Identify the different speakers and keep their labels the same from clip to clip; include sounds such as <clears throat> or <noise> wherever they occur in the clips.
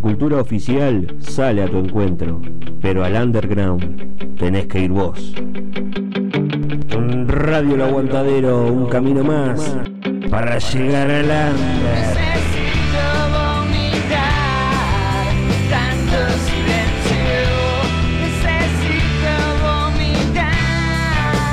Speaker 1: basura oficial sale a tu encuentro, pero al underground tenés que ir vos. Radio El Aguantadero, un camino más para llegar al under.
Speaker 2: Necesito vomitar tanto silencio. Necesito vomitar.
Speaker 3: eh,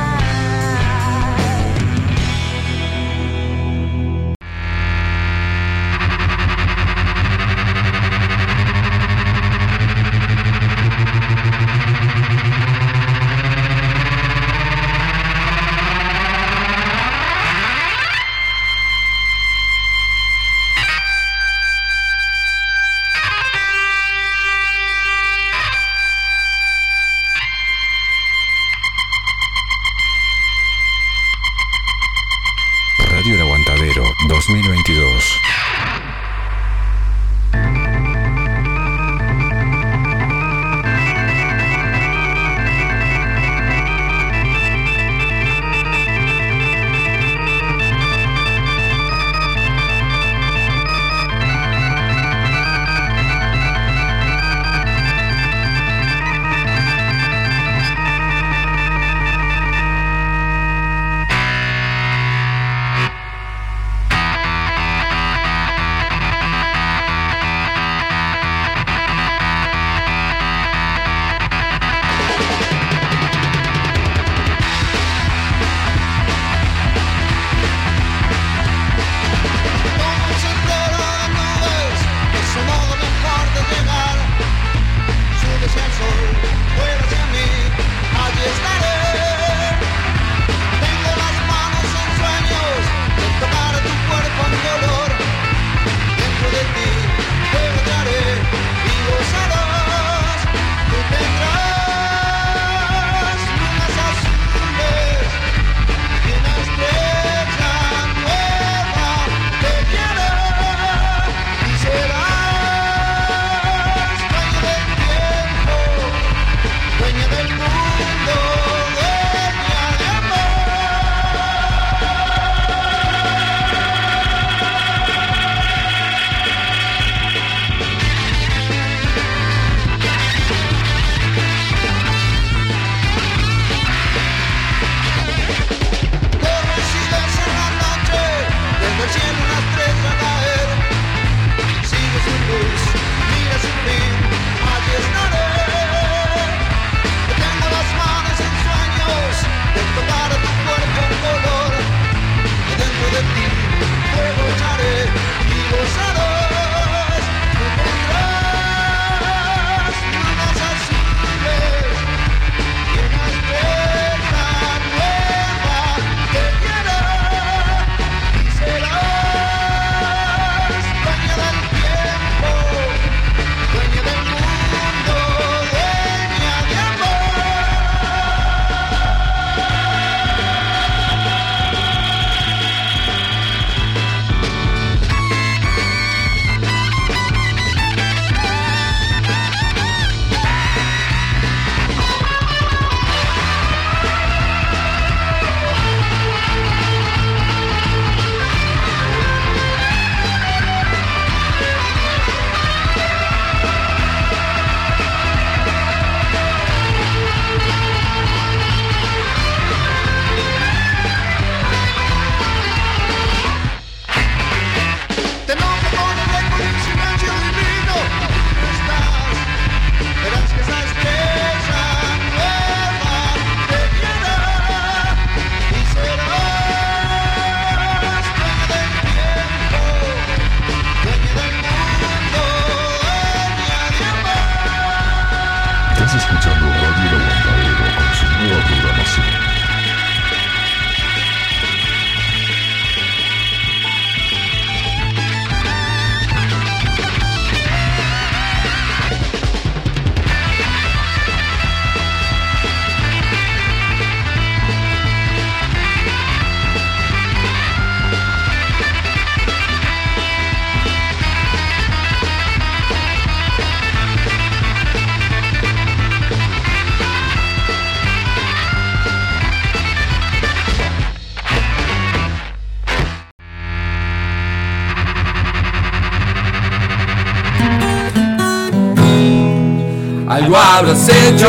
Speaker 4: Algo habrás hecho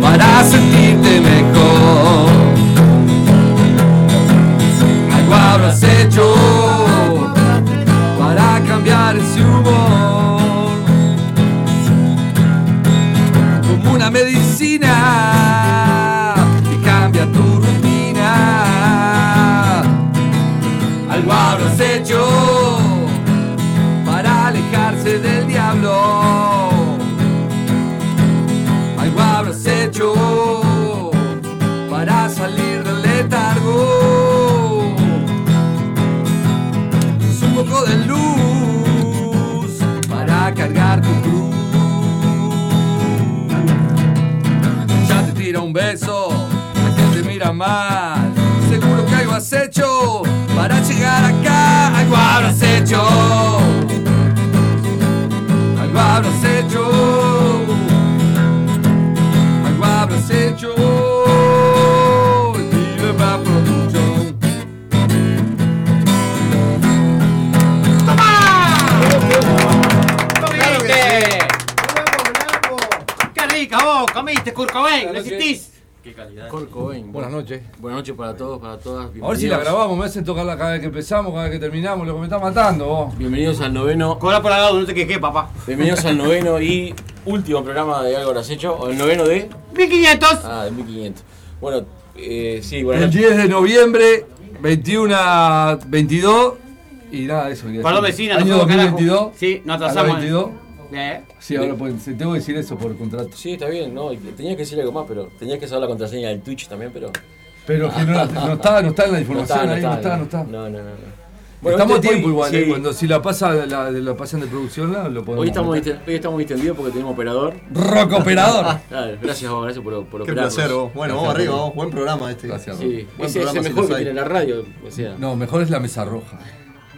Speaker 4: para sentirte mejor. Algo habrás hecho para cambiar ese humor. Como una medicina que cambia tu rutina. Algo habrás hecho para alejarse del diablo. Algo habrás hecho para salir del letargo. Es un poco de luz para cargar tu cruz. Ya te tira un beso, la gente mira mal. Seguro que algo has hecho para llegar acá. Algo habrás hecho algo habrás hecho, algo habrás hecho, vive va producción.
Speaker 5: ¡Comiste! ¡Qué rica vos! ¡Comiste, Curcobain! ¿Lo sentís?
Speaker 6: Buenas noches.
Speaker 7: Buenas noches para todos, para todas.
Speaker 6: A ver si la grabamos, me hacen tocarla cada vez que empezamos, cada vez que terminamos, lo que me está matando vos.
Speaker 7: Bienvenidos al noveno.
Speaker 5: Cobra por agado, no te quejé, papá.
Speaker 7: Bienvenidos al noveno y último programa de Algo Habrás Hecho. O el noveno de.
Speaker 5: 1500.
Speaker 7: Ah, de 1500. Bueno, eh, sí, buenas
Speaker 6: El
Speaker 7: noches.
Speaker 6: 10 de noviembre, 21 a 22. Y nada, eso. quería
Speaker 5: Perdón,
Speaker 6: decir.
Speaker 5: vecina, no
Speaker 6: Año
Speaker 5: fuimos carajo.
Speaker 6: 2022.
Speaker 5: Sí, nos
Speaker 6: a la
Speaker 5: atrasamos.
Speaker 6: 22.
Speaker 5: Eh,
Speaker 6: Sí, ahora pueden, se- tengo que decir eso por contrato.
Speaker 7: Sí, está bien, no. y Tenías que decir algo más, pero tenías que saber la contraseña del Twitch también, pero. Ah. No
Speaker 6: Pero que no, la- no está, no está en la
Speaker 7: está,
Speaker 6: información ahí, no está, no está.
Speaker 7: No, no, no. no.
Speaker 6: Estamos a
Speaker 7: este-
Speaker 6: tiempo
Speaker 7: hoy-
Speaker 6: igual,
Speaker 7: sí,
Speaker 6: eh, cuando si la, pasa, la, la pasan de producción la- lo podemos.
Speaker 7: Hoy estamos,
Speaker 6: meter.
Speaker 7: disten- hoy estamos distendidos porque tenemos operador.
Speaker 6: Rock operador.
Speaker 7: <laughs> Claro, gracias vos, gracias por, por
Speaker 8: Qué
Speaker 7: operarnos.
Speaker 8: placer, vos. Bueno, vos arriba, vos. Buen programa este.
Speaker 6: Gracias.
Speaker 7: Sí,
Speaker 8: Buen
Speaker 7: ese es
Speaker 8: programa,
Speaker 7: el
Speaker 8: si
Speaker 7: mejor
Speaker 8: los
Speaker 7: que
Speaker 8: hay.
Speaker 7: tiene la radio, o sea.
Speaker 6: No, mejor es la mesa roja.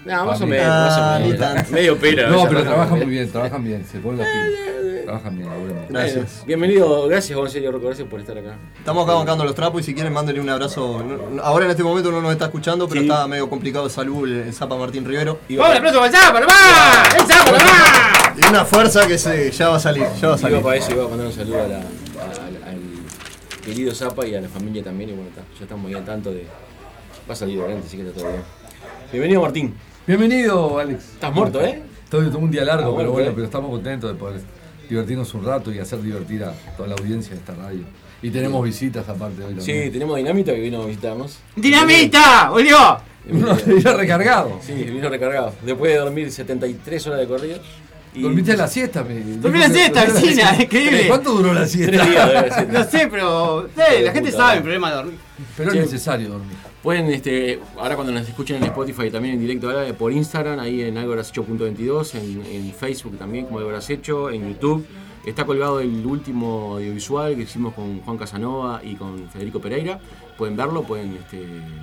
Speaker 7: No, más o
Speaker 6: Ah,
Speaker 7: menos,
Speaker 8: ah,
Speaker 7: más o
Speaker 8: ni
Speaker 7: menos.
Speaker 8: tanto.
Speaker 7: Medio pera.
Speaker 6: No,
Speaker 7: esa
Speaker 6: pero
Speaker 7: cosa.
Speaker 6: trabajan muy bien, trabajan bien, se ponen las
Speaker 7: <laughs>
Speaker 6: pilas. Trabajan bien, laburan bien.
Speaker 7: Bueno,
Speaker 8: Gracias.
Speaker 7: bienvenido, Oh, gracias Juan Sergio Rocco, gracias por estar acá.
Speaker 8: Estamos acá bancando los trapos y si quieren mándenle un abrazo. No- no- Ahora en este momento no nos está escuchando, pero
Speaker 7: Sí.
Speaker 8: está medio complicado de salud el, el Zapa Martín Rivero.
Speaker 5: ¡Vamos, el aplauso para el Zapa, nomás! ¡El Zapa, nomás!
Speaker 8: Y una fuerza que se, ya va a salir, ya va
Speaker 7: Iba
Speaker 8: a salir.
Speaker 7: para eso, iba a mandar un saludo a la- a- a- al querido Zapa y a la familia también, y bueno, está, ya estamos ya al tanto de... Va a salir adelante, así que está todo bien. Bienvenido Martín,
Speaker 6: Bienvenido, Alex.
Speaker 7: estás muerto, ¿eh?
Speaker 6: Todo todo un día largo,
Speaker 7: Ah, bueno,
Speaker 6: pero bueno,
Speaker 7: eh.
Speaker 6: pero estamos contentos de poder divertirnos un rato y hacer divertir a toda la audiencia de esta radio. Y tenemos visitas aparte hoy
Speaker 7: Sí,
Speaker 6: también.
Speaker 7: tenemos Dinamita que vino a visitarnos.
Speaker 5: ¡Dinamita! ¡Volvió!
Speaker 6: <laughs> Uno se iba recargado.
Speaker 7: Sí, vino recargado. Después de dormir 73 horas de corrido. y-
Speaker 6: Dormiste la siesta, me.
Speaker 5: Dormí la
Speaker 6: <laughs>
Speaker 5: siesta, vecina, increíble.
Speaker 6: ¿Cuánto duró la
Speaker 7: Tres
Speaker 6: siesta?
Speaker 7: días de siesta.
Speaker 5: No sé, pero. eh, la gente sabe el problema de dormir.
Speaker 6: Pero es
Speaker 7: Sí.
Speaker 6: necesario dormir.
Speaker 7: Pueden, este, ahora cuando nos escuchen en Spotify también en directo, ahora eh, por Instagram, ahí en algo habrás hecho punto 22, en, en Facebook también, como algo habrás hecho, en YouTube. Está colgado el último audiovisual que hicimos con Juan Casanova y con Federico Pereira. Pueden verlo, pueden este,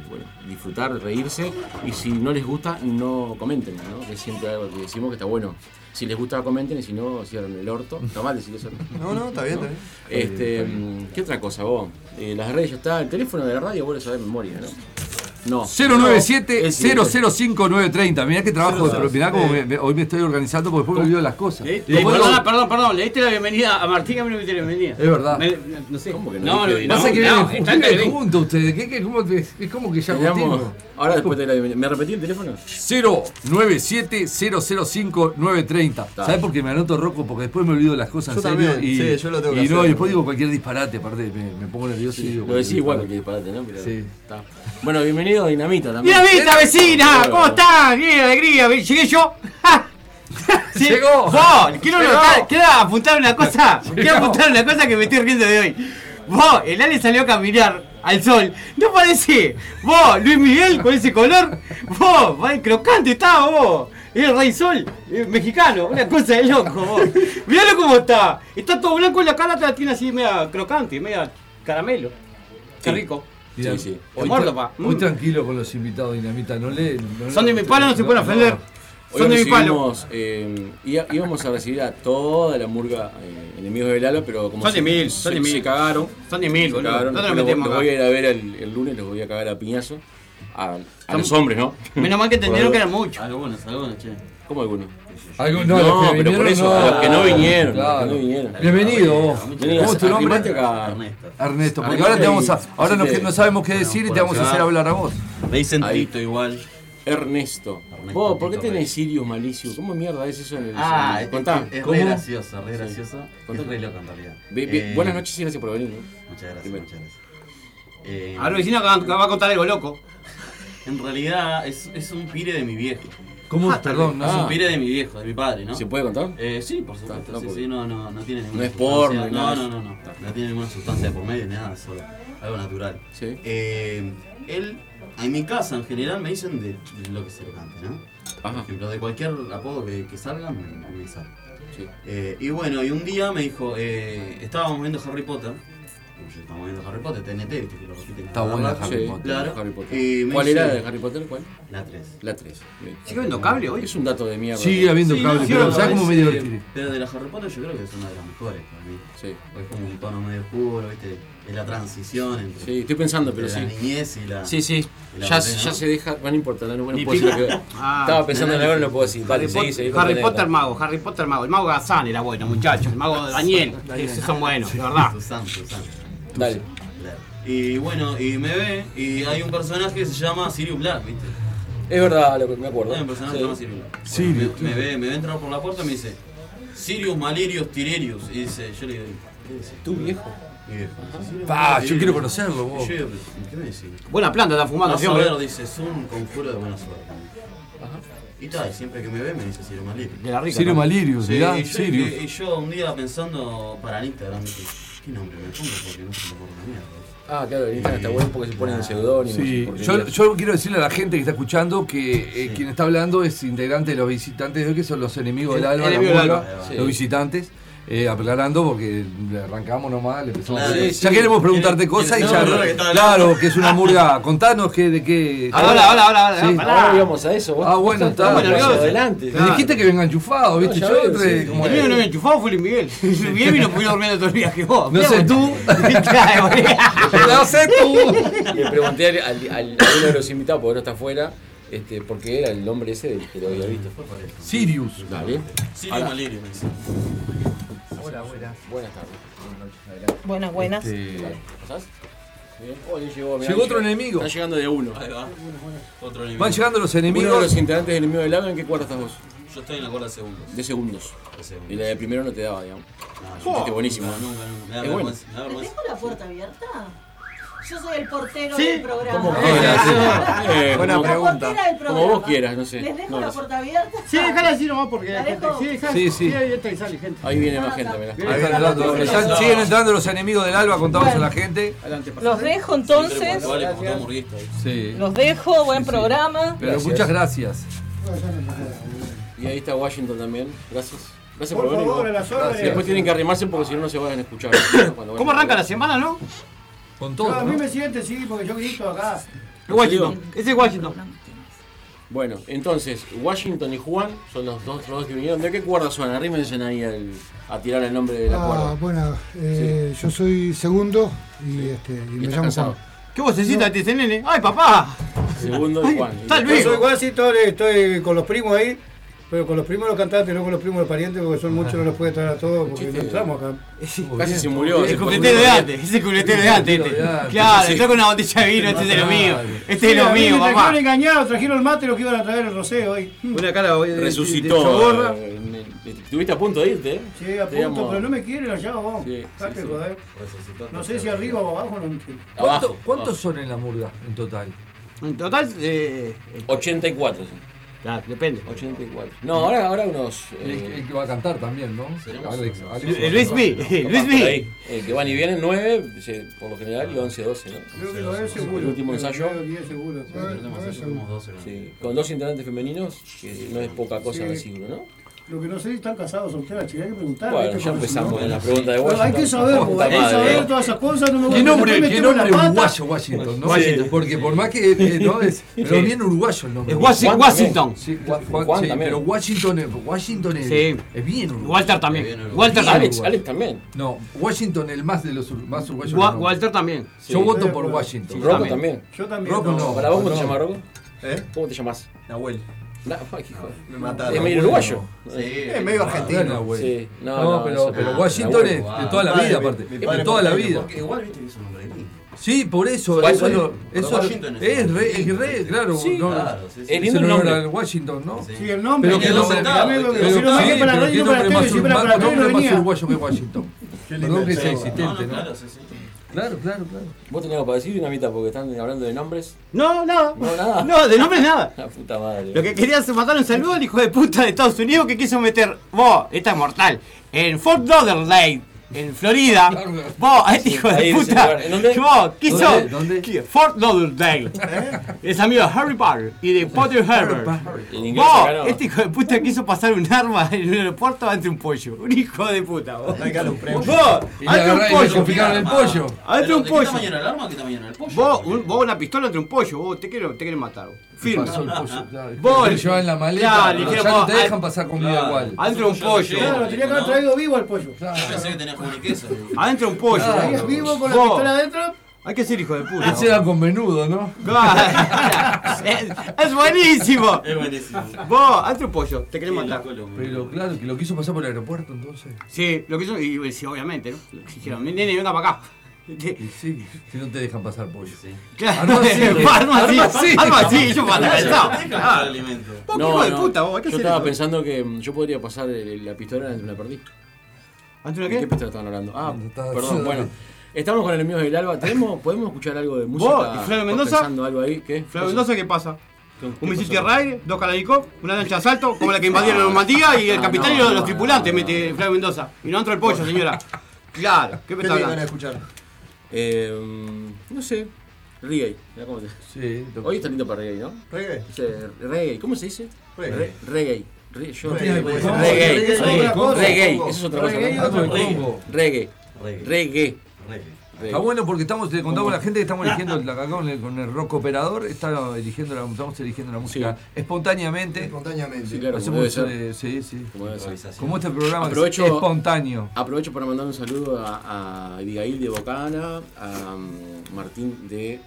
Speaker 7: bueno, disfrutar, reírse. Y si no les gusta, no comenten, ¿no? Que es siempre algo que decimos que está bueno. Si les gusta, comenten y si no, cierran el orto. Está mal decir eso.
Speaker 8: No, no, está bien, está bien.
Speaker 7: Este, ¿Qué otra cosa vos? Eh, las redes ya está, el teléfono de la radio vos lo sabés de memoria, ¿no? No. No, es siguiente.
Speaker 6: 097-005-930. Mirá que trabajo,
Speaker 8: Cero
Speaker 6: pero mirá como me- me- hoy me estoy organizando porque después me olvido las cosas.
Speaker 5: Le-
Speaker 6: Como
Speaker 5: perdón,
Speaker 6: lo-
Speaker 5: perdón, perdón, le diste la bienvenida a Martín, a mí no me diste la bienvenida.
Speaker 6: Es verdad.
Speaker 5: Me- no sé.
Speaker 7: ¿Cómo que no?
Speaker 5: no, no, no,
Speaker 6: Pasa que
Speaker 5: no,
Speaker 6: vienen
Speaker 5: está en
Speaker 6: ustedes
Speaker 5: Televín.
Speaker 6: juntos ustedes. ¿Qué, qué, cómo te- es como que ya
Speaker 7: Digamos,
Speaker 6: juntimos.
Speaker 7: ahora después de la bienvenida. ¿Me repetí el teléfono?
Speaker 6: 097-005-930. ¿Sabes por qué me anoto roco? Porque después me olvido las cosas en
Speaker 8: Yo
Speaker 6: serio.
Speaker 8: también,
Speaker 6: Y,
Speaker 8: sí, yo lo tengo
Speaker 6: y
Speaker 8: que
Speaker 6: no,
Speaker 8: hacer.
Speaker 6: y después digo cualquier disparate, aparte me, me pongo nervioso y digo.
Speaker 7: Lo decís
Speaker 6: cualquier
Speaker 7: igual
Speaker 6: disparate.
Speaker 7: porque disparate, ¿no? Pero-
Speaker 6: Sí.
Speaker 7: está. Bueno, bienvenido a Dinamita también.
Speaker 5: ¡Dinamita, vecina! ¿Cómo están? ¡Qué alegría! Llegué yo. <laughs> ¡Ja! Sí.
Speaker 6: Llegó.
Speaker 5: Vos, quiero, notar- quiero apuntar una
Speaker 6: <laughs>
Speaker 5: cosa. Quiero apuntar una cosa que me estoy riendo de hoy. Vos, el Ale salió a caminar al sol. ¿No parece? Vos, Luis Miguel con ese color. Vos, va, crocante estaba vos. El rey sol, eh, mexicano, una cosa de loco vos. Miralo cómo está. Está todo blanco en la cara, la tiene así media crocante, media caramelo. Qué
Speaker 7: Sí.
Speaker 5: rico.
Speaker 7: Sí, sí.
Speaker 6: Hoy,
Speaker 5: Muerto,
Speaker 6: tra-
Speaker 5: pa.
Speaker 6: hoy
Speaker 5: Mm.
Speaker 6: tranquilo con los invitados, Dinamita. No le. no-
Speaker 5: Son de mi palo, no se pueden ofender.
Speaker 7: Hoy
Speaker 5: Son de mi palo.
Speaker 7: recibimos, eh, ia- íbamos a recibir a toda la murga eh, enemigos del ala, pero como
Speaker 5: Son
Speaker 7: se,
Speaker 5: de mil,
Speaker 7: se-
Speaker 5: son de
Speaker 7: se
Speaker 5: mil.
Speaker 7: cagaron.
Speaker 5: Son de mil,
Speaker 7: se
Speaker 5: boludo.
Speaker 7: cagaron.
Speaker 5: No te lo
Speaker 7: Después los-
Speaker 5: metemos
Speaker 7: los
Speaker 5: acá.
Speaker 7: voy a ir a ver el, el lunes, los voy a cagar a piñazo. a, a los hombres, ¿no?
Speaker 2: Menos
Speaker 7: <laughs>
Speaker 2: mal que entendieron que eran muchos.
Speaker 9: Algunos, algunos, che.
Speaker 7: ¿Cómo algunos?
Speaker 6: Algunos, no, los que
Speaker 7: pero por
Speaker 6: vinieron,
Speaker 7: eso,
Speaker 6: no.
Speaker 7: a los que no vinieron.
Speaker 6: Claro.
Speaker 7: a los que no vinieron.
Speaker 6: Bienvenido vos.
Speaker 7: Vení,
Speaker 6: ¿Cómo es
Speaker 5: Ah,
Speaker 6: tu nombre?
Speaker 7: arrimate acá.
Speaker 9: Ernesto.
Speaker 6: Ernesto, porque ahora te vamos a. Ahora no, no sabemos qué decir y te vamos a hacer hablar a vos.
Speaker 9: Me dicen
Speaker 7: Ahí.
Speaker 9: Tito igual.
Speaker 7: Ernesto.
Speaker 9: Ernesto,
Speaker 7: Vos, ¿por qué
Speaker 9: Tito
Speaker 7: tenés Sirius Malicio? ¿Cómo mierda es eso en el
Speaker 9: Ah,
Speaker 7: en-
Speaker 9: es,
Speaker 7: Contá.
Speaker 9: es
Speaker 7: ¿Cómo?
Speaker 9: re gracioso, re gracioso.
Speaker 7: Contá.
Speaker 9: Es re loco en realidad.
Speaker 7: Bi- bi-
Speaker 9: Eh,
Speaker 7: Buenas noches y gracias por venir. ¿no?
Speaker 9: Muchas gracias, muchas gracias. Eh,
Speaker 2: Ahora Ah, vecino acá va a contar algo loco.
Speaker 9: en realidad es, es un pire de mi viejo. Ah,
Speaker 6: ¿Cómo? Perdón,
Speaker 9: Es
Speaker 6: no
Speaker 9: un pire de mi viejo, de mi padre, ¿no?
Speaker 7: ¿Se puede contar?
Speaker 9: Eh, sí, por supuesto.
Speaker 7: no,
Speaker 9: sí,
Speaker 7: porque-
Speaker 9: sí, no, no, no tiene ninguna
Speaker 7: No es
Speaker 9: sustancia.
Speaker 7: porno,
Speaker 9: No,
Speaker 7: nada.
Speaker 9: no, no, no. No tiene ninguna sustancia de por medio, ni nada, solo algo natural.
Speaker 7: Sí.
Speaker 9: Eh, él, en mi casa en general me dicen de lo que se le cante, ¿no? Por
Speaker 7: Ajá.
Speaker 9: ejemplo, de cualquier apodo que, que salga, me, me sale.
Speaker 7: Sí.
Speaker 9: Eh, y bueno, y un día me dijo, eh, estábamos viendo Harry Potter. Como yo, Estábamos viendo Harry Potter, TNT, viste que lo repiten.
Speaker 6: Está buena
Speaker 9: cada rato.
Speaker 6: Harry
Speaker 7: Sí,
Speaker 6: Potter.
Speaker 9: Claro.
Speaker 7: Harry Potter.
Speaker 9: Y me
Speaker 7: ¿Cuál
Speaker 9: dice-
Speaker 7: era de Harry Potter? ¿Cuál?
Speaker 9: La 3.
Speaker 7: La 3. Bien.
Speaker 2: ¿Sigue viendo cable hoy?
Speaker 7: Es un dato de mierda.
Speaker 6: Sigue habiendo
Speaker 9: Sí,
Speaker 6: cable,
Speaker 9: no,
Speaker 6: pero
Speaker 9: no,
Speaker 6: ¿sabes
Speaker 9: es,
Speaker 6: cómo me
Speaker 9: eh,
Speaker 6: divertí?
Speaker 9: Pero de las Harry Potter yo creo que es una de las mejores para mí.
Speaker 7: Sí.
Speaker 9: Es como un tono medio oscuro, ¿viste? Es la transición entre,
Speaker 7: Sí, estoy pensando, pero
Speaker 9: entre
Speaker 7: sí.
Speaker 9: la niñez y la.
Speaker 7: Sí, sí.
Speaker 9: y la
Speaker 7: Ya,
Speaker 9: botella,
Speaker 7: ya
Speaker 9: ¿no?
Speaker 7: se deja. No, no importa, no, no puedo
Speaker 2: Ni
Speaker 7: decir lo
Speaker 2: pica.
Speaker 7: que.
Speaker 2: Ah,
Speaker 7: Estaba pensando en algo, no lo puedo decir. Vale,
Speaker 2: Harry,
Speaker 7: seguí,
Speaker 2: Pot-
Speaker 7: seguí con tu
Speaker 2: Harry
Speaker 7: anécdota.
Speaker 2: Potter mago, Harry Potter mago. El mago Gazán era
Speaker 7: <laughs>
Speaker 2: bueno, muchachos. El mago Daniel. Esos son buenos, de verdad.
Speaker 9: Susan, Susan.
Speaker 7: Dale.
Speaker 9: Black. Y bueno, y me ve, y hay un personaje que se llama Sirius Black, ¿viste?
Speaker 7: Es verdad, lo que me acuerdo.
Speaker 9: Hay un personaje que se llama Sirius Black. Bueno,
Speaker 6: Sirius,
Speaker 9: me, me ve, me ve entrar por la puerta y me dice, Sirius Malirius Tirerius. Y dice, yo le digo, ¿qué dices?
Speaker 7: Tu viejo.
Speaker 9: Mi viejo. Sirius
Speaker 6: Pa,
Speaker 9: Black
Speaker 6: yo quiero
Speaker 9: Tirerius.
Speaker 6: conocerlo, vos.
Speaker 9: Y yo digo, "¿Pero ¿qué me decís?
Speaker 2: Buena planta, está fumando
Speaker 9: Vas a
Speaker 2: siempre.
Speaker 9: ver, dice, es un conjuro de buena suerte. Y tal, y siempre que me ve me dice Ciro Maliri.
Speaker 2: De la rica.
Speaker 6: Sirio
Speaker 2: también.
Speaker 6: Malirius,
Speaker 9: Sí,
Speaker 6: mirá,
Speaker 9: y, yo, y-
Speaker 6: Sirius.
Speaker 9: y yo un día pensando para el Instagram, dije, ¿qué nombre me pongo? Porque no se me ocurre una mierda.
Speaker 7: Ah, claro, el Instagram está bueno porque se ponen seudónimos. y
Speaker 6: Sí, yo,
Speaker 7: porquerías.
Speaker 6: yo quiero decirle a la gente que está escuchando que eh, quien está hablando es integrante de los visitantes de hoy, que son los enemigos del alba, la
Speaker 2: enemigo del
Speaker 6: murga,
Speaker 9: alba.
Speaker 7: Sí.
Speaker 6: los visitantes. Eh, aclarando porque le arrancamos nomás, le empezamos a
Speaker 9: Claro,
Speaker 6: ya
Speaker 9: sí, sí.
Speaker 6: queremos preguntarte
Speaker 9: ¿Quiere-
Speaker 6: cosas y
Speaker 9: quiere-
Speaker 6: ya.
Speaker 9: no, no, no, que está hablando.
Speaker 6: claro, que es una murga. Contanos que, de qué.
Speaker 2: Ah, Hola, hola, hola, hola.
Speaker 6: Sí.
Speaker 2: pará.
Speaker 7: Ahora íbamos a eso. vos <laughs>
Speaker 6: Ah, bueno,
Speaker 7: estás-
Speaker 6: está.
Speaker 7: estás
Speaker 2: Bueno,
Speaker 7: hacia
Speaker 2: yo-
Speaker 7: adelante.
Speaker 6: Me dijiste que venga enchufado, ¿viste?
Speaker 7: ya
Speaker 6: Yo
Speaker 7: veo,
Speaker 6: te-
Speaker 7: sí.
Speaker 6: como-
Speaker 2: El único que no me enchufado fue Luis Miguel. Luis Miguel vino primero durmiendo todo el viaje. Vos,
Speaker 6: No sé tú.
Speaker 2: Claro, boludo.
Speaker 6: <laughs> No sé tú.
Speaker 7: Le pregunté al, al- al- a uno de los invitados, porque no está afuera, este, porque era el hombre ese del que lo había visto. Ah,
Speaker 6: Sirius.
Speaker 7: Dale.
Speaker 9: Sirius Maliri me dice.
Speaker 7: Buenas tardes.
Speaker 3: Buenas, buenas.
Speaker 6: Este,
Speaker 7: ¿Pasás? Bien. Oh, ahí llegó, mirá,
Speaker 6: Llegó
Speaker 7: ahí
Speaker 6: otro enemigo.
Speaker 7: Está llegando de uno.
Speaker 9: Ahí va. Otro nivel.
Speaker 6: Van llegando los
Speaker 7: Uno de los
Speaker 6: enemigos.
Speaker 7: integrantes del enemigo del lado, ¿en qué cuarto estás vos?
Speaker 9: Yo estoy en la cuerda de segundos.
Speaker 7: De segundos.
Speaker 9: De
Speaker 7: Y
Speaker 9: segundos. Ah,
Speaker 7: la de primero no te daba, digamos.
Speaker 9: No, yo-
Speaker 7: Este buenísimo.
Speaker 9: Nunca, nunca, nunca. Me da
Speaker 7: Es bueno.
Speaker 9: vergüenza, me da vergüenza.
Speaker 3: ¿Tengo la puerta abierta? Yo soy el portero
Speaker 2: Sí.
Speaker 3: del programa.
Speaker 7: ¿Cómo
Speaker 3: Soy
Speaker 7: quieras? <laughs>
Speaker 3: <laughs>
Speaker 7: Eh,
Speaker 6: Buena
Speaker 3: la
Speaker 7: como-
Speaker 6: pregunta.
Speaker 3: portera del
Speaker 7: Como
Speaker 3: programa.
Speaker 7: vos quieras, no sé.
Speaker 3: ¿Les dejo
Speaker 7: No,
Speaker 3: la
Speaker 7: no sé.
Speaker 3: puerta abierta?
Speaker 2: Sí, dejala así nomás porque la
Speaker 3: ¿La
Speaker 2: gente.
Speaker 3: dejo? Ah,
Speaker 2: Sí, dejala.
Speaker 6: Sí, sí.
Speaker 2: abierta y sale gente.
Speaker 7: Ahí viene más gente, mirá.
Speaker 6: Ahí están entrando los- ya siguen entrando los enemigos del alba, contamos a la gente.
Speaker 2: Adelante, pasa.
Speaker 3: Los dejo
Speaker 9: Siempre
Speaker 3: entonces.
Speaker 9: puntuales, como todo murguista.
Speaker 6: Sí.
Speaker 3: Los dejo, buen programa.
Speaker 6: Pero
Speaker 7: Gracias.
Speaker 6: muchas gracias.
Speaker 7: Y ahí está Washington también. Gracias. Gracias por, venir. vos. Después tienen que arrimarse porque si no, no se van a
Speaker 9: <coughs>
Speaker 7: escuchar. Cuando
Speaker 2: ¿Cómo
Speaker 7: vayan.
Speaker 2: arranca la semana, no?
Speaker 6: Con
Speaker 10: Ah,
Speaker 6: todo. ¿no?
Speaker 2: Es Washington. Ese es Washington.
Speaker 7: Bueno, entonces, Washington y Juan son los dos, los dos que vinieron. ¿De qué cuerda son? Arrímense ahí al- a tirar el nombre de la
Speaker 11: Ah,
Speaker 7: cuerda.
Speaker 11: bueno, eh, yo soy segundo y, este, y me
Speaker 7: estás
Speaker 11: llamo
Speaker 7: cansado.
Speaker 11: Juan.
Speaker 2: ¿Qué vocecita tiene ese nene? ¡Ay, papá!
Speaker 7: Segundo y Juan.
Speaker 2: Tal vez.
Speaker 10: Yo igual sí, todo- estoy con los primos ahí, pero con los primos los cantantes, no con los primos los parientes, porque son muchos, no los puede traer a todos, porque no entramos acá.
Speaker 7: Casi se murió.
Speaker 2: El
Speaker 7: se fue
Speaker 2: cubretero de
Speaker 7: muriendo.
Speaker 2: antes, ese cubretero de antes. este.
Speaker 6: de antes,
Speaker 2: Claro,
Speaker 7: sí.
Speaker 2: entró con una botella de vino, este es de lo mío. Este es de
Speaker 10: Mira,
Speaker 2: lo
Speaker 10: a mí
Speaker 2: mío,
Speaker 10: me
Speaker 2: papá.
Speaker 10: trajeron engañados, trajeron el mate, los que iban a traer el rosé hoy.
Speaker 2: Una cara de- de- de- de
Speaker 7: Resucitó.
Speaker 2: chogorra.
Speaker 7: eh, me- Estuviste a punto de irte, ¿eh?
Speaker 10: Sí, a
Speaker 7: Te
Speaker 10: punto,
Speaker 7: llamo-
Speaker 10: pero no me quieren allá, vos.
Speaker 7: Sí, sí,
Speaker 10: Dejate
Speaker 7: sí.
Speaker 10: joder. No sé si arriba o abajo, no entiendo.
Speaker 6: ¿Cuánto-
Speaker 7: Abajo.
Speaker 6: ¿Cuántos son en la murga en total?
Speaker 2: En total, eh, eh,
Speaker 7: 84, sí.
Speaker 2: claro, Ah, depende.
Speaker 7: 84. No, ahora, ahora unos. eh,
Speaker 6: El, el que va a cantar también, ¿no? Alex, Alex.
Speaker 2: Eh, Luis B,
Speaker 7: capaz
Speaker 2: Luis
Speaker 7: por
Speaker 2: B.
Speaker 7: ahí, eh, que van y vienen 9, por lo general, y 11, 12, ¿no?
Speaker 10: Creo que lo veo seguro.
Speaker 7: El último ensayo.
Speaker 10: Lo veo seguro.
Speaker 11: Ah, ah,
Speaker 9: Tenemos
Speaker 11: segundo.
Speaker 9: doce, ¿no?
Speaker 7: Sí, con dos integrantes femeninos, que no es poca cosa
Speaker 10: Sí.
Speaker 7: recibirlo, ¿no?
Speaker 10: Lo que no sé si están casados a ustedes, chica, hay que preguntar.
Speaker 7: Bueno,
Speaker 10: ¿viste?
Speaker 7: ya
Speaker 10: Porque si
Speaker 7: empezamos
Speaker 10: no-
Speaker 7: en la pregunta de
Speaker 10: Pero Hay
Speaker 7: Washington.
Speaker 10: que saber, porque
Speaker 7: Puta
Speaker 10: hay que
Speaker 7: madre. ¿eh?
Speaker 10: saber todas esas cosas. No me voy
Speaker 6: ¿Qué
Speaker 10: a-
Speaker 6: nombre,
Speaker 10: después
Speaker 6: qué
Speaker 10: metemos la
Speaker 6: nombre
Speaker 10: pata.
Speaker 6: uruguayo Washington? ¿no?
Speaker 10: Washington.
Speaker 6: Porque por más que eh, no es, pero
Speaker 10: Sí.
Speaker 6: bien uruguayo el nombre.
Speaker 10: Es Wasi- Juan Washington. también.
Speaker 6: Sí, Wa- Juan-
Speaker 10: Juan
Speaker 6: sí,
Speaker 10: también.
Speaker 6: pero Washington es, Washington es,
Speaker 10: Sí.
Speaker 6: es bien uruguayo.
Speaker 5: Walter también. Walter
Speaker 6: Bien
Speaker 5: también.
Speaker 6: uruguayo.
Speaker 5: Alex también.
Speaker 6: No, Washington el más de los ur- más uruguayos.
Speaker 5: Wa-
Speaker 6: no.
Speaker 5: Walter también.
Speaker 6: Yo
Speaker 5: Sí.
Speaker 6: voto
Speaker 5: Estoy
Speaker 6: por
Speaker 5: de acuerdo.
Speaker 6: Washington.
Speaker 5: Sí, yo Rocco también.
Speaker 7: también.
Speaker 8: Yo
Speaker 7: también.
Speaker 6: Rocco no.
Speaker 7: ¿Para vos cómo te
Speaker 6: no.
Speaker 7: llamas, Rocco?
Speaker 8: ¿Eh?
Speaker 7: ¿Cómo te llamas?
Speaker 8: Nahuel.
Speaker 7: Na- ay, hijo de-
Speaker 8: Me mataron.
Speaker 7: Es medio uruguayo.
Speaker 8: Sí. Es medio argentino.
Speaker 6: Ah, Bueno, güey.
Speaker 7: Sí.
Speaker 6: No, pero,
Speaker 7: eso-
Speaker 6: pero
Speaker 7: ah,
Speaker 6: Washington
Speaker 7: Nahuel,
Speaker 6: es
Speaker 7: guau.
Speaker 6: de toda la
Speaker 7: Mi
Speaker 6: vida,
Speaker 7: padre,
Speaker 6: aparte.
Speaker 7: mi
Speaker 6: De
Speaker 7: padre
Speaker 6: toda la
Speaker 7: porteño,
Speaker 6: vida.
Speaker 7: porque Igual viste que es un hombre gringo.
Speaker 6: Sí, por eso.
Speaker 7: Guay,
Speaker 6: Eso,
Speaker 7: sí.
Speaker 6: lo-
Speaker 7: Pero
Speaker 6: eso
Speaker 7: Washington es
Speaker 6: es,
Speaker 7: un
Speaker 6: re,
Speaker 7: gringo,
Speaker 6: es re, claro.
Speaker 7: Sí,
Speaker 6: no,
Speaker 7: claro, sí, sí.
Speaker 6: Es
Speaker 7: Es lindo
Speaker 6: el
Speaker 7: el
Speaker 6: nombre.
Speaker 7: nombre.
Speaker 6: Washington, ¿no?
Speaker 10: Sí, el nombre.
Speaker 6: Pero que
Speaker 10: El nombre,
Speaker 6: nombre-
Speaker 10: el nombre, el nombre,
Speaker 6: pero-
Speaker 10: el
Speaker 6: pero-
Speaker 10: nombre
Speaker 6: sí,
Speaker 10: para
Speaker 6: pero
Speaker 10: radio,
Speaker 6: qué
Speaker 10: para
Speaker 6: nombre
Speaker 10: tele,
Speaker 6: más
Speaker 10: sí, para
Speaker 6: uruguayo,
Speaker 10: radio,
Speaker 6: nombre
Speaker 10: no
Speaker 6: más
Speaker 10: venía.
Speaker 6: uruguayo que Washington. Perdón que sea existente, ¿no?
Speaker 7: Claro,
Speaker 6: Claro, claro,
Speaker 7: ¿Vos tenés algo para decir, Dinamita? Porque están hablando de nombres.
Speaker 5: No, nada.
Speaker 7: No, nada.
Speaker 5: No, de nombres nada.
Speaker 7: <laughs> La puta madre.
Speaker 5: Lo que quería es mandar un saludo al hijo de puta de Estados Unidos que quiso meter, vos, esta es mortal, en Fort Lauderdale, en Florida. Vos, este hijo
Speaker 7: ahí
Speaker 5: de
Speaker 7: en ese
Speaker 5: puta.
Speaker 7: lugar. ¿En dónde?
Speaker 5: Vos, quiso.
Speaker 7: ¿Dónde?
Speaker 5: Fort Lauderdale. Es amigo de Harry Potter y de Potter Herbert.
Speaker 7: En inglés
Speaker 5: Vos,
Speaker 7: acá no.
Speaker 5: este hijo de puta quiso pasar un arma en un aeropuerto ante un pollo. Un hijo de puta, vos. Vos,
Speaker 9: Y le
Speaker 5: ante un
Speaker 9: agarrá y le
Speaker 5: pollo.
Speaker 9: confiscaron el pollo.
Speaker 5: Ante
Speaker 9: Pero,
Speaker 5: un
Speaker 9: ¿de qué
Speaker 5: pollo.
Speaker 9: tamaño era el arma? ¿Qué tamaño era el pollo?
Speaker 5: Vos, un- vos una pistola entre un pollo, vos te quieren, te quieren matar. vos. Firme.
Speaker 6: Pasó el pollo, claro.
Speaker 5: Vos,
Speaker 6: Te llevan en la maleta,
Speaker 5: Claro,
Speaker 6: ya
Speaker 5: dijeron,
Speaker 6: no
Speaker 5: vos,
Speaker 6: te dejan pasar comida
Speaker 5: claro,
Speaker 6: igual.
Speaker 5: Adentro un pollo.
Speaker 10: Claro, lo tenía que haber traído pues, vivo al pollo.
Speaker 9: Yo pensé que tenía jamón y queso.
Speaker 5: Adentro un pollo.
Speaker 10: Lo traías vivo con la
Speaker 5: Vos.
Speaker 10: pistola adentro.
Speaker 5: Hay que ser hijo de puta.
Speaker 6: Ese era con menudo, ¿no?
Speaker 5: es, <laughs> es buenísimo.
Speaker 9: Es buenísimo.
Speaker 5: Vos, adentro un pollo, te quieren matar.
Speaker 6: Pero claro, que lo quiso pasar por el aeropuerto entonces.
Speaker 5: Sí, lo que hizo, y sí, obviamente, ¿no? Le Dijeron, nene, venga para acá.
Speaker 6: Y sí, si no te dejan pasar pollo.
Speaker 5: Claro, <laughs> arma así, arma así, yo para acá. Vos, qué hijo de puta, vos, hay que
Speaker 7: yo
Speaker 5: ser
Speaker 7: estaba
Speaker 5: hijo de-
Speaker 7: pensando que mm, yo podría pasar el- la pistola ante una perdiz.
Speaker 5: ¿Ante una
Speaker 7: qué? ¿Qué pistola estaban hablando? Ah,
Speaker 6: estaba-
Speaker 7: perdón, bueno. Estamos con enemigos del alba.
Speaker 5: <laughs>
Speaker 7: ¿Tenemos, ¿Podemos escuchar algo de música?
Speaker 5: ¿Vos? ¿Y Flavio
Speaker 7: ¿Estás
Speaker 5: Mendoza?
Speaker 7: pensando algo ahí? ¿Qué?
Speaker 5: Flavio Mendoza, ¿qué pasa?
Speaker 7: ¿Qué- qué
Speaker 5: Un misil
Speaker 7: pasó?
Speaker 5: tierra-aire, dos calanicos, una lancha de asalto, como la que invadieron Normandía y el
Speaker 7: Ah,
Speaker 5: capitán
Speaker 7: no,
Speaker 5: y los,
Speaker 7: no,
Speaker 5: los
Speaker 7: no,
Speaker 5: tripulantes, mete Flavio Mendoza. Y no entra el pollo, señora. Claro, ¿qué me
Speaker 8: ¿Qué
Speaker 5: está
Speaker 8: te van a
Speaker 5: hablando?
Speaker 8: escuchar?
Speaker 7: Eh, mm, no sé. Reggae. mirá cómo te-
Speaker 6: Sí, lo-
Speaker 7: Hoy está lindo para reggae, ¿no?
Speaker 8: ¿Reggae?
Speaker 7: Sí, reggae. ¿cómo se dice?
Speaker 8: Reggae.
Speaker 7: Re- reggae. Re- yo-
Speaker 8: No tiene
Speaker 7: reggae.
Speaker 8: que
Speaker 7: Reggae.
Speaker 8: ser. No, reggae
Speaker 7: Reggae.
Speaker 8: es
Speaker 7: Reggae.
Speaker 8: otra cosa.
Speaker 7: Eso
Speaker 8: Congo.
Speaker 7: es otra cosa.
Speaker 8: Reggae es
Speaker 7: ¿no?
Speaker 8: otra cosa.
Speaker 7: Reggae.
Speaker 9: Reggae.
Speaker 7: Reggae.
Speaker 6: Está Ah, bueno porque estamos, le contamos a la
Speaker 7: ¿Cómo?
Speaker 6: gente que estamos eligiendo, la, acá con el, con el rock operador, está eligiendo la, estamos eligiendo la música espontáneamente.
Speaker 8: Espontáneamente.
Speaker 7: Sí, claro, como debe
Speaker 6: Hacemos,
Speaker 7: ser.
Speaker 6: eh, sí, sí.
Speaker 7: Como debe ser.
Speaker 6: Como este programa que es espontáneo.
Speaker 7: Aprovecho para mandar un saludo a, a Abigail de Bocana, a mm, Martín de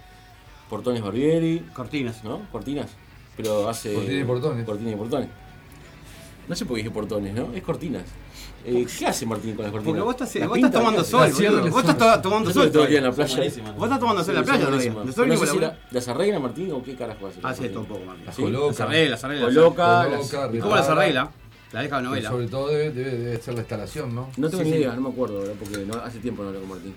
Speaker 7: Portones Barbieri.
Speaker 5: Cortinas.
Speaker 7: ¿No? Cortinas. Pero hace.
Speaker 6: Cortina y portones.
Speaker 7: Cortina y portones. No sé por qué dije portones, ¿no? Es cortinas. Eh, ¿Qué hace Martín con las cortinas?
Speaker 5: Porque vos estás,
Speaker 7: Las
Speaker 5: vos
Speaker 7: pinta,
Speaker 5: estás tomando
Speaker 7: ¿qué hace?
Speaker 5: sol, boludo. Vos estás to- tomando
Speaker 7: Yo
Speaker 5: sol.
Speaker 7: estuve todo el día
Speaker 5: todavía.
Speaker 7: en la playa.
Speaker 5: Vos estás tomando sol en la
Speaker 7: Sí,
Speaker 5: playa
Speaker 7: son
Speaker 5: todavía.
Speaker 7: buenísimas.
Speaker 5: De
Speaker 7: No
Speaker 5: sol ni
Speaker 7: sé
Speaker 5: con
Speaker 7: si
Speaker 5: la-
Speaker 7: la- ¿Las arregla Martín o qué carajo hace?
Speaker 5: Hace
Speaker 7: Martín?
Speaker 5: esto un poco, Martín.
Speaker 7: Sí,
Speaker 6: coloca.
Speaker 7: las arregla, las arregla.
Speaker 6: Coloca,
Speaker 7: las arregla.
Speaker 6: repara.
Speaker 7: ¿Y cómo las arregla?
Speaker 5: La deja novela.
Speaker 6: Sobre todo debe, debe, debe ser la instalación, ¿no?
Speaker 7: No tengo
Speaker 6: Sí,
Speaker 7: ni
Speaker 6: sí.
Speaker 7: idea, no me acuerdo ahora porque no- hace tiempo no hablo con Martín.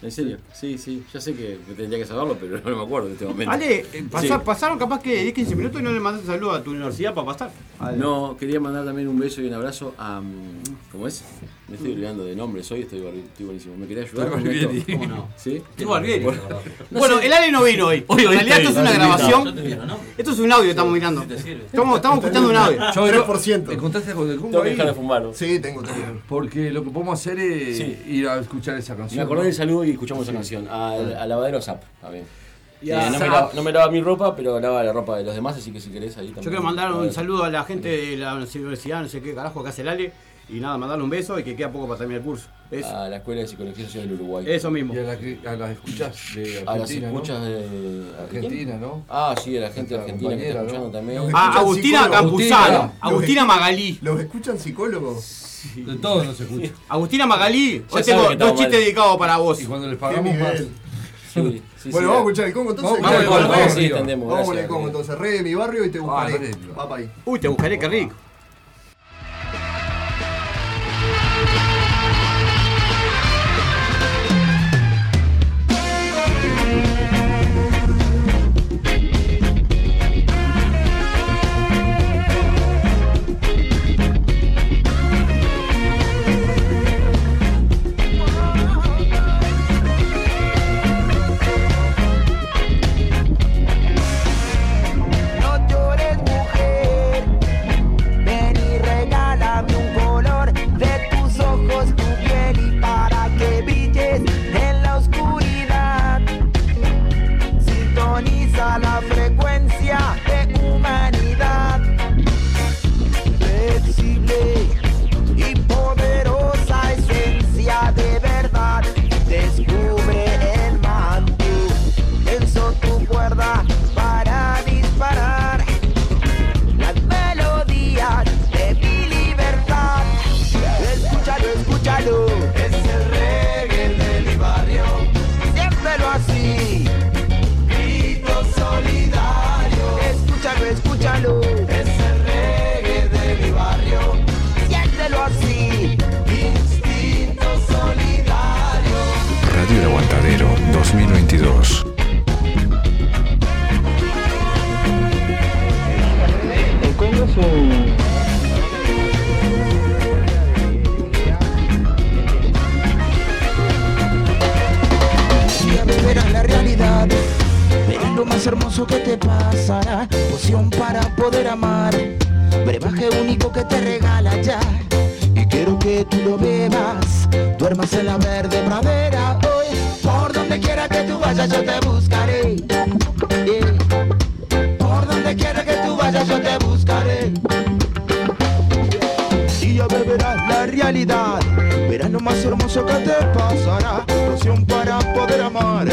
Speaker 7: ¿En serio? Sí, sí, ya sé que que tendría que saberlo, pero no me acuerdo en este momento.
Speaker 5: Ale, eh, pasa-
Speaker 7: Sí.
Speaker 5: pasaron capaz que 10, 15 minutos y no le mandaste saludo a tu universidad para pasar.
Speaker 7: No, quería mandar también un beso y un abrazo a. mm, ¿Cómo es? Me estoy olvidando de nombres hoy, estoy, barbi- estoy buenísimo. ¿Me quería ayudar?
Speaker 6: Estoy
Speaker 7: con esto?
Speaker 6: barbieri.
Speaker 7: ¿Cómo no? ¿Sí?
Speaker 5: Estoy barbieri.
Speaker 7: Bueno, no
Speaker 5: bueno,
Speaker 7: sé.
Speaker 5: el Ale no vino hoy.
Speaker 7: Hoy- hoy
Speaker 5: en
Speaker 7: está
Speaker 5: realidad esto es una
Speaker 7: ahí.
Speaker 5: grabación.
Speaker 7: Yo te miro, ¿no?
Speaker 5: Esto es un audio, estamos mirando. Estamos, estamos escuchando un audio.
Speaker 6: Yo, yo- ¿Te encontraste con el Congo?
Speaker 7: Tengo que
Speaker 6: ahí?
Speaker 7: dejar de fumar, ¿no?
Speaker 8: Sí, tengo todo.
Speaker 6: Porque lo que podemos hacer es
Speaker 7: Sí.
Speaker 6: ir a escuchar esa canción.
Speaker 7: Me acordé
Speaker 6: ¿no?
Speaker 7: del saludo y escuchamos
Speaker 6: Sí.
Speaker 7: esa canción. Al, al lavadero Zap también.
Speaker 5: Y
Speaker 7: Eh,
Speaker 5: a
Speaker 7: no, me
Speaker 5: Zap.
Speaker 7: lava, no me lava mi ropa, pero lava la ropa de los demás, así que si querés ahí también.
Speaker 5: Yo quiero mandar
Speaker 7: A
Speaker 5: un
Speaker 7: ver.
Speaker 5: saludo a la gente de la universidad, no sé qué carajo que hace el Ale. Y nada, mandarle un beso y que queda poco para terminar el curso. Eso,
Speaker 7: A la Escuela de Psicología Social del Uruguay.
Speaker 5: eso mismo.
Speaker 6: Y a, la que- a las escuchas de
Speaker 7: A las
Speaker 6: Argentina, ¿no?
Speaker 7: escuchas de
Speaker 6: Argentina, ¿no?
Speaker 7: Ah, sí, de la gente
Speaker 6: Nuestra
Speaker 7: argentina que está
Speaker 6: compañera,
Speaker 7: escuchando
Speaker 6: ¿no?
Speaker 7: también.
Speaker 6: Los
Speaker 5: A
Speaker 8: escuchan
Speaker 5: Agustina
Speaker 8: psicólogos.
Speaker 5: Campuzano,
Speaker 8: Agustina.
Speaker 5: Agustina Magalí.
Speaker 8: ¿Los escuchan psicólogos?
Speaker 6: De todos nos escuchan.
Speaker 5: Agustina Magalí, hoy
Speaker 8: saben que
Speaker 5: tengo
Speaker 8: estamos
Speaker 5: dos chistes
Speaker 8: mal.
Speaker 5: dedicados para vos. Y
Speaker 6: cuando les
Speaker 8: pagamos más.
Speaker 7: Sí, sí, sí,
Speaker 8: bueno, vamos a escuchar el Congo entonces.
Speaker 7: Vamos,
Speaker 8: Dale,
Speaker 7: vamos,
Speaker 8: Congo,
Speaker 7: vamos,
Speaker 8: Congo.
Speaker 7: sí, entendemos,
Speaker 8: Vamos con
Speaker 7: gracias, Ah,
Speaker 8: el Congo
Speaker 7: Congo.
Speaker 8: entonces. Re de mi barrio y te buscaré.
Speaker 6: Barrio.
Speaker 8: Va pa' ahí.
Speaker 5: Uy, te buscaré, qué rico.
Speaker 12: No llores mujer, eso que te pasará. Poción para poder amar. Brebaje único que te regala ya. Y quiero que tú lo bebas. Duermas en la verde pradera hoy. Por donde quiera que tú vayas, yo te buscaré. Yeah. Por donde quiera que tú vayas, yo te buscaré. Y ya beberás la realidad. Verás lo más hermoso que te pasará. Poción para poder amar.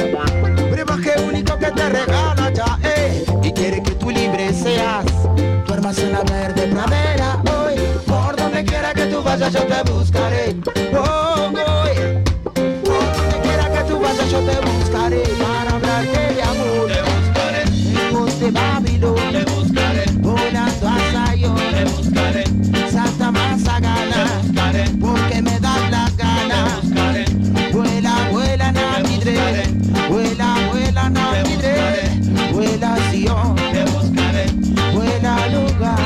Speaker 12: Brebaje único que te regala ya, eh. Y quiere que tú libre seas. Duermas en la verde pradera hoy. Por donde quiera que tú vayas, yo te buscaré. Oh, oh, eh. Por donde quiera que tú vayas, yo te buscaré. Para hablarte de amor. Te buscaré. Lejos de Babilón. Te buscaré. Volando a Zion. Te buscaré. Santa más a ganas. Porque me das las ganas. Vuela, vuela, Namidre. Vuela, vuela, Namidre. Vuela, Sion. Vuela, lugar.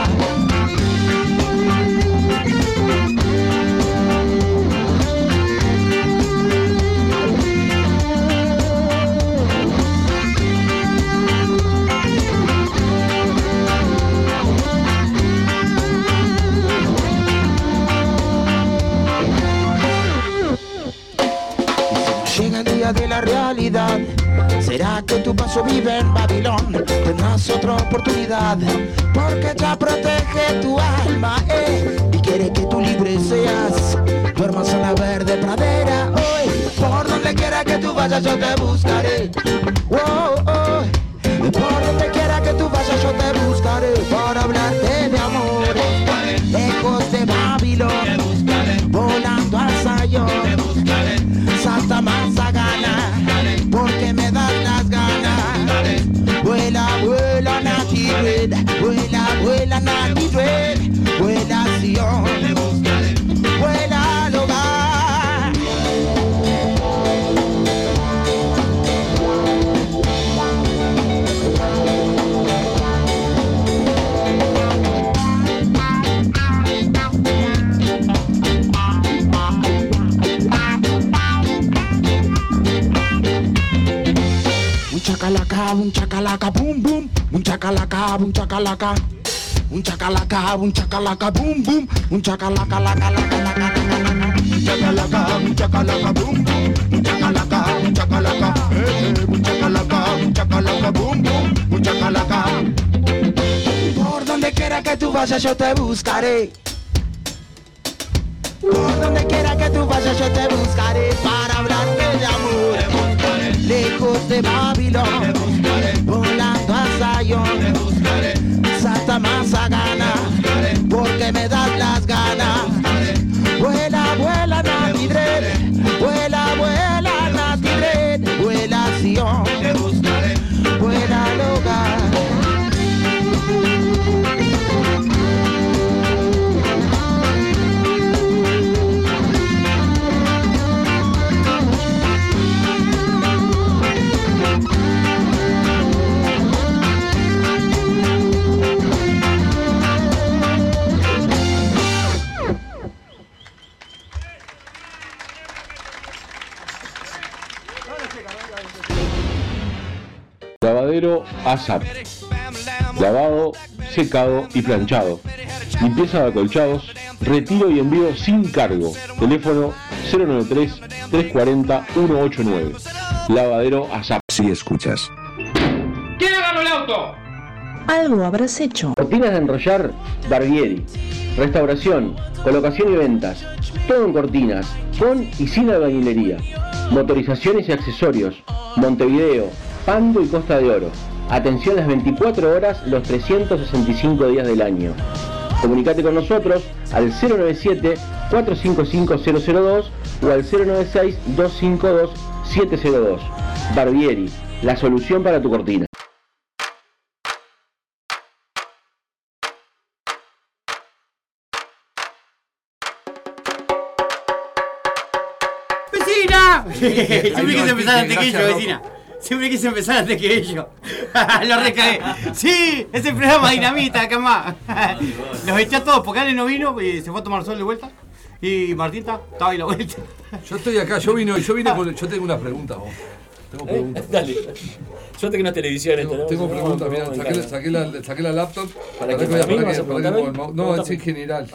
Speaker 12: Llega el día de la realidad. Será que tu paso vive en Babilón. Tendrás otra oportunidad. Porque ya protege tu alma, eh. Y quiere que tú libre seas. Duermas en la verde pradera hoy. Por donde quiera que tú vayas, yo te buscaré. Oh, oh. Por donde quiera que tú vayas, yo te buscaré. Para hablarte de amor. Lejos de Babilón. Volando a Sayón. Santa masa gana, porque me dan las ganas. Vuela, vuela, Nati Red, vuela, vuela, Nati Red, vuela, Sion, vuela, al hogar. Un chacalaca, un chacalaca, boom boom. Un chacalaca, un chacalaca. Un chacalaca, un chacalaca, boom boom. Un chacalaca, laca, laca, laca, laca, laca. Un chacalaca, un chacalaca, boom boom. Un chacalaca, un chacalaca, eh, eh. Un chacalaca, un chacalaca, boom boom. Un chacalaca. Por donde quiera que tú vayas yo te buscaré. Por donde quiera que tú vayas yo te buscaré para hablarte de amor. Lejos de Babilón, volando a Zion. Santa masa gana, porque me das las ganas. Vuela, vuela, Nati Red. Vuela, vuela, Nati Red. Vuela, Sion. Vuela, al hogar.
Speaker 1: Lavadero ASAP. Lavado, secado y planchado. Limpieza de acolchados, retiro y envío sin cargo. Teléfono 093-340-189. Lavadero ASAP. Si escuchas.
Speaker 13: ¿Quién agarró el auto?
Speaker 1: Algo habrás hecho. Cortinas de enrollar Barbieri. Restauración, colocación y ventas. Todo en cortinas, con y sin albañilería. Motorizaciones y accesorios. Montevideo, Pando y Costa de Oro. Atención las 24 horas, los 365 días del año. Comunicate con nosotros al 097-455-002 o al 096-252-702. Barbieri, la solución para tu cortina.
Speaker 10: <laughs>
Speaker 6: <laughs>
Speaker 2: ¡Vecina! Siempre quise
Speaker 14: Ahí
Speaker 2: empezar
Speaker 14: va,
Speaker 2: antes que
Speaker 14: gracias,
Speaker 2: yo,
Speaker 14: loco.
Speaker 2: vecina. Siempre quise empezar antes que ellos. <laughs> Lo recagué. Sí, es el programa Dinamita, acá más. Los eché a todos, porque Ale no vino y se fue a tomar sol de vuelta. Y Martita estaba ahí la vuelta. Ah.
Speaker 6: Yo estoy acá, yo vine, yo vine con. Yo tengo una pregunta vos. Tengo preguntas.
Speaker 7: Eh, Dale. Yo tengo una televisión esta, ¿no?
Speaker 6: Tengo
Speaker 7: No,
Speaker 6: preguntas,
Speaker 7: no,
Speaker 6: mirá,
Speaker 7: no,
Speaker 6: saqué,
Speaker 7: no.
Speaker 6: la- saqué la, saqué la laptop.
Speaker 7: ¿Para qué?
Speaker 6: Pará que voy a-
Speaker 7: ¿Para mí
Speaker 6: pará
Speaker 7: vas
Speaker 6: que-
Speaker 7: a
Speaker 6: pará que
Speaker 7: preguntarme?
Speaker 6: voy a- no, No, es en general.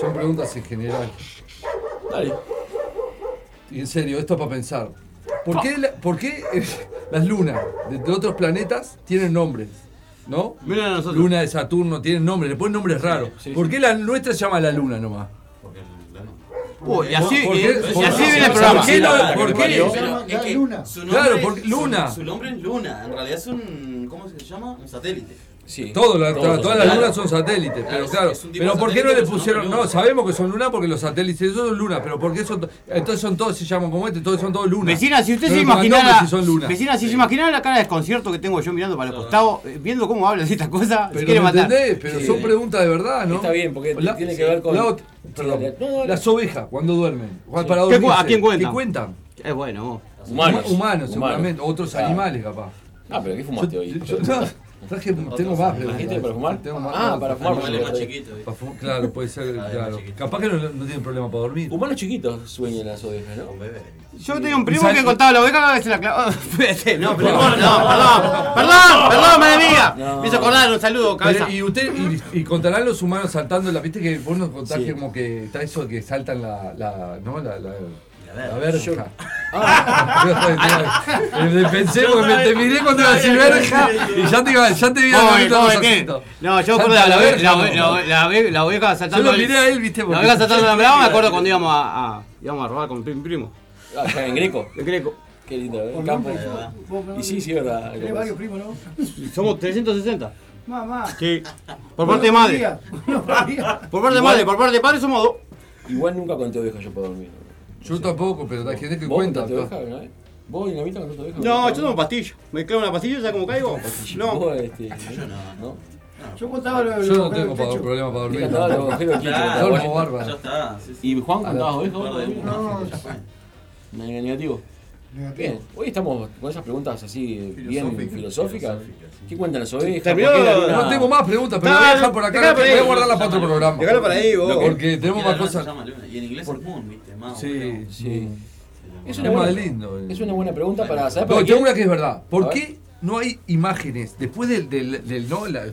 Speaker 6: Son preguntas en general.
Speaker 7: Dale.
Speaker 6: Y en serio, esto es para pensar. ¿Por qué, la- por qué <laughs> las lunas de, de otros planetas tienen nombres? ¿No? Luna de Saturno tienen nombres, le ponen nombres raros. ¿Por qué la nuestra se llama la luna nomás?
Speaker 5: Uy, y así-
Speaker 6: ¿Por qué-
Speaker 5: y-
Speaker 9: eh,
Speaker 5: y
Speaker 6: por-
Speaker 5: así viene el
Speaker 6: ¿por
Speaker 5: programa.
Speaker 6: qué
Speaker 5: La
Speaker 6: no-
Speaker 5: puta que
Speaker 6: ¿Por
Speaker 5: me
Speaker 6: qué?
Speaker 5: parió.
Speaker 9: Es que su nombre
Speaker 6: Claro,
Speaker 9: es-
Speaker 6: porque
Speaker 9: su-
Speaker 6: Luna.
Speaker 9: Su, nombre es Luna. En realidad es un. ¿Cómo se llama? Un satélite.
Speaker 7: Sí.
Speaker 6: Todo, la-
Speaker 9: Todos son
Speaker 6: todas las lunas
Speaker 9: satélites.
Speaker 6: son satélites,
Speaker 9: Claro,
Speaker 6: pero
Speaker 9: es-
Speaker 6: claro.
Speaker 9: es un tipo
Speaker 6: Pero
Speaker 9: de
Speaker 6: ¿por qué no
Speaker 9: satélite
Speaker 6: le
Speaker 9: que se
Speaker 6: pusieron?
Speaker 9: llama
Speaker 6: No,
Speaker 9: luna?
Speaker 6: sabemos que son lunas porque los satélites esos son lunas, pero ¿por qué son? to- Entonces son todos se llaman como este, todos son todos lunas.
Speaker 5: Vecina, si usted se
Speaker 6: No le pongan
Speaker 5: imaginara,
Speaker 6: nombres si son lunas.
Speaker 5: vecina, si se imaginara la cara de desconcierto que tengo yo mirando para el costado, eh, viendo cómo hablan de estas cosas, se
Speaker 6: Pero
Speaker 5: quiere
Speaker 6: ¿me
Speaker 5: matar.
Speaker 6: entendés? Pero son preguntas de verdad, ¿no?
Speaker 7: Está bien, porque
Speaker 6: La-
Speaker 7: tiene que ver con.
Speaker 6: la otra-
Speaker 7: Sí,
Speaker 6: perdón.
Speaker 7: dale. No, dale.
Speaker 6: Las ovejas, cuando duermen. Juan,
Speaker 7: Sí.
Speaker 6: para
Speaker 7: ¿Qué
Speaker 6: dormirse,
Speaker 7: cu- a quién cuentan?
Speaker 6: ¿Qué cuentan?
Speaker 5: Es bueno.
Speaker 6: Humanos.
Speaker 7: Humanos.
Speaker 6: Humanos, seguramente.
Speaker 7: Humanos.
Speaker 6: Otros
Speaker 7: Claro.
Speaker 6: animales, capaz.
Speaker 7: Ah, pero ¿qué fumaste hoy?
Speaker 6: Yo- no, <laughs> traje- tengo más preguntas.
Speaker 7: ¿Trajiste para fumar?
Speaker 6: Tengo más-
Speaker 7: Ah,
Speaker 6: no,
Speaker 7: para Ah, fumar.
Speaker 6: animales
Speaker 7: porque-
Speaker 6: Para fu- Claro,
Speaker 7: <laughs>
Speaker 6: puede ser, claro. Capaz que no, no tienen problema para dormir.
Speaker 7: Humanos chiquitos sueñan las ovejas, ¿no? Con bebé.
Speaker 5: Yo tenía un primo que contaba la oveja cada vez se la clavaba. oh, <laughs> Espérate, no, pero no, no, perdón, perdón, perdón, madre mía. Me hizo acordar, un saludo, cabeza.
Speaker 6: Pero, y usted, y, y contarán los humanos saltando la, viste que vos nos contás que como que está eso que saltan la, la ¿no? La, la, la, <laughs> verja.
Speaker 5: <laughs>
Speaker 6: Me Pensé porque me, te miré cuando iba a decir verja y ya te iba, ya te iba a
Speaker 5: Pobre,
Speaker 6: dar todos los
Speaker 5: pobre,
Speaker 6: acentos.
Speaker 5: No, yo
Speaker 6: Salta
Speaker 5: recuerdo la,
Speaker 6: la
Speaker 5: ove-
Speaker 6: verja,
Speaker 5: la, ove-
Speaker 6: no.
Speaker 5: la ove- la ove- la oveja saltando.
Speaker 6: lo miré a él, viste,
Speaker 5: La
Speaker 6: porque-
Speaker 5: oveja saltando
Speaker 6: <laughs>
Speaker 5: la brava, me acuerdo cuando íbamos a, a- íbamos a robar con mi primo.
Speaker 7: Allá Ah, en Greco.
Speaker 5: En Greco.
Speaker 7: Qué lindo, ¿eh?
Speaker 5: Por
Speaker 7: el campo.
Speaker 5: nombre,
Speaker 10: vos, vos,
Speaker 7: Y sí, sí, verdad.
Speaker 10: Tenés varios primos, ¿no?
Speaker 5: Somos 360.
Speaker 10: Mamá.
Speaker 5: Sí. Por parte de madre. Por parte de madre, por parte de padre somos dos.
Speaker 7: Igual nunca conté ovejas yo para dormir.
Speaker 6: Yo tampoco, pero la gente que
Speaker 7: ¿Vos
Speaker 6: cuenta.
Speaker 7: contaste ovejas alguna vez? ¿Vos y Namita contaste ovejas?
Speaker 5: No, yo tomo pastillas. Me clavo una pastilla y ya como caigo. No.
Speaker 7: Vos, este, yo no, ¿no?
Speaker 10: Yo contaba lo
Speaker 6: Yo no tengo pa- problema para dormir.
Speaker 7: Te cantaba los agujeros del techo,
Speaker 6: Claro,
Speaker 7: te
Speaker 6: Duermo
Speaker 7: agujeros.
Speaker 6: bárbaro.
Speaker 7: ¿Y Juan contabas ovejas
Speaker 6: ver.
Speaker 7: vos también? Ne- Negativo.
Speaker 10: Negativo.
Speaker 7: Bien, hoy estamos con esas preguntas así bien filosóficas. ¿Qué cuentan las ovejas?
Speaker 6: Terminó.
Speaker 7: ¿Por qué la luna-
Speaker 6: No tengo más preguntas, pero voy a dejar por acá.
Speaker 7: Dejala por
Speaker 6: voy a
Speaker 7: ahí.
Speaker 6: guardarlas para otro programa.
Speaker 7: Dejala por ahí, vos.
Speaker 6: No, Porque tenemos
Speaker 7: Mira,
Speaker 6: más
Speaker 7: la luna se
Speaker 6: cosas.
Speaker 7: llama
Speaker 9: Y en inglés es Moon, ¿viste? Más o menos.
Speaker 6: Sí, sí.
Speaker 7: Es
Speaker 6: Es
Speaker 7: una
Speaker 6: más
Speaker 7: buena,
Speaker 6: lindo. eh.
Speaker 7: es una buena pregunta para saber.
Speaker 6: No,
Speaker 7: para
Speaker 6: tengo
Speaker 7: quién-
Speaker 6: una que es verdad.
Speaker 7: A
Speaker 6: ¿Por
Speaker 7: ver.
Speaker 6: qué no hay imágenes después del, del, del- no, la- eh,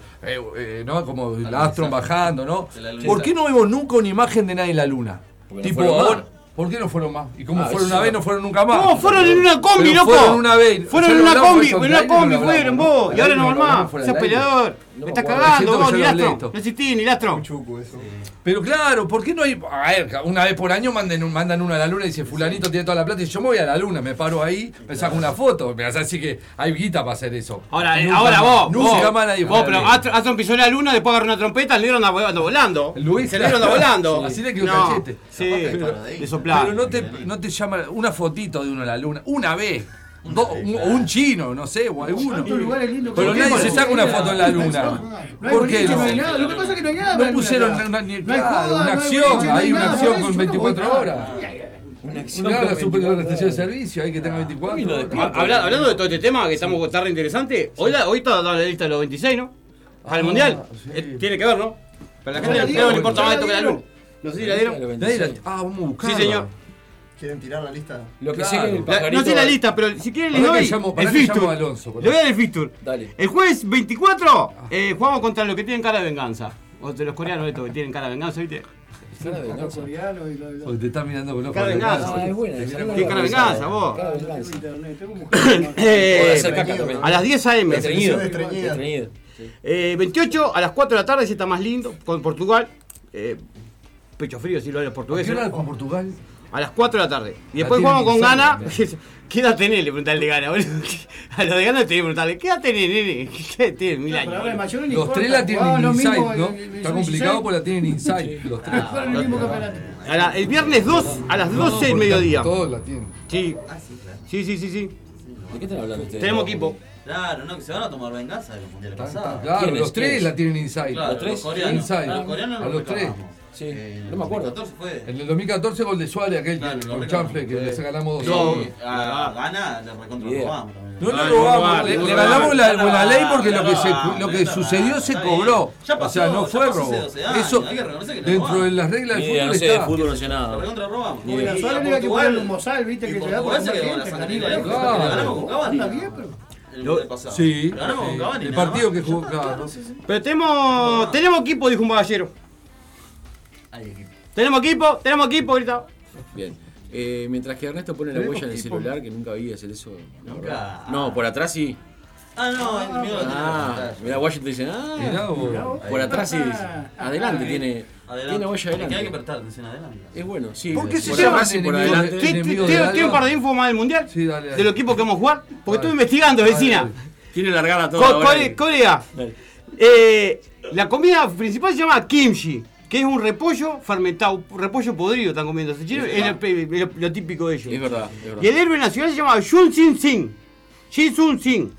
Speaker 6: eh, no, como la Astron bajando, ¿no?
Speaker 7: De la luna.
Speaker 6: ¿Por qué no vemos nunca una imagen de nadie en la luna?
Speaker 7: Porque no
Speaker 6: tipo,
Speaker 7: fueron más.
Speaker 6: ahora- ¿por qué no fueron más? Y como
Speaker 7: Ah,
Speaker 6: fueron
Speaker 7: eso.
Speaker 6: una vez, no fueron nunca más.
Speaker 5: No, fueron en una combi,
Speaker 6: Pero
Speaker 5: loco.
Speaker 6: Fueron una vez.
Speaker 5: Fueron
Speaker 6: Ya
Speaker 5: en
Speaker 6: lo
Speaker 5: una
Speaker 6: hablamos
Speaker 5: combi,
Speaker 6: eso,
Speaker 5: en
Speaker 6: al
Speaker 5: una
Speaker 6: aire no
Speaker 5: combi
Speaker 6: lo hablamos,
Speaker 5: fueron
Speaker 6: ¿no?
Speaker 5: vos. Y
Speaker 6: Al
Speaker 5: ahora no
Speaker 6: aire lo
Speaker 5: van
Speaker 6: hablamos
Speaker 5: más.
Speaker 6: fuera
Speaker 5: Sos
Speaker 6: del aire.
Speaker 5: peleador.
Speaker 6: No
Speaker 5: Me
Speaker 6: me
Speaker 5: estás
Speaker 6: acuerdo.
Speaker 5: cagando
Speaker 6: Siento que
Speaker 5: vos,
Speaker 6: ya lo hablé
Speaker 5: Nilastro.
Speaker 6: esto.
Speaker 5: No existís, Nilastro.
Speaker 6: Pero claro, ¿por qué no hay.? A ver, una vez por año manden, un- mandan uno a la luna y dice Fulanito tiene toda la plata y yo me voy a la luna, me paro ahí, me saco una foto. Me hace así que hay guita para hacer eso.
Speaker 5: Ahora, eh,
Speaker 6: Nunca
Speaker 5: ahora
Speaker 6: más.
Speaker 5: vos.
Speaker 6: Nunca
Speaker 5: vos,
Speaker 6: más nadie fue
Speaker 5: Vos,
Speaker 6: a la
Speaker 5: pero
Speaker 6: luna.
Speaker 5: Astro- Astro pisó la luna, después agarró una trompeta, el negro anda anda volando.
Speaker 6: Luis,
Speaker 5: El negro anda volando.
Speaker 6: Así le quedó
Speaker 5: No,
Speaker 6: cachete.
Speaker 5: Sí, le soplaba.
Speaker 6: Pero no te, no te llama una fotito de uno a la luna. Una vez. Do- un, o un chino, no sé, o alguno. Pero nadie se saca una foto en la luna.
Speaker 10: No hay
Speaker 6: ¿Por qué
Speaker 10: boliche,
Speaker 6: no?
Speaker 10: no hay nada. Lo que pasa es que no hay nada. para la
Speaker 6: No
Speaker 10: luna
Speaker 6: pusieron
Speaker 10: acá.
Speaker 6: una, ni-
Speaker 10: No hay
Speaker 6: claro,
Speaker 10: joda, no
Speaker 6: una
Speaker 10: hay
Speaker 6: acción,
Speaker 10: boliche, no
Speaker 6: hay una
Speaker 10: nada,
Speaker 6: acción
Speaker 10: por
Speaker 6: con
Speaker 10: eso
Speaker 6: 24 horas.
Speaker 7: Una
Speaker 6: Claro, la superior de estación de servicio, hay que tener 24
Speaker 5: Ah, habla- Hablando de todo este tema que estamos tan interesante, hoy, la- hoy está dando la lista de los 26, ¿no? Para el
Speaker 6: Ah,
Speaker 5: mundial. Eh, tiene que ver, ¿no? Para la gente
Speaker 6: Ah,
Speaker 5: del feo no le importa
Speaker 6: bueno.
Speaker 5: más esto que la luna.
Speaker 6: Dieron.
Speaker 5: No sé si la dieron.
Speaker 6: Nadie la- Ah, vamos a buscarla.
Speaker 5: Sí, señor.
Speaker 8: ¿Quieren tirar la lista?
Speaker 7: Lo
Speaker 6: que sigue el
Speaker 5: La- no sé la lista, pero si quieren les
Speaker 6: Pará que
Speaker 5: doy
Speaker 6: llamo- pará
Speaker 5: el
Speaker 6: que llamo
Speaker 5: fixture.
Speaker 6: a Alonso, pará.
Speaker 5: Le voy a dar el fixture.
Speaker 7: Dale.
Speaker 5: El jueves 24 eh, jugamos contra los que tienen cara de venganza. O de los coreanos estos que tienen cara de venganza, ¿viste?
Speaker 7: Cara de venganza.
Speaker 6: Porque te estás mirando con los
Speaker 5: Cara de venganza.
Speaker 7: Ah, es buena, es buena.
Speaker 5: Tiene cara de venganza, vos.
Speaker 7: Cara de venganza.
Speaker 5: Eh,
Speaker 7: Puede hacer caca también.
Speaker 5: a las 10 a.m.
Speaker 7: Estreñido.
Speaker 5: Estreñido.
Speaker 7: Estreñido. Sí.
Speaker 5: Eh, 28 a las 4 de la tarde, si está más lindo, con Portugal. Eh, pecho frío, si lo hablan
Speaker 6: ¿Por qué
Speaker 5: portugueses.
Speaker 6: hablar con Portugal?
Speaker 5: A las 4 de la tarde. Y
Speaker 6: La
Speaker 5: después
Speaker 6: tienen
Speaker 5: jugamos con
Speaker 6: guisada,
Speaker 5: Gana. <laughs> ¿Qué edad tenés? Le preguntarle Gana, boludo. <laughs> A los de Gana tenés que preguntarle, ¿qué edad tenés, nene? <laughs> ¿Qué edad tenés? Mil años.
Speaker 10: Ahora el mayor ni
Speaker 6: Los
Speaker 10: importa,
Speaker 6: tres la tienen
Speaker 10: jugaban lo
Speaker 6: inside,
Speaker 10: mismo
Speaker 6: ¿no?
Speaker 10: en- en- en
Speaker 6: Está
Speaker 10: el 16.
Speaker 6: complicado porque la tienen inside, los tres.
Speaker 10: Jugaron el mismo campeonato.
Speaker 5: Ahora, el viernes 2 a las 12 del mediodía.
Speaker 6: Todos la tienen.
Speaker 5: Sí. Sí, sí, sí, sí.
Speaker 7: ¿De qué están hablando ustedes?
Speaker 5: Tenemos equipo.
Speaker 9: Claro, no, que se van a tomar venganza de los mundiales pasados.
Speaker 6: Claro, los tres la tienen inside.
Speaker 9: Claro, los coreanos.
Speaker 6: Inside.
Speaker 9: A los coreanos
Speaker 6: a los tres.
Speaker 9: reclamamos.
Speaker 6: Sí,
Speaker 9: no me acuerdo. 2014 fue.
Speaker 6: En el 2014 gol de Suárez, aquel
Speaker 9: Claro,
Speaker 6: que,
Speaker 9: lo
Speaker 6: con
Speaker 9: reclamamos.
Speaker 6: chanfle, que le ganamos
Speaker 9: No,
Speaker 6: dos.
Speaker 9: a- a- gana, le recontra
Speaker 6: Idea.
Speaker 9: robamos también.
Speaker 6: No le robamos, le, le ganamos la, la ley porque lo que, se, lo que sucedió se cobró.
Speaker 9: Ya
Speaker 6: o sea,
Speaker 9: pasó,
Speaker 6: no
Speaker 9: ya
Speaker 6: fue
Speaker 9: pasó
Speaker 6: robo.
Speaker 9: hace 12 años,
Speaker 6: Eso,
Speaker 9: hay que reconocer que la
Speaker 6: dentro
Speaker 9: robamos.
Speaker 6: de las reglas del
Speaker 7: Eh,
Speaker 2: Ni idea,
Speaker 6: fútbol
Speaker 2: no sé, de
Speaker 6: está.
Speaker 2: fútbol no sé nada.
Speaker 9: Recontra robamos.
Speaker 2: Ni idea.
Speaker 10: Suárez le iba a que poner un mozal, viste, que se da por
Speaker 9: Portugal se quedó con la sangre
Speaker 10: combatiente,
Speaker 5: ¿eh?
Speaker 10: Caribe.
Speaker 9: negra, porque le ganamos con Cavani.
Speaker 10: Está bien, pero...
Speaker 9: El mundial pasado.
Speaker 6: Sí,
Speaker 9: Le ganamos con
Speaker 6: sí.
Speaker 9: Cavani,
Speaker 6: el
Speaker 9: nada más.
Speaker 6: partido que jugó claro.
Speaker 5: Pero tenemos, tenemos equipo, dijo un caballero. Tenemos equipo, tenemos equipo, gritaba.
Speaker 7: Bien. Eh, mientras que Ernesto pone la
Speaker 5: Tenemos
Speaker 7: huella en el
Speaker 5: tipo-
Speaker 7: celular, que nunca vi hacer eso. la verdad. No, por atrás sí.
Speaker 9: Ah, no, el mío lo tenía que
Speaker 7: Ah,
Speaker 9: contar.
Speaker 7: mira, Washington dice, ah,
Speaker 9: Mirá vos. Mirá vos.
Speaker 7: por atrás sí dice. Adelante,
Speaker 9: Ah,
Speaker 7: tiene,
Speaker 9: Adelante.
Speaker 7: tiene huella
Speaker 9: Es que hay que
Speaker 7: adelante.
Speaker 9: prestar atención adelante.
Speaker 7: Es bueno, sí.
Speaker 5: ¿Por qué
Speaker 7: por
Speaker 5: se llama?
Speaker 7: atrás y por adelante.
Speaker 5: Tiene un par de info más del mundial. De los equipos que vamos a jugar. Porque estuve investigando, vecina.
Speaker 7: Quiere largarla
Speaker 5: Co-
Speaker 7: toda ahora.
Speaker 5: core- Corea.
Speaker 9: <laughs>
Speaker 7: Dale.
Speaker 5: Eh, la comida principal se llama kimchi, que es un repollo fermentado, un repollo podrido están comiendo. Se chino,
Speaker 7: Es
Speaker 5: es
Speaker 7: verdad.
Speaker 5: lo, pe- lo- lo típico de ellos.
Speaker 7: Es verdad, es verdad.
Speaker 5: Y el héroe nacional se llama Yun Sin Sin. Jin Sun Sin.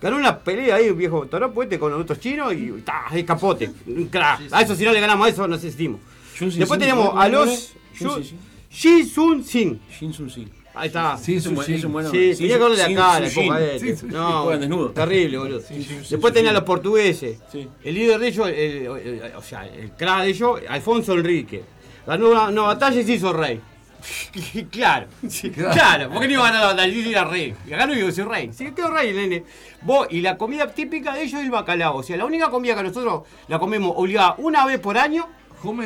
Speaker 5: Ganó una pelea ahí, un viejo toropo este con los otros chinos y ta, es capote. Un crack. A eso si no le ganamos a eso, no existimos.
Speaker 7: Yun Sin
Speaker 5: Después
Speaker 7: Sin,
Speaker 5: tenemos
Speaker 7: ¿cómo
Speaker 5: a
Speaker 7: era?
Speaker 5: los
Speaker 7: Yun Sin
Speaker 5: Yun-
Speaker 7: Sin.
Speaker 5: Jin Sun Sin.
Speaker 7: Jin Sun Sin.
Speaker 5: Ahí está.
Speaker 7: Sin Sun Sin. Es un bueno-
Speaker 5: Sí,
Speaker 7: Sin
Speaker 5: tenía que
Speaker 7: Sun-
Speaker 5: hablar de
Speaker 7: Sin
Speaker 5: acá,
Speaker 7: Sun
Speaker 5: la
Speaker 7: Sin.
Speaker 5: copa de-
Speaker 7: Sin Sun Sin.
Speaker 5: No,
Speaker 7: Juegan desnudos.
Speaker 5: Terrible, boludo.
Speaker 7: Sin Sun Sin.
Speaker 5: Después tenían los portugueses. El líder de ellos, el- el- o sea, el crack de ellos, Alfonso Enrique. Ganó una, una batalla y se hizo rey. <laughs> claro, sí,
Speaker 13: Claro.
Speaker 5: claro, porque no iba a ganar la batalla, sí, era rey. Y Ganó y se hizo rey. Se quedó rey el nene. Vos, y la comida típica de ellos es el bacalao. O sea, la única comida que nosotros la comemos obligada una vez por año. el-
Speaker 6: no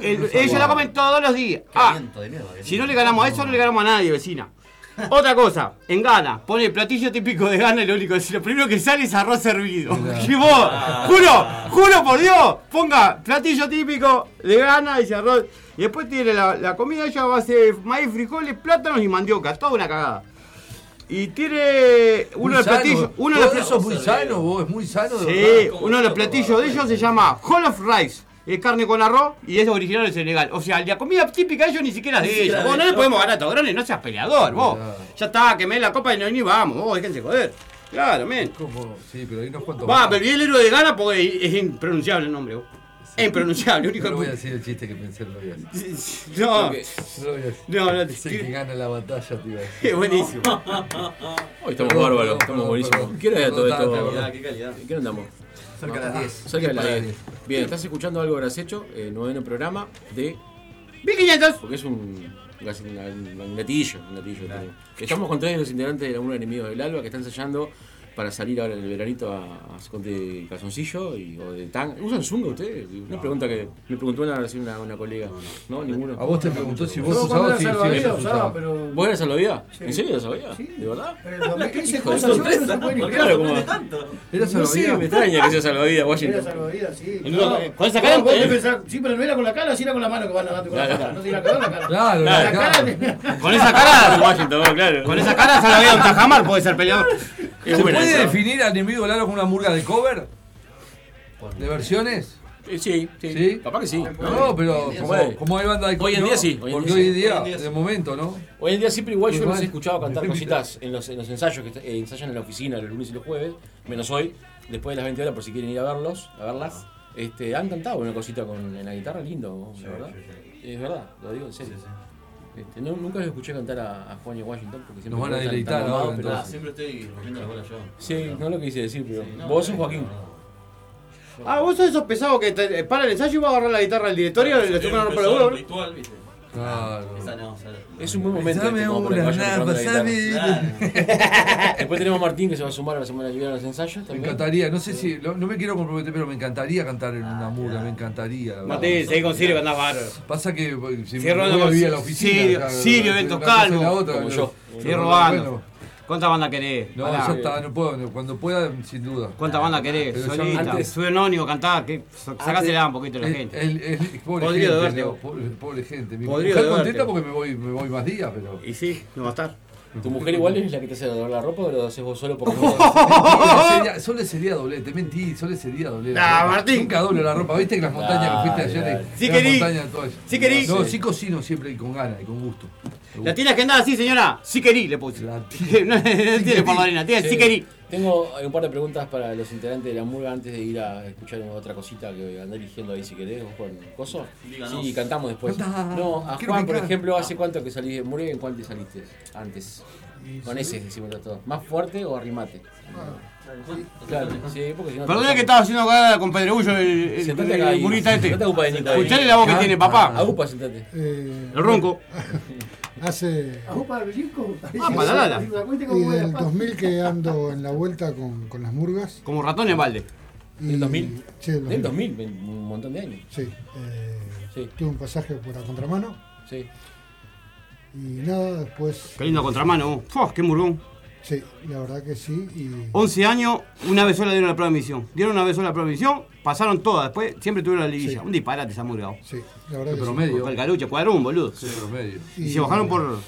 Speaker 5: ellos
Speaker 6: sabía.
Speaker 5: la comen todos los días. Ah,
Speaker 9: eh.
Speaker 5: si no le ganamos a eso, no le ganamos a nadie, vecina. Otra cosa, en Ghana, pone el platillo típico de Ghana y lo único que lo primero que sale es arroz servido. <laughs> Y vos,
Speaker 7: Ah.
Speaker 5: juro, juro por Dios, ponga platillo típico de Ghana y arroz. Y después tiene la, la comida ella va a ser maíz, frijoles, plátanos y mandioca, toda una cagada. Y tiene uno de los platillos, uno de los
Speaker 6: eso es muy sano, vos, es muy sano. de
Speaker 5: Sí,
Speaker 6: verdad.
Speaker 5: uno de los platillos de ellos se llama Hall of Rice. Es carne con arroz y es original de Senegal. O sea, la comida típica de ellos ni siquiera es
Speaker 6: Ni
Speaker 5: de
Speaker 6: siquiera
Speaker 5: ellos.
Speaker 6: de
Speaker 5: Vos no le
Speaker 6: ellos.
Speaker 5: podemos ganar a estos grones, no seas peleador, vos.
Speaker 6: Claro.
Speaker 5: Ya está, quemé la copa y no ni vamos, vos, déjense joder. Claro, men.
Speaker 6: Como- Sí, pero hay unos cuantos.
Speaker 5: Va,
Speaker 6: más.
Speaker 5: pero vi el héroe de Gana porque es impronunciable el nombre, vos. Es impronunciable, único
Speaker 6: No voy a
Speaker 5: que...
Speaker 6: decir el chiste que pensé, no lo voy a decir.
Speaker 5: No.
Speaker 6: Porque- No lo voy a decir.
Speaker 5: No, no,
Speaker 6: Sé que gana la batalla, tío.
Speaker 5: Es buenísimo.
Speaker 7: Hoy estamos
Speaker 6: Perdón,
Speaker 7: bárbaros,
Speaker 6: perdón,
Speaker 7: estamos
Speaker 6: perdón,
Speaker 7: buenísimos.
Speaker 6: perdón.
Speaker 7: ¿Qué hora era todo
Speaker 6: Perdón,
Speaker 7: esto?
Speaker 6: perdón.
Speaker 9: Qué calidad.
Speaker 7: ¿Qué hora andamos? Ah,
Speaker 9: Cerca de las 10.
Speaker 7: Cerca de las
Speaker 9: Para
Speaker 7: 10. Bien, estás escuchando algo habrás hecho, eh, noveno programa de.
Speaker 5: 1500.
Speaker 7: Porque es un. gas- un- un gatillo, un gatillo. Que Estamos con tres de los integrantes de la Uno Enemigos del Alba que están ensayando para salir ahora en el veranito a, a con de calzoncillo y, o de tanga. ¿Usan zunga ustedes? Una pregunta que me preguntó una, recién una, una colega. No, ninguno.
Speaker 6: A vos te preguntó si vos
Speaker 7: No,
Speaker 6: usabas,
Speaker 7: cuando era
Speaker 6: sí, sí,
Speaker 7: salvavidas
Speaker 6: ellos
Speaker 7: usaba,
Speaker 6: usaban.
Speaker 7: pero- ¿Vos eras salvavidas? ¿En serio eras salvavidas? ¿De verdad? <laughs> Hijo de sorpresa. Claro, como-
Speaker 6: Era
Speaker 7: No sé,
Speaker 6: salvavidas.
Speaker 7: me extraña que sea salvavidas,
Speaker 10: Era
Speaker 7: Washington.
Speaker 10: salvavidas, sí.
Speaker 7: No,
Speaker 10: claro.
Speaker 7: con esa cara,
Speaker 10: No, vos
Speaker 7: eh.
Speaker 10: te pensás- Sí, pero no era con la cara, sí era con la mano que vas lavando con la
Speaker 7: Claro.
Speaker 10: cara. No tiene nada que ver la cara.
Speaker 6: Claro,
Speaker 10: la
Speaker 7: claro.
Speaker 10: cara. te-
Speaker 5: Con esa <laughs> cara,
Speaker 7: Washington, vos, claro.
Speaker 5: con esa cara se la veo en Tajamar, puede ser peleador.
Speaker 6: ¿Se puede definir al enemigo Lalo con una murga de cover? ¿De versiones?
Speaker 7: Sí, sí, Capaz que sí.
Speaker 6: No, pero
Speaker 7: Se
Speaker 6: como,
Speaker 7: puede.
Speaker 6: como hay banda de
Speaker 7: Hoy en
Speaker 6: no,
Speaker 7: día sí, hoy en
Speaker 6: Porque
Speaker 7: día
Speaker 6: hoy
Speaker 7: sí.
Speaker 6: en día,
Speaker 7: Hoy en día
Speaker 6: de momento, ¿no?
Speaker 7: Hoy en día siempre igual yo
Speaker 6: Igual.
Speaker 7: los he escuchado cantar
Speaker 6: Me fui
Speaker 7: cositas en los, en los ensayos que est- eh, ensayan en la oficina los lunes y los jueves, menos hoy, después de las 20 horas por si quieren ir a verlos, a verlas.
Speaker 6: Ah.
Speaker 7: Este, han cantado una cosita con en la guitarra lindo, la verdad. Es verdad, lo digo en serio. Este, no, nunca los escuché cantar a, a Juan y a Washington porque siempre
Speaker 6: Nos van
Speaker 7: cantan
Speaker 6: a
Speaker 7: tan
Speaker 6: deleitar
Speaker 7: amados,
Speaker 6: ahora,
Speaker 7: pero-
Speaker 9: Ah, siempre estoy rompiendo la bola yo.
Speaker 7: Sí, no lo quise decir, pero
Speaker 9: no,
Speaker 7: vos
Speaker 9: no,
Speaker 7: sos Joaquín.
Speaker 5: Ah, vos sos esos pesados que te- eh, para el ensayo y vas a agarrar la guitarra del directorio y le tocan por la
Speaker 9: Empezó el
Speaker 5: huevo.
Speaker 9: ritual, ¿viste? Esa no,
Speaker 6: Eh,
Speaker 9: esa no.
Speaker 7: Es un buen momento.
Speaker 9: Dame
Speaker 7: este, como para
Speaker 9: una,
Speaker 7: que vayan tocando
Speaker 9: nada,
Speaker 7: la guitarra.
Speaker 6: <laughs> pasame.
Speaker 7: Después tenemos a Martín que se va a sumar a la semana que viene a los ensayos.
Speaker 6: Me
Speaker 7: también.
Speaker 6: encantaría, no sé si, lo- no me quiero comprometer, pero me encantaría cantar en una murga, me encantaría. la
Speaker 5: Mate,
Speaker 6: verdad.
Speaker 5: seguí con Sirio que andás bárbaro.
Speaker 6: Pasa que eh, si
Speaker 5: Sirio
Speaker 6: me voy
Speaker 5: anda
Speaker 6: a
Speaker 5: con
Speaker 6: vivir a la
Speaker 5: Si-
Speaker 6: oficina.
Speaker 5: Sirio-
Speaker 6: claro,
Speaker 5: Sirio
Speaker 6: la-
Speaker 5: Ventos
Speaker 6: la cosa es la
Speaker 5: Calvo,
Speaker 6: otra,
Speaker 5: como
Speaker 6: no-
Speaker 5: yo.
Speaker 6: no-
Speaker 5: Sirio
Speaker 6: no-
Speaker 5: Bando.
Speaker 6: bueno,
Speaker 5: ¿Cuántas bandas querés?
Speaker 6: No,
Speaker 5: Pará.
Speaker 6: ya está, no puedo, no, cuando pueda, sin duda.
Speaker 5: ¿Cuántas bandas querés?
Speaker 6: Pero ya
Speaker 5: Solita.
Speaker 6: antes-
Speaker 5: Sube anónimo, cantá, que sa- sacásela un poquito a la
Speaker 6: El-
Speaker 5: gente.
Speaker 6: el- el- pobre
Speaker 5: Podrido de
Speaker 6: gente,
Speaker 5: vértigo.
Speaker 6: no, pobre, pobre gente. Mi
Speaker 5: Podrido
Speaker 6: mujer
Speaker 5: de
Speaker 6: contenta
Speaker 5: vértigo.
Speaker 6: porque me voy, me voy más días, pero.
Speaker 5: Y sí, no va a estar.
Speaker 7: ¿Tu mujer igual es la que te hace doblar la ropa o lo haces vos solo
Speaker 6: <laughs>
Speaker 7: porque
Speaker 6: Solo ese día doblé, te mentí, solo ese día doblé.
Speaker 7: Ah,
Speaker 6: la ropa.
Speaker 7: Martín.
Speaker 6: Nunca doblo la ropa, viste que las montañas que fuiste
Speaker 7: Dale,
Speaker 6: ayer.
Speaker 7: dale.
Speaker 6: y-
Speaker 5: Sí
Speaker 6: y las
Speaker 5: querí.
Speaker 6: montañas todas.
Speaker 5: Sí querí.
Speaker 6: No,
Speaker 5: Sí.
Speaker 6: sí cocino siempre y con ganas y con gusto. Me
Speaker 5: La <laughs>
Speaker 6: gusta.
Speaker 5: tiene agendada, sí, señora. Sí querí, le puse. no no tiene por la arena, tiene sí querí.
Speaker 7: Tengo un par de preguntas para los integrantes de la murga antes de ir a escuchar otra cosita que andá eligiendo ahí si querés, vos Juan. ¿Coso?
Speaker 1: Díganos.
Speaker 7: Sí, cantamos después.
Speaker 1: Cantá.
Speaker 7: No, a
Speaker 1: Quiero
Speaker 7: Juan, por
Speaker 1: cantar.
Speaker 7: ejemplo, ¿hace cuánto que salís de murga y en cuánto saliste antes?
Speaker 1: Y
Speaker 7: Con
Speaker 1: sí.
Speaker 7: ese decimos todo. ¿Más fuerte o arrimate?
Speaker 6: Ah,
Speaker 7: Claro, sí, porque si no.
Speaker 5: Perdona que estaba haciendo cagada con Pedregullo, el, el,
Speaker 7: Sentate
Speaker 5: el
Speaker 7: acá ahí.
Speaker 5: murita Eh, este.
Speaker 7: No te ocupes de Nico ahí.
Speaker 5: Escuchale la voz que
Speaker 7: Ah,
Speaker 5: tiene, papá.
Speaker 7: ah, Agupa, sentate.
Speaker 11: Eh,
Speaker 5: El ronco.
Speaker 11: Hace.
Speaker 15: Ah,
Speaker 11: <laughs>
Speaker 15: Opa, brinco.
Speaker 5: Ah,
Speaker 11: hace-
Speaker 15: ¿Te das cuenta
Speaker 11: Y
Speaker 15: cómo era?
Speaker 11: del 2000 que ando en la vuelta con, con las murgas.
Speaker 5: Como ratón en balde.
Speaker 11: ¿Del 2000? Sí, del 2000.
Speaker 7: Del 2000, ven, un montón de años.
Speaker 11: Sí. eh,
Speaker 7: Sí.
Speaker 11: Tuve un pasaje por la contramano.
Speaker 7: Sí.
Speaker 11: Y nada, después.
Speaker 5: Qué linda contramano. vos. Fua, qué murgón.
Speaker 11: Sí, la verdad que sí. Y
Speaker 5: 11 años, una vez sola dieron la prueba de misión. Dieron una vez sola la prueba de misión, pasaron todas. Después siempre tuvieron la liguilla. Un disparate se ha murgado.
Speaker 11: Sí, la verdad que sí.
Speaker 5: Por el calucho, cuadrón, boludo. Y se bajaron por.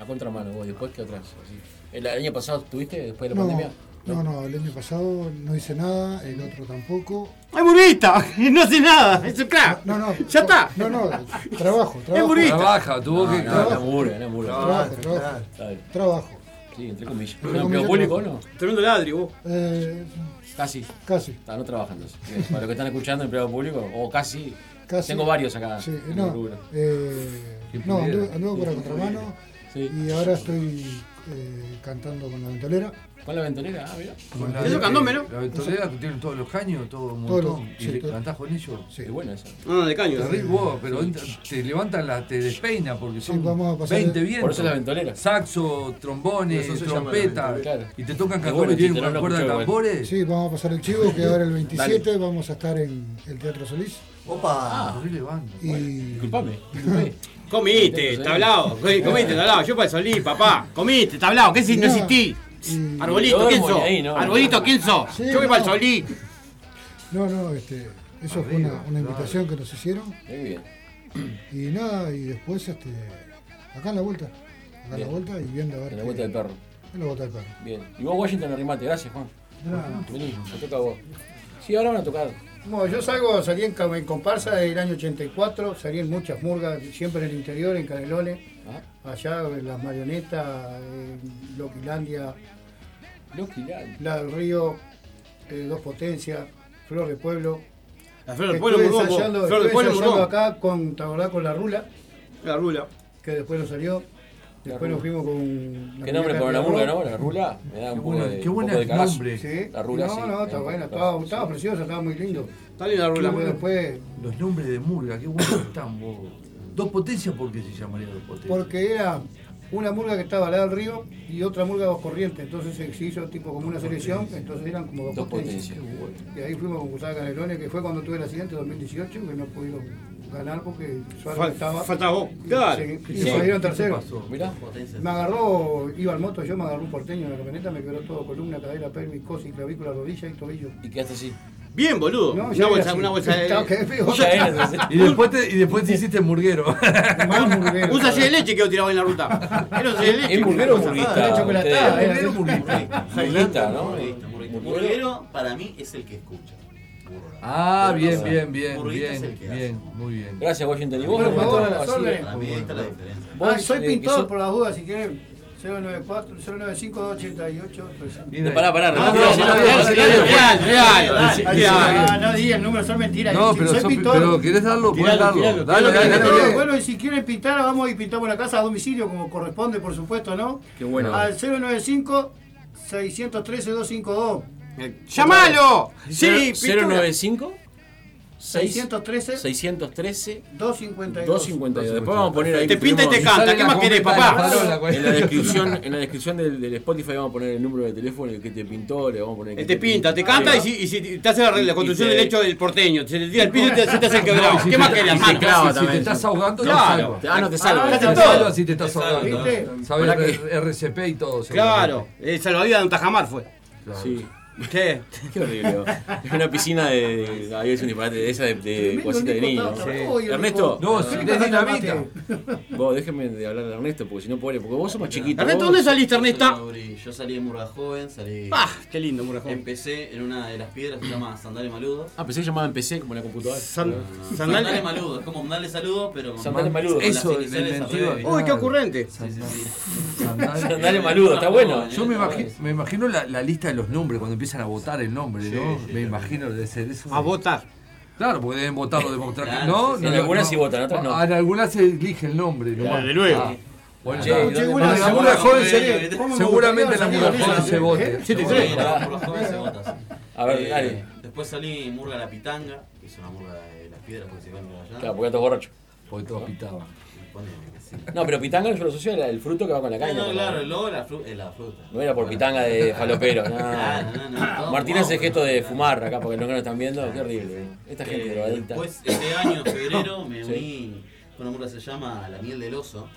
Speaker 7: A contramano, vos, después que otras. así. ¿El año pasado tuviste después de la
Speaker 11: No,
Speaker 7: pandemia?
Speaker 11: no, no, el año pasado no hice nada, el otro tampoco.
Speaker 5: ¡Ay, murguita! <laughs> No hace nada, es un crack.
Speaker 11: No, no, ya está. No, no, trabajo, trabajo.
Speaker 6: murguista. Trabaja, tuvo
Speaker 7: No,
Speaker 6: que-
Speaker 7: No,
Speaker 6: Trabajo.
Speaker 7: era murga, era murga.
Speaker 11: Trabajo, trabajo.
Speaker 7: Está bien.
Speaker 11: Trabajo.
Speaker 7: Sí, entre comillas.
Speaker 11: Entre
Speaker 7: ¿Pero
Speaker 11: comillas,
Speaker 7: público no?
Speaker 11: trabajo.
Speaker 5: Tremendo ladri, vos.
Speaker 11: Eh,
Speaker 7: Casi.
Speaker 11: Casi.
Speaker 7: Está, no trabajan entonces. Bien, Para los que están escuchando, empleado público, o casi.
Speaker 11: Casi.
Speaker 7: Tengo varios acá.
Speaker 11: Sí,
Speaker 7: en el
Speaker 11: no,
Speaker 7: rubro.
Speaker 11: eh,
Speaker 7: Quien
Speaker 11: no
Speaker 7: pudiera.
Speaker 11: anduve, anduve por la
Speaker 7: Quien
Speaker 11: contramano y ahora estoy eh, cantando con la ventolera.
Speaker 7: ¿Con la ventolera? Ah, mira.
Speaker 11: Con la-
Speaker 6: Eso
Speaker 11: candomero.
Speaker 6: La ventolera que tienen todos los caños, todo un
Speaker 11: Todos los-
Speaker 6: montón.
Speaker 11: sí,
Speaker 6: y le
Speaker 11: todo-
Speaker 6: cantás con ellos.
Speaker 11: Sí.
Speaker 7: Es buena esa.
Speaker 5: Ah, No, de caño.
Speaker 6: Terrible, vos, pero entra- te levantan la, te despeina porque son
Speaker 11: vamos a pasar
Speaker 6: 20
Speaker 11: de-
Speaker 6: vientos.
Speaker 11: Por eso
Speaker 7: la ventolera.
Speaker 6: Saxo, trombones,
Speaker 11: Eso se llama la
Speaker 6: trompeta.
Speaker 11: ventolera.
Speaker 6: Y te tocan
Speaker 7: Qué
Speaker 6: canciones,
Speaker 7: bueno,
Speaker 6: tienen
Speaker 7: chiste, no
Speaker 6: una
Speaker 7: lo
Speaker 6: cuerda de
Speaker 7: escuché, bueno.
Speaker 6: tambores.
Speaker 11: Sí, vamos a pasar el chivo que ahora el 27 vamos a estar en el Teatro Solís.
Speaker 6: Opa. Ah,
Speaker 11: Y...
Speaker 7: Disculpame.
Speaker 5: Comiste, tablao. Comiste, tablao. Yo para el solí, papá. Comiste, tablao. ¿Qué si no
Speaker 11: No.
Speaker 5: existí?
Speaker 6: Mm.
Speaker 5: Arbolito,
Speaker 11: Yo
Speaker 5: ¿quién
Speaker 11: duermo
Speaker 5: sos?
Speaker 11: ahí, no.
Speaker 5: Arbolito, ¿quién sos?
Speaker 11: Sí,
Speaker 5: Yo voy para el
Speaker 11: no.
Speaker 5: solí.
Speaker 11: No, no, este, eso fue
Speaker 5: Arriba,
Speaker 11: una, una invitación que
Speaker 7: <clears throat>
Speaker 11: nos hicieron.
Speaker 7: Muy bien.
Speaker 11: Y nada, y después este, acá en la vuelta. Acá en la
Speaker 7: Bien.
Speaker 11: vuelta y viendo a ver.
Speaker 7: En la
Speaker 11: qué-
Speaker 7: vuelta del perro.
Speaker 11: En la vuelta del perro.
Speaker 7: Bien. Y vos, Washington, arrimate. Gracias, Juan.
Speaker 11: Gracias.
Speaker 7: Vení, te toca a vos. Sí, ahora van a tocar.
Speaker 10: Bueno, yo salgo, salí en, ca- en comparsa del año 84, salí en muchas murgas, siempre en el interior, en Canelones,
Speaker 7: Ah.
Speaker 10: allá en las marionetas, en Loquilandia, La del Río, eh, Dos Potencias, Flor de Pueblo.
Speaker 5: La Flor del Pueblo,
Speaker 10: Estuve
Speaker 5: Murgón, vos.
Speaker 10: ensayando-
Speaker 5: Flor del
Speaker 10: estuve
Speaker 5: Pueblo,
Speaker 10: ensayando
Speaker 5: Murgón.
Speaker 10: acá con, ¿te acordás? con La Rula.
Speaker 5: La Rula.
Speaker 10: Que después no salió. Después
Speaker 7: Rula.
Speaker 10: nos fuimos con...
Speaker 7: ¿Qué nombre
Speaker 10: con
Speaker 7: para la murga, no? La rula. Me da un poco de, un poco de cagazo. La rula,
Speaker 10: no,
Speaker 7: sí.
Speaker 10: No,
Speaker 7: Me da
Speaker 10: está
Speaker 7: un
Speaker 10: buena,
Speaker 7: poco de cagazo.
Speaker 10: estaba, estaba preciosa, estaba muy lindo.
Speaker 5: Está linda la rula.
Speaker 10: Después, después,
Speaker 6: Los nombres de murga, qué buenos están, vos. Dos potencias, ¿por qué se llamaría dos potencias?
Speaker 10: porque era una murga que estaba al lado del río y otra murga de dos corrientes, entonces se- se hizo tipo como una selección, entonces eran como dos,
Speaker 7: Dos
Speaker 10: potencias. Y ahí fuimos a concursar a Canelones, que fue cuando tuve el accidente en 2018, que no pudieron ganar porque Suárez
Speaker 5: Fal-
Speaker 10: estaba.
Speaker 5: faltaba vos,
Speaker 10: y
Speaker 5: claro.
Speaker 10: se- Y
Speaker 5: Sí.
Speaker 10: se salieron
Speaker 5: ¿Qué te
Speaker 10: terceros.
Speaker 5: pasó? Mirá.
Speaker 10: Me agarró, iba al moto, yo me agarró un porteño en la camioneta, me quebró todo, columna, cadera, pelvis, cosi, clavícula, rodilla y tobillo.
Speaker 7: ¿Y quedaste así?
Speaker 5: Bien, boludo.
Speaker 10: No,
Speaker 5: una,
Speaker 10: ya
Speaker 5: bolsa,
Speaker 10: era así.
Speaker 5: una bolsa de.
Speaker 10: <laughs> Estaba que feo.
Speaker 6: Y después, te, y después te hiciste murguero. <laughs>
Speaker 5: Un sachet de leche quedó tirado en la ruta. Era un sachet de leche.
Speaker 6: ¿Es murguero o
Speaker 5: murguista?
Speaker 6: murguista?
Speaker 5: chocolatada.
Speaker 6: Ustedes.
Speaker 5: Era
Speaker 7: Murguita, ¿no?
Speaker 9: Murguero para mí es el que escucha.
Speaker 6: Ah,
Speaker 9: Pero
Speaker 6: bien,
Speaker 9: no sé.
Speaker 6: bien, bien,
Speaker 9: Murguita es el
Speaker 6: bien,
Speaker 9: que
Speaker 6: bien, muy bien.
Speaker 7: Gracias, Washington. ¿Y vos?
Speaker 10: Por favor, a
Speaker 7: Así,
Speaker 10: las órdenes.
Speaker 7: Para
Speaker 9: mí ahí está la diferencia.
Speaker 7: Vos,
Speaker 10: Ah, soy
Speaker 7: eh,
Speaker 10: pintor
Speaker 7: que sos-
Speaker 10: por las dudas, si quieren. 094 095 288
Speaker 7: No, pará, pará,
Speaker 10: No,
Speaker 7: real,
Speaker 10: no,
Speaker 7: real,
Speaker 10: no,
Speaker 7: real,
Speaker 10: no,
Speaker 7: real, real,
Speaker 10: Ah,
Speaker 7: real.
Speaker 10: no,
Speaker 7: Real.
Speaker 10: No, no diga el número, son mentiras.
Speaker 6: No,
Speaker 10: Si
Speaker 6: pero,
Speaker 10: soy
Speaker 6: sos-
Speaker 10: pintor.
Speaker 6: pero querés darlo, podés
Speaker 10: Tiralo,
Speaker 6: darlo.
Speaker 10: tiralo,
Speaker 6: Dale,
Speaker 10: tiralo,
Speaker 6: dale,
Speaker 10: tiralo.
Speaker 6: dale.
Speaker 10: Bueno, y si quieren pintar, vamos y pintamos la casa a domicilio, como corresponde, por supuesto, ¿no?
Speaker 7: Qué bueno.
Speaker 10: Al 095 613 252.
Speaker 5: ¡Llamalo! Sí,
Speaker 7: Cero- 095
Speaker 10: 613
Speaker 7: 613
Speaker 10: 252.
Speaker 7: 252. Después vamos a poner ahí.
Speaker 5: Te pinta y te
Speaker 7: tenemos-
Speaker 5: canta. ¿Qué más querés, papá?
Speaker 7: En la descripción, en la descripción del, del Spotify vamos a poner el número de teléfono, el que te pintó, le vamos a poner. el
Speaker 5: Él
Speaker 7: que
Speaker 5: te pinta, te canta y, si, y si te hace la, la construcción
Speaker 7: Y te-
Speaker 5: del hecho del porteño. Se te tira el piso y te, se te hace el quebrado.
Speaker 6: No, y si
Speaker 5: ¿Qué
Speaker 6: te-
Speaker 5: más
Speaker 6: y
Speaker 5: querés?
Speaker 6: si
Speaker 5: Marco?
Speaker 6: te- si te estás ahogando, te
Speaker 5: claro. Ah,
Speaker 6: salva. Ah,
Speaker 5: Te
Speaker 6: Te
Speaker 5: hace
Speaker 6: salva
Speaker 5: todo.
Speaker 6: si te estás ahogando.
Speaker 5: ¿Viste?
Speaker 6: Sabes
Speaker 5: Para que-
Speaker 6: R- RCP y todo.
Speaker 5: Claro, el salvavidas de un tajamar fue.
Speaker 6: Sí.
Speaker 5: ¿Qué?
Speaker 7: <laughs> Qué horrible. Es una piscina de. Había sido un disparate de esa de, de cosita de niño. Ernesto.
Speaker 6: No, si tenés dinamita.
Speaker 7: Vos, déjeme de hablar de Ernesto, porque si no pobre, porque vos sos más chiquito.
Speaker 9: Ernesto,
Speaker 7: vos-
Speaker 9: ¿dónde saliste, Ernesto? Yo salí de Murga Joven, salí.
Speaker 7: Ah, qué lindo, Murga
Speaker 9: Joven. Empecé en una de las piedras que se llama Sandales Maludos.
Speaker 7: Ah, pensé que llamaba en PC como en la
Speaker 6: eh.
Speaker 7: computadora.
Speaker 16: Ah.
Speaker 9: No, Sandales Maludos, es como Sandales Saludos, pero con
Speaker 7: Sandales
Speaker 9: con
Speaker 7: Maludos.
Speaker 9: las
Speaker 7: Eso,
Speaker 9: iniciales
Speaker 7: el
Speaker 9: al
Speaker 7: mentido.
Speaker 9: revés.
Speaker 7: Uy, qué
Speaker 5: ocurrente.
Speaker 9: Sí, sí, sí.
Speaker 7: Dale maludo, está bueno.
Speaker 6: Yo me imagino, me imagino la, la lista de los nombres, cuando empiezan a votar el nombre, ¿no? me imagino de ser eso. A
Speaker 5: votar.
Speaker 6: Claro, porque deben votar o demostrar que
Speaker 7: Claro,
Speaker 6: no. Ah,
Speaker 7: sí, sí. En algunas sí votan, en otras no.
Speaker 6: En algunas se elige el nombre.
Speaker 7: Claro,
Speaker 6: nomás.
Speaker 7: de luego.
Speaker 6: Ah, Bueno,
Speaker 7: Che,
Speaker 6: está.
Speaker 7: ¿y dónde
Speaker 6: Bueno,
Speaker 7: más?
Speaker 6: en la murga joven se-
Speaker 7: ¿eh? ¿Cómo me
Speaker 6: seguramente en la
Speaker 7: gustaría
Speaker 6: murga
Speaker 7: salir?
Speaker 6: joven se
Speaker 7: ¿Eh?
Speaker 6: vote.
Speaker 7: Sí, sí, sí.
Speaker 9: Seguramente la Murga Joven se vota, sí.
Speaker 7: A ver,
Speaker 9: Eh,
Speaker 7: dale.
Speaker 9: Después salí en Murga La Pitanga, que es una murga de las piedras porque se van de allá.
Speaker 16: Claro, porque todos borrachos.
Speaker 6: Porque todos pitaban.
Speaker 16: No, pero pitanga yo lo asocio era el fruto que va con la caña.
Speaker 9: No,
Speaker 16: con la-
Speaker 9: claro, el lobo la fru- es la fruta.
Speaker 16: No era por pitanga de falopero. No.
Speaker 9: <laughs> Claro, Ah, no, no, todo
Speaker 16: Martín
Speaker 9: fumado,
Speaker 16: hace gesto de fumar acá porque los que nos están viendo. Qué horrible. Esta gente
Speaker 9: Eh,
Speaker 16: drogadicta.
Speaker 9: Después, este año, en febrero, me
Speaker 16: Sí.
Speaker 9: uní con una murga que se llama La Miel del Oso.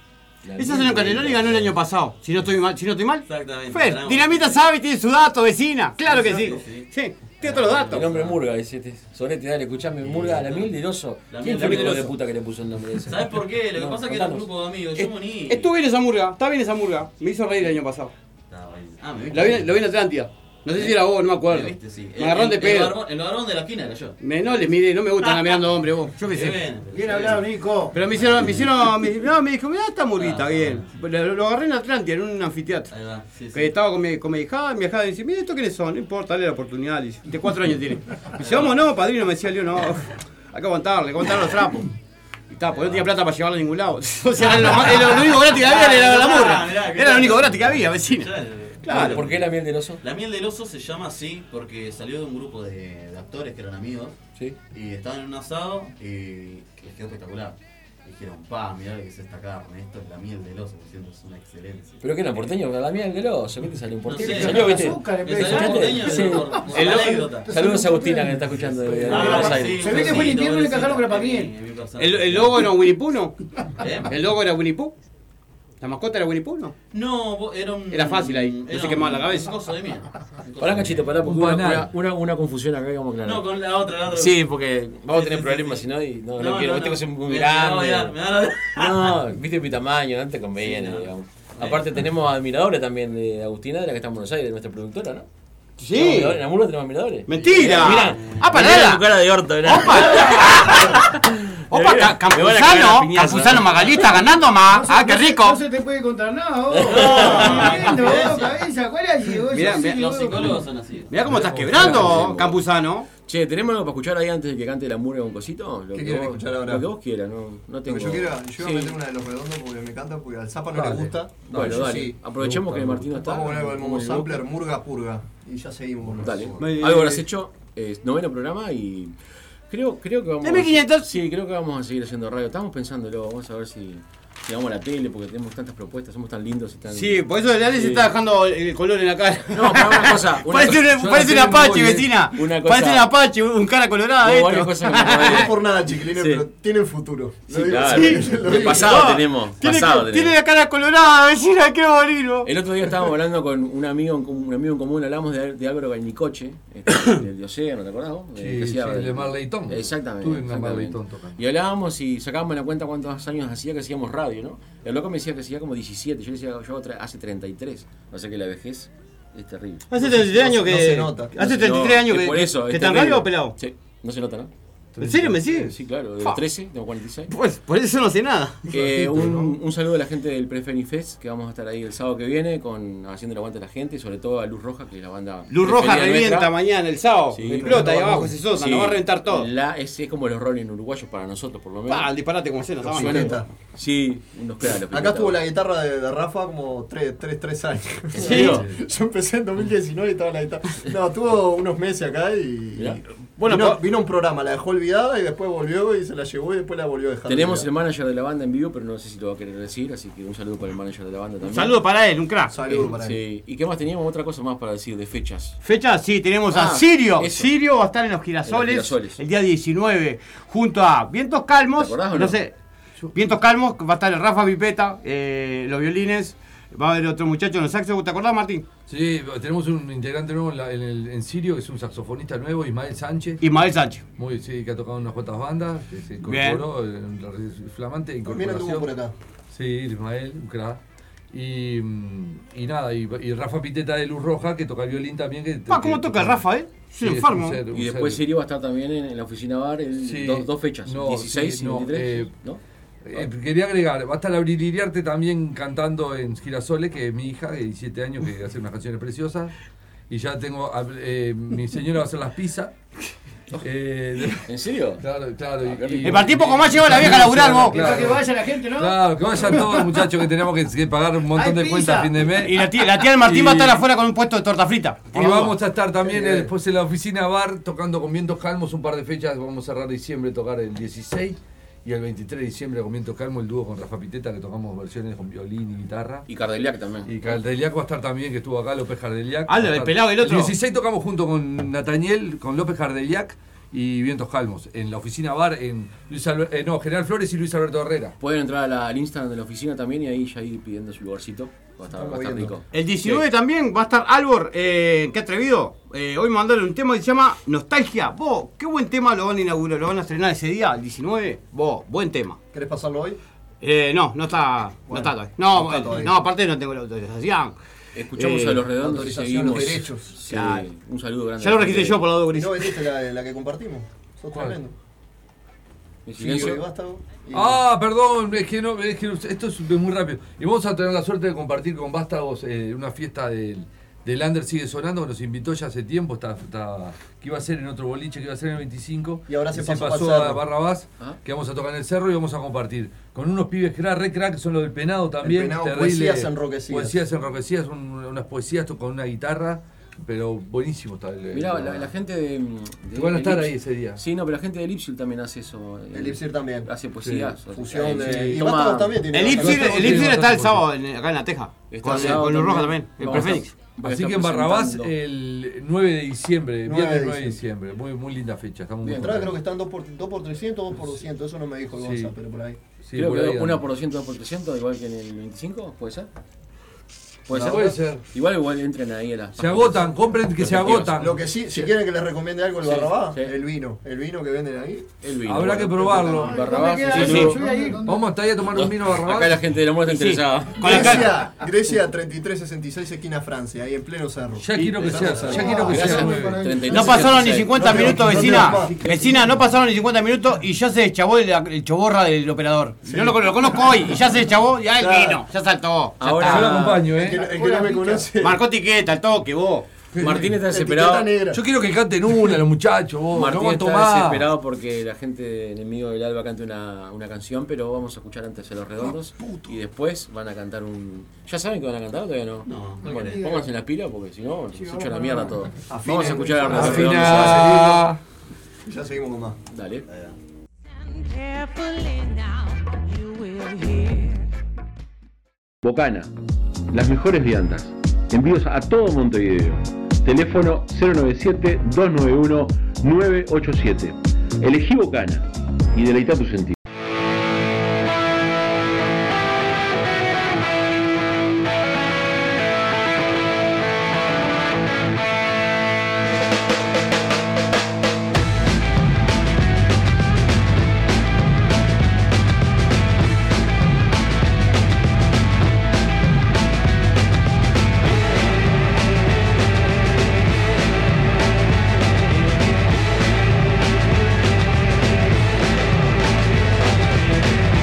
Speaker 5: Esa señor Caneloni ganó el año pasado. Si no estoy mal, si no estoy mal.
Speaker 9: Exactamente.
Speaker 5: Fer,
Speaker 9: ganamos.
Speaker 5: Dinamita sabe, tiene su dato, vecina. Claro que sí. Sí, tiene todos los datos.
Speaker 16: El nombre Murga, dice este. Sorete, dale, escuchame. Murga, la miel del oso.
Speaker 9: La
Speaker 16: ¿Quién
Speaker 9: miel
Speaker 16: fue el
Speaker 9: del
Speaker 16: hijo de
Speaker 9: oso.
Speaker 16: puta que le puso el nombre ese?
Speaker 9: ¿Sabes por qué? Lo que
Speaker 16: No,
Speaker 9: pasa es que era un
Speaker 16: contanos.
Speaker 9: grupo de amigos. Yo me uní.
Speaker 5: Estuvo bien esa murga, está bien esa murga. Me hizo reír el año pasado.
Speaker 9: Ah, me
Speaker 5: La vi, lo vi en Atlántida. No sé si era vos, no me acuerdo.
Speaker 9: Me viste, sí.
Speaker 5: Me agarrón de
Speaker 9: El- el
Speaker 5: pedo.
Speaker 9: barbón- El barbón de la esquina era yo.
Speaker 5: Me, no les miré, no me gusta andar mirando hombre vos. Yo qué
Speaker 9: Qué
Speaker 5: sé.
Speaker 9: bien.
Speaker 10: Bien hablado, Nico.
Speaker 5: Pero me hicieron, me hicieron, me, no, me dijo, mirá esta
Speaker 9: Ah,
Speaker 5: murguita, bien. Lo, lo agarré en Atlántida, en un anfiteatro. que estaba con mi, con mi hija, mi hija dice, mira, ¿esto quiénes son? No importa, dale la oportunidad, dice. De cuatro años tiene. Me dice, vamos, no, padrino, me decía Leo, no, hay que aguantarle, hay que aguantar los trapos. Y está, porque no tenía plata para llevarlo a ningún lado. <laughs> O sea, era Ah, lo, más- era lo único gratis que había era
Speaker 9: Ah,
Speaker 5: la murga. Era lo único gratis que había, vecino. Claro.
Speaker 16: ¿Por qué la miel del oso?
Speaker 9: La miel del oso se llama así porque salió de un grupo de, de actores que eran amigos. Y estaban en un asado y les quedó espectacular. Dijeron, pa, mirá lo que es esta carne, esto es la miel del oso, por cierto, es una excelencia.
Speaker 16: ¿Pero qué era porteño? La miel del oso. ¿Viste? Salió un porteño.
Speaker 9: No sé,
Speaker 16: salió, ¿viste?
Speaker 9: azúcar, le
Speaker 16: ¿Viste?
Speaker 9: pega. Salió porteño,
Speaker 16: Sí.
Speaker 9: por- por
Speaker 16: El
Speaker 9: la
Speaker 16: oso-
Speaker 9: anécdota.
Speaker 16: Saludos a Agustina que me está escuchando. de- de
Speaker 9: Ah,
Speaker 16: Buenos
Speaker 9: sí,
Speaker 16: Aires.
Speaker 9: Se ve que fue el invierno y le cagaron
Speaker 10: con la
Speaker 5: ¿El, el logo era un Winnie Pooh, no? ¿El logo era Winnie Pooh? ¿La mascota era Winnie Pooh, no?
Speaker 9: No, vos- era un.
Speaker 5: Era fácil
Speaker 7: Mm,
Speaker 5: ahí, no
Speaker 9: era
Speaker 5: se quemaba la
Speaker 9: un-
Speaker 5: cabeza.
Speaker 9: Un coso de
Speaker 5: <laughs>
Speaker 9: miel.
Speaker 16: Pará, cachito, pará, porque una, una, una, una confusión acá que vamos a aclarar.
Speaker 9: No, con la otra, la otra.
Speaker 16: Sí, porque vamos a tener problemas si no, y no, no,
Speaker 9: No,
Speaker 16: quiero.
Speaker 9: no,
Speaker 16: Viste
Speaker 9: no.
Speaker 16: que soy muy
Speaker 9: Me- me
Speaker 16: grande.
Speaker 9: voy a dar, me voy a dar.
Speaker 16: No, viste mi tamaño, no te conviene, digamos. Aparte, tenemos admiradores también de Agustina, de la que está en Buenos Aires, de nuestra productora, ¿no?
Speaker 5: Sí.
Speaker 16: Tenemos admiradores, En Amurlo tenemos admiradores.
Speaker 5: ¡Mentira!
Speaker 16: Mirá,
Speaker 5: ¡Ah, pará!
Speaker 16: mirá tu cara de orto, mirá.
Speaker 5: Opa, Ca- Campuzano, Campuzano Magalista ganando más. Ah, qué
Speaker 10: No
Speaker 5: rico.
Speaker 10: se te puede contar nada, vos. Tremendo, vos, cabeza, ¿cuál es? Y vos,
Speaker 5: Mirá,
Speaker 10: yo
Speaker 5: mirá,
Speaker 10: sí,
Speaker 5: los
Speaker 10: vos.
Speaker 9: psicólogos son así.
Speaker 5: Mirá cómo estás quebrando, Campuzano.
Speaker 7: Che, ¿tenemos algo para escuchar ahí antes de que cante la murga un cosito? Lo
Speaker 8: ¿Qué
Speaker 7: que
Speaker 8: quieren
Speaker 7: vos-
Speaker 8: escuchar ahora?
Speaker 7: Lo que vos quieras, no, no tengo.
Speaker 8: Lo que yo quiera, yo voy
Speaker 7: Sí.
Speaker 8: a meter una de los redondos porque me encanta, porque al Zapa no
Speaker 7: Dale.
Speaker 8: le gusta.
Speaker 7: Bueno, dale. Aprovechemos que Martín no está.
Speaker 8: Vamos a poner el
Speaker 7: Como
Speaker 8: modo
Speaker 7: le
Speaker 8: sampler, murga, purga. Y ya seguimos. con los-
Speaker 7: Dale.
Speaker 8: Dale.
Speaker 7: Algo habrás hecho, eh, noveno programa y. Creo, creo que vamos.
Speaker 8: Deme 500.
Speaker 7: Sí, creo que vamos a seguir haciendo radio. Estamos pensándolo, vamos a ver si, si vamos a la tele, porque tenemos tantas propuestas, somos tan lindos y tan.
Speaker 5: Sí, por eso el Ale se
Speaker 7: Sí.
Speaker 5: está dejando el color en la cara.
Speaker 7: No,
Speaker 5: <laughs>
Speaker 7: pero una cosa. una
Speaker 5: parece
Speaker 7: cosa-
Speaker 5: un,
Speaker 7: yo
Speaker 5: parece un
Speaker 7: no tengo
Speaker 5: apache,
Speaker 7: gol, eh.
Speaker 5: vecina.
Speaker 7: Una cosa-
Speaker 5: Parece un apache, un cara colorada.
Speaker 7: Hubo
Speaker 5: Ah, esto.
Speaker 7: varias cosas que
Speaker 5: <laughs>
Speaker 7: no
Speaker 8: No es por nada, chiquilines,
Speaker 7: Sí.
Speaker 8: pero tienen futuro. Lo
Speaker 7: Sí,
Speaker 8: digo,
Speaker 7: claro.
Speaker 5: <laughs>
Speaker 8: sí, <laughs> lo
Speaker 7: El
Speaker 8: digo.
Speaker 7: pasado
Speaker 8: No,
Speaker 7: tenemos.
Speaker 8: tiene que-
Speaker 7: pasado tenemos.
Speaker 5: Tiene la cara colorada, vecina, qué bonito.
Speaker 7: El otro día estábamos hablando con un amigo, en común- un amigo en común, hablamos de, de Álvaro Galnicoche, este, del de Océano, ¿te acordás vos?
Speaker 6: Sí,
Speaker 7: Eh, que
Speaker 6: sí,
Speaker 7: hacía-
Speaker 6: el de Marley Tom.
Speaker 7: Exactamente.
Speaker 6: Estuve en una
Speaker 7: exactamente.
Speaker 6: Marley Tom tocando.
Speaker 7: Y hablábamos y sacábamos la cuenta cuántos años hacía que hacíamos radio, ¿no? Y el loco me decía que hacía como 17, yo le decía, yo hago tra- hace 33. O sea que la vejez es terrible.
Speaker 5: Hace 33 años que-
Speaker 7: No se nota.
Speaker 5: hace 33 años
Speaker 7: es
Speaker 5: que-
Speaker 7: Por eso,
Speaker 5: que
Speaker 7: es
Speaker 5: tan
Speaker 7: terrible.
Speaker 5: largo, pelado.
Speaker 7: Sí, no se nota, ¿no?
Speaker 5: ¿En serio me sigue?
Speaker 7: Sí, claro, de
Speaker 5: Fa.
Speaker 7: los 13, tengo 46.
Speaker 5: Pues, por eso no sé nada. <laughs>
Speaker 7: Eh, un, un saludo a la gente del Prefeni Fest, que vamos a estar ahí el sábado que viene, con haciendo el aguante a la gente, y sobre todo a Luz Roja, que es la banda.
Speaker 5: Luz Roja
Speaker 7: preferida
Speaker 5: revienta
Speaker 7: nuestra.
Speaker 5: mañana, el sábado. Explota ahí abajo ese sótano,
Speaker 7: Sí.
Speaker 5: va a reventar todo.
Speaker 7: La- es, es como los Rolling uruguayos para nosotros, por lo menos.
Speaker 5: Pa, el disparate como se nos
Speaker 7: Los
Speaker 5: daban.
Speaker 7: suenan- Sí, unos claros.
Speaker 8: Acá estuvo la guitarra de, de Rafa como 3, años.
Speaker 7: serio?
Speaker 8: <laughs> Yo empecé en 2019 y estaba la guitarra. No, estuvo unos meses acá y.
Speaker 7: Mirá.
Speaker 8: y
Speaker 7: Bueno,
Speaker 8: vino,
Speaker 7: pa-
Speaker 8: vino un programa, la dejó olvidada y después volvió y se la llevó y después la volvió a dejar.
Speaker 7: Tenemos el
Speaker 8: olvidada.
Speaker 7: manager de la banda en vivo, pero no sé si lo va a querer decir, así que un saludo para el manager de la banda también.
Speaker 5: saludo para él, un crack.
Speaker 8: Saludo para
Speaker 7: él. ¿Y qué más teníamos? Otra cosa más para decir de fechas.
Speaker 5: Fecha, sí, tenemos a
Speaker 7: Ah,
Speaker 5: Sirio.
Speaker 7: eso.
Speaker 5: Sirio va a estar en los, girasoles,
Speaker 7: En los girasoles.
Speaker 5: el día 19, junto a Vientos Calmos.
Speaker 7: ¿Te acordás o
Speaker 5: no?
Speaker 7: no?
Speaker 5: sé. Vientos Calmos, va a estar el Rafa Pipeta, eh, los violines. Va a haber otro muchacho en los saxos. ¿Te acordás, Martín?
Speaker 6: Sí, tenemos un integrante nuevo en, la- en el- en Sirio, que es un saxofonista nuevo, Ismael Sánchez.
Speaker 5: Ismael Sánchez.
Speaker 6: Muy, sí, que ha tocado unas cuantas bandas, que se incorporó, en la re- flamante
Speaker 8: También
Speaker 6: incorporación.
Speaker 8: anduvo por acá.
Speaker 6: Sí, Ismael, un crack. Y, mm, y nada, y, y Rafa Piteta de Luz Roja, que toca el violín también. Que,
Speaker 5: Pa, Ah, ¿cómo
Speaker 6: que-
Speaker 5: toca Rafa, eh? Sí,
Speaker 6: es un
Speaker 5: enfermo.
Speaker 6: ser, un
Speaker 7: Y después
Speaker 6: ser.
Speaker 7: Sirio va a estar también en, en la oficina bar en
Speaker 6: Sí.
Speaker 7: dos, dos fechas,
Speaker 6: No,
Speaker 7: 16
Speaker 6: sí,
Speaker 7: y
Speaker 6: no,
Speaker 7: 23.
Speaker 6: eh,
Speaker 7: ¿no?
Speaker 6: Eh, quería agregar, va a estar Abril Iriarte también cantando en Girasoles, que es mi hija de 17 años que hace unas canciones preciosas. Y ya tengo, a- eh, mi señora va a hacer las
Speaker 5: <laughs>
Speaker 6: pizzas. Eh,
Speaker 7: ¿En serio?
Speaker 6: Claro, claro.
Speaker 5: rico. Eh, Martín Pocomás lleva a la vieja a laburar, vos.
Speaker 6: Claro.
Speaker 5: Que vaya la gente, ¿no?
Speaker 6: Claro, que vayan todos, muchachos, que tenemos que, que pagar un montón de
Speaker 5: Hay
Speaker 6: cuentas a
Speaker 5: pizza.
Speaker 6: fin de mes.
Speaker 5: Y la tía, la tía del Martín va a estar
Speaker 6: Y-
Speaker 5: afuera con un puesto de torta frita.
Speaker 6: y vamos a estar también
Speaker 5: Eh.
Speaker 6: eh, después en la oficina bar tocando con Vientos Calmos un par de fechas. Vamos a cerrar diciembre, tocar el 16 y el 23 de diciembre con Vientos Calmos, el dúo con Rafa Piteta, que tocamos versiones con violín y guitarra.
Speaker 7: Y Cardeliac también.
Speaker 6: Y Cardeliac va a estar también, que estuvo acá, López Cardeliac.
Speaker 5: Ah, lo del
Speaker 6: Va a estar-
Speaker 5: pelado, el otro.
Speaker 6: 16 tocamos junto con Nataniel, con López Cardeliac y Vientos Calmos en la oficina bar en Luis Alber- eh, no, General Flores y Luis Alberto Herrera.
Speaker 7: Pueden entrar a la- al Instagram de la oficina también y ahí ya ir pidiendo su lugarcito. Va a estar, va a estar rico.
Speaker 5: El 19 también va a estar Albor, eh, qué atrevido. Eh, hoy mandaron un tema que se llama Nostalgia. Vos, qué buen tema lo van a inaugurar, lo van a estrenar ese día, el 19. Vos, buen tema.
Speaker 8: ¿Querés pasarlo hoy?
Speaker 5: Eh, no, no está, no está todavía. No, eh, no, aparte no tengo la autorización.
Speaker 7: Escuchamos
Speaker 5: Eh,
Speaker 7: a los redondos y
Speaker 8: autorización,
Speaker 7: seguimos.
Speaker 8: los derechos.
Speaker 7: Sí,
Speaker 5: Claro.
Speaker 7: Un saludo grande.
Speaker 5: Ya lo registré yo por la doble.
Speaker 8: No, vendiste la, la que compartimos. Sos
Speaker 6: ¿Cuál?
Speaker 8: tremendo.
Speaker 7: ¿En
Speaker 6: Sí,
Speaker 8: Sirio y
Speaker 6: yo-
Speaker 8: Vástago. Y-
Speaker 6: Ah, perdón, es que, no, es que esto es de muy rápido. Y vamos a tener la suerte de compartir con Vástagos eh, una fiesta del, del Under Sigue Sonando, que nos invitó ya hace tiempo, está, está- que iba a ser en otro boliche, que iba a ser en el 25.
Speaker 8: Y ahora se pasó pa'l
Speaker 6: a
Speaker 8: cerro.
Speaker 6: Barrabás,
Speaker 7: Ah.
Speaker 6: que vamos a tocar en el cerro y vamos a compartir. Con unos pibes que eran re crack, son los del Penado también.
Speaker 8: Penado,
Speaker 6: terrible.
Speaker 8: poesías enroquecidas.
Speaker 6: Poesías enroquecidas, un- unas poesías to- con una guitarra, pero buenísimo está el...
Speaker 7: Mirá,
Speaker 6: el-
Speaker 7: la, la gente de, mm, de-
Speaker 6: Que van a estar
Speaker 7: Elipsil-
Speaker 6: ahí ese día.
Speaker 7: Sí, no, pero la gente de Elipsil también hace eso. eh,
Speaker 8: Elipsil también.
Speaker 7: Hace poesías.
Speaker 8: Sí,
Speaker 7: o sea,
Speaker 8: fusión de-
Speaker 7: sí,
Speaker 8: y
Speaker 7: toma-
Speaker 8: Vástagos también
Speaker 5: El Ipsil, el Ipsil está el sábado en- acá en la teja.
Speaker 6: Está
Speaker 5: Con,
Speaker 6: el
Speaker 5: eh,
Speaker 6: sábado
Speaker 5: con los rojas
Speaker 6: también.
Speaker 5: también, el
Speaker 6: Vamos a
Speaker 5: prefénix.
Speaker 6: estar- Así que en Barrabás el 9 de diciembre,
Speaker 8: 9
Speaker 6: viernes
Speaker 8: de
Speaker 6: 9 de diciembre. Muy, muy linda fecha, estamos
Speaker 8: La
Speaker 6: muy
Speaker 8: entrada creo
Speaker 6: contentos.
Speaker 8: que están 2 por, dos por 300, 2 por 200. Eso no me dijo el
Speaker 6: Sí.
Speaker 8: Gonza, pero por ahí.
Speaker 6: Sí,
Speaker 7: Creo
Speaker 6: por
Speaker 7: que
Speaker 6: ahí
Speaker 7: una
Speaker 6: anda.
Speaker 7: por 200, dos por 300, igual que en el 25, ¿puede ser?
Speaker 6: No, puede ser.
Speaker 7: Igual, igual entren ahí a las.
Speaker 6: Se agotan, compren que se agotan.
Speaker 8: Lo que sí, si quieren que les recomiende algo el
Speaker 7: Sí,
Speaker 8: Barrabás,
Speaker 7: sí.
Speaker 8: el vino. El vino que venden ahí.
Speaker 7: El vino.
Speaker 6: Habrá que probarlo.
Speaker 7: Ay, Barrabás, ¿dónde queda
Speaker 6: sí,
Speaker 7: eso?
Speaker 6: sí.
Speaker 7: Yo voy a ir.
Speaker 6: Vamos hasta ahí a tomar un vino a Barrabás.
Speaker 7: Acá la gente de la muerte
Speaker 6: Sí.
Speaker 7: interesada.
Speaker 8: Grecia, Grecia 3366 esquina Francia, ahí en pleno cerro.
Speaker 6: Ya quiero que sea, ya
Speaker 5: quiero que
Speaker 8: Gracias,
Speaker 5: sea.
Speaker 8: muy bien.
Speaker 5: No pasaron ni 50
Speaker 8: No te-
Speaker 5: minutos,
Speaker 8: no te-
Speaker 5: vecina.
Speaker 8: no te-
Speaker 5: Vecina, no pasaron ni 50 minutos y ya se deschavó el, el choborra del operador. Yo lo, lo conozco hoy y ya se deschavó y ahí
Speaker 8: Claro.
Speaker 5: vino, ya saltó. ya
Speaker 8: Ahora-
Speaker 5: está.
Speaker 8: Yo lo acompaño, ¿eh? El que no- el que no me conoce.
Speaker 5: Marcó etiqueta, al toque, vos.
Speaker 7: Martín está desesperado.
Speaker 6: Yo quiero que canten una los muchachos, vos.
Speaker 7: Martín
Speaker 6: no aguanto
Speaker 7: está
Speaker 6: más.
Speaker 7: desesperado porque la gente de enemigo del alba canta una, una canción, pero vamos a escuchar antes a los redondos y después van a cantar un. ¿Ya saben que van a cantar o todavía no? No, bueno,
Speaker 6: querés.
Speaker 7: pónganse las pilas porque si no, se echa la
Speaker 6: vamos
Speaker 7: mierda
Speaker 6: a-
Speaker 7: todo.
Speaker 8: Afinen.
Speaker 7: Vamos a escuchar a los
Speaker 8: Afina.
Speaker 7: redondos.
Speaker 8: Ya seguimos con más.
Speaker 7: Dale.
Speaker 17: Carefully now, you will hear.
Speaker 18: Bocana, las mejores viandas. Envíos a todo Montevideo. Teléfono 097-291-987. Elegí Bocana y deleita tu sentido.
Speaker 17: Thank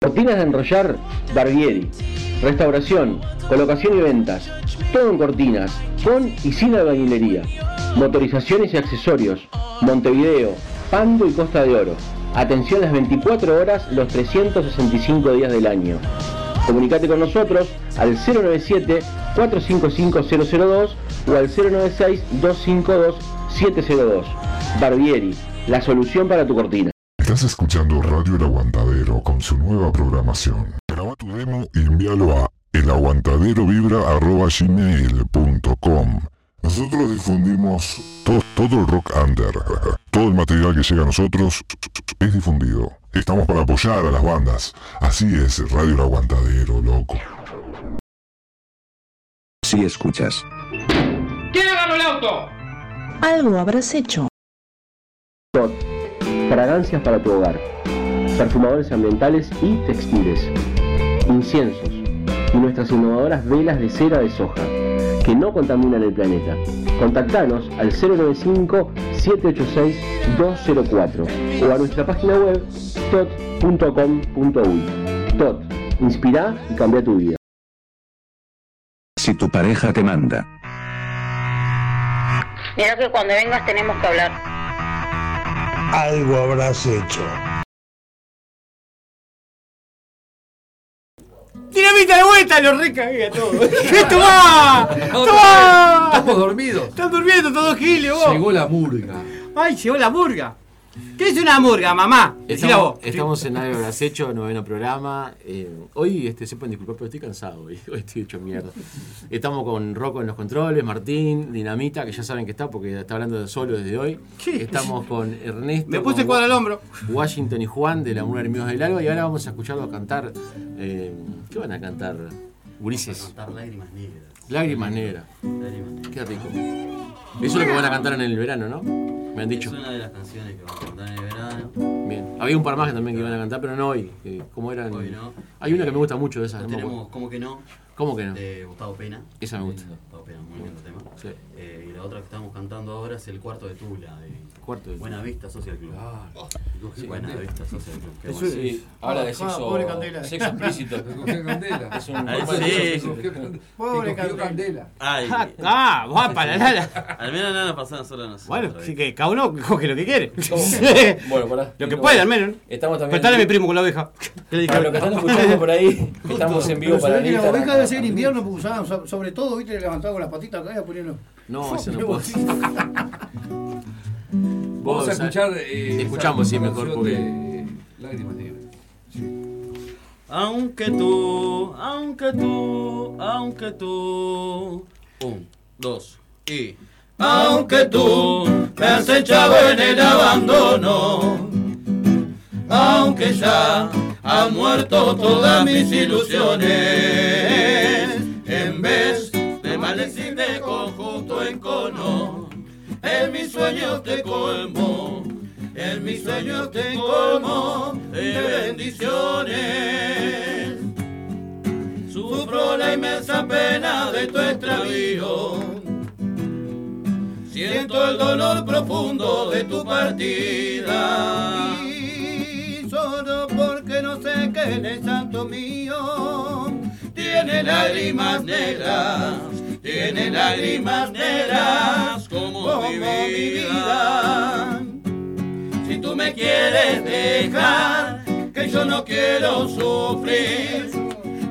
Speaker 1: Cortinas de enrollar Barbieri. Restauración, colocación y ventas. Todo en cortinas, con y sin albañilería. Motorizaciones y accesorios. Montevideo, Pando y Costa de Oro. Atención las 24 horas los 365 días del año. Comunicate con nosotros al 097-455-002 o al 096-252-702. Barbieri, la solución para tu cortina.
Speaker 19: Estás escuchando Radio El Aguantadero con su nueva programación. Graba tu demo y envíalo a elaguantaderovibra.com. Nosotros difundimos to- todo el rock under. Todo el material que llega a nosotros es difundido. Estamos para apoyar a las bandas. Así es Radio El Aguantadero, loco.
Speaker 20: Si escuchas.
Speaker 13: ¿Quién le ganó el auto?
Speaker 1: Algo habrás hecho. Tot. Fragancias para tu hogar. Perfumadores ambientales y textiles. Inciensos. Y nuestras innovadoras velas de cera de soja. Que no contaminan el planeta. Contactanos al 095-786-204 o a nuestra página web tot.com.uy. Tot. Inspira y cambia tu vida.
Speaker 20: Si tu pareja te manda.
Speaker 21: Mira que cuando vengas tenemos que hablar.
Speaker 20: Algo habrás hecho.
Speaker 2: ¡Dinamita de vuelta! ¡Lo recagué a todos! ¡Toma! ¡Toma! Estamos dormidos. Están durmiendo todos giles, vos.
Speaker 6: Llegó la murga.
Speaker 2: ¡Ay, llegó la murga! ¿Qué es una murga, mamá? Decila vos.
Speaker 7: Estamos, estamos en Algo Habrás Hecho, noveno programa. Eh, hoy este, se pueden disculpar, pero estoy cansado hoy. <laughs> Hoy estoy hecho mierda. Estamos con Rocco en los controles, Martín, Dinamita, que ya saben que está porque está hablando de solo desde hoy. Estamos con Ernesto.
Speaker 2: Me puse
Speaker 7: con
Speaker 2: el cuadro al hombro.
Speaker 7: Washington y Juan de la Murga Hermidos del Alba. Y ahora vamos a escucharlos cantar. eh, ¿Qué van a cantar? Gurises.
Speaker 9: Lágrimas negras.
Speaker 7: Lágrimas negras. Qué rico. Eso es lo que van a cantar en el verano, ¿no? Me han dicho.
Speaker 9: Es una de las canciones que vamos a cantar en el verano.
Speaker 7: Bien. Había un par más que también que iban a cantar, pero no hoy. eh, ¿Cómo eran?
Speaker 9: Hoy no.
Speaker 7: Hay una que me gusta mucho de esas. no
Speaker 9: Lo
Speaker 7: me
Speaker 9: tenemos,
Speaker 7: acuerdo.
Speaker 9: ¿cómo que no?
Speaker 7: ¿Cómo que no?
Speaker 9: De Gustavo Pena.
Speaker 7: Esa me gusta.
Speaker 9: Gustavo Pena, muy lindo tema. Eh, y la otra que estamos cantando ahora es el cuarto de Tula. De
Speaker 7: Cuarto de
Speaker 9: Buena Vista Social Club. Oh,
Speaker 7: Sí,
Speaker 9: Buena
Speaker 7: Candela.
Speaker 9: Vista Social Club. qué
Speaker 7: Eso
Speaker 9: bueno.
Speaker 7: es- Sí, habla de sexo-
Speaker 14: pobre Candela.
Speaker 7: sexo explícito.
Speaker 6: Cogió Candela.
Speaker 7: Es un-
Speaker 9: Ay,
Speaker 7: forma de
Speaker 9: sí.
Speaker 7: sexo
Speaker 6: explícito.
Speaker 14: Pobre
Speaker 6: Te cogió
Speaker 14: Candela.
Speaker 9: Ay.
Speaker 2: Ah, vos
Speaker 9: <laughs>
Speaker 2: para la la.
Speaker 9: Al menos no nos pasaron solo a nosotros.
Speaker 2: Bueno,
Speaker 9: ¿viste?
Speaker 2: sí que cada uno coge lo que quiere.
Speaker 7: <laughs>
Speaker 2: <laughs>
Speaker 7: Bueno, pará.
Speaker 2: Lo que puede, al menos.
Speaker 7: Estamos
Speaker 2: también. Prestale a mi primo con la oveja. ¿Qué le dije?
Speaker 7: <laughs> Para los que están escuchando este por ahí, estamos en vivo
Speaker 2: Pero
Speaker 7: para
Speaker 2: se ve que la
Speaker 7: Instagram.
Speaker 2: oveja
Speaker 14: Cada vez en invierno porque usaban, so- sobre todo, viste, le levantaban con las patitas acá y la ponían.
Speaker 10: <laughs>
Speaker 7: No, eso no
Speaker 14: Pero
Speaker 7: puedo.
Speaker 14: vos-
Speaker 6: Vamos a
Speaker 7: Vos,
Speaker 6: escuchar. eh,
Speaker 7: te escuchamos, sí, mejor, porque-
Speaker 6: porque. Lágrimas negras.
Speaker 9: Aunque tú, aunque tú, aunque tú. Un, dos y.
Speaker 7: Ah,
Speaker 13: Aunque tú me has echado en el abandono, aunque ya han muerto todas mis ilusiones, en vez de maldecirme con justo encono, en mis sueños te colmo, en mis sueños te colmo de bendiciones. Sufro la inmensa pena de tu extravío. Siento el dolor profundo de tu partida.
Speaker 20: Y solo porque no sé quién es santo mío.
Speaker 13: Tiene lágrimas negras, tiene lágrimas negras como, mi, vida. Si tú me quieres dejar, que yo no quiero sufrir.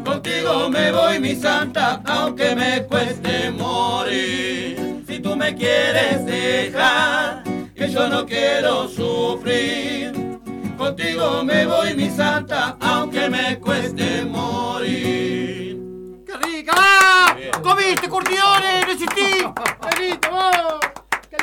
Speaker 13: Contigo me voy, mi santa, aunque me cueste morir. Si tú me quieres dejar, que yo no quiero sufrir. Contigo me voy, mi santa, aunque me cueste morir.
Speaker 2: <laughs> ¡Qué rica! ¡Ah! ¡Comiste, curtidores! ¡No existí! ¡Qué lindo, vos!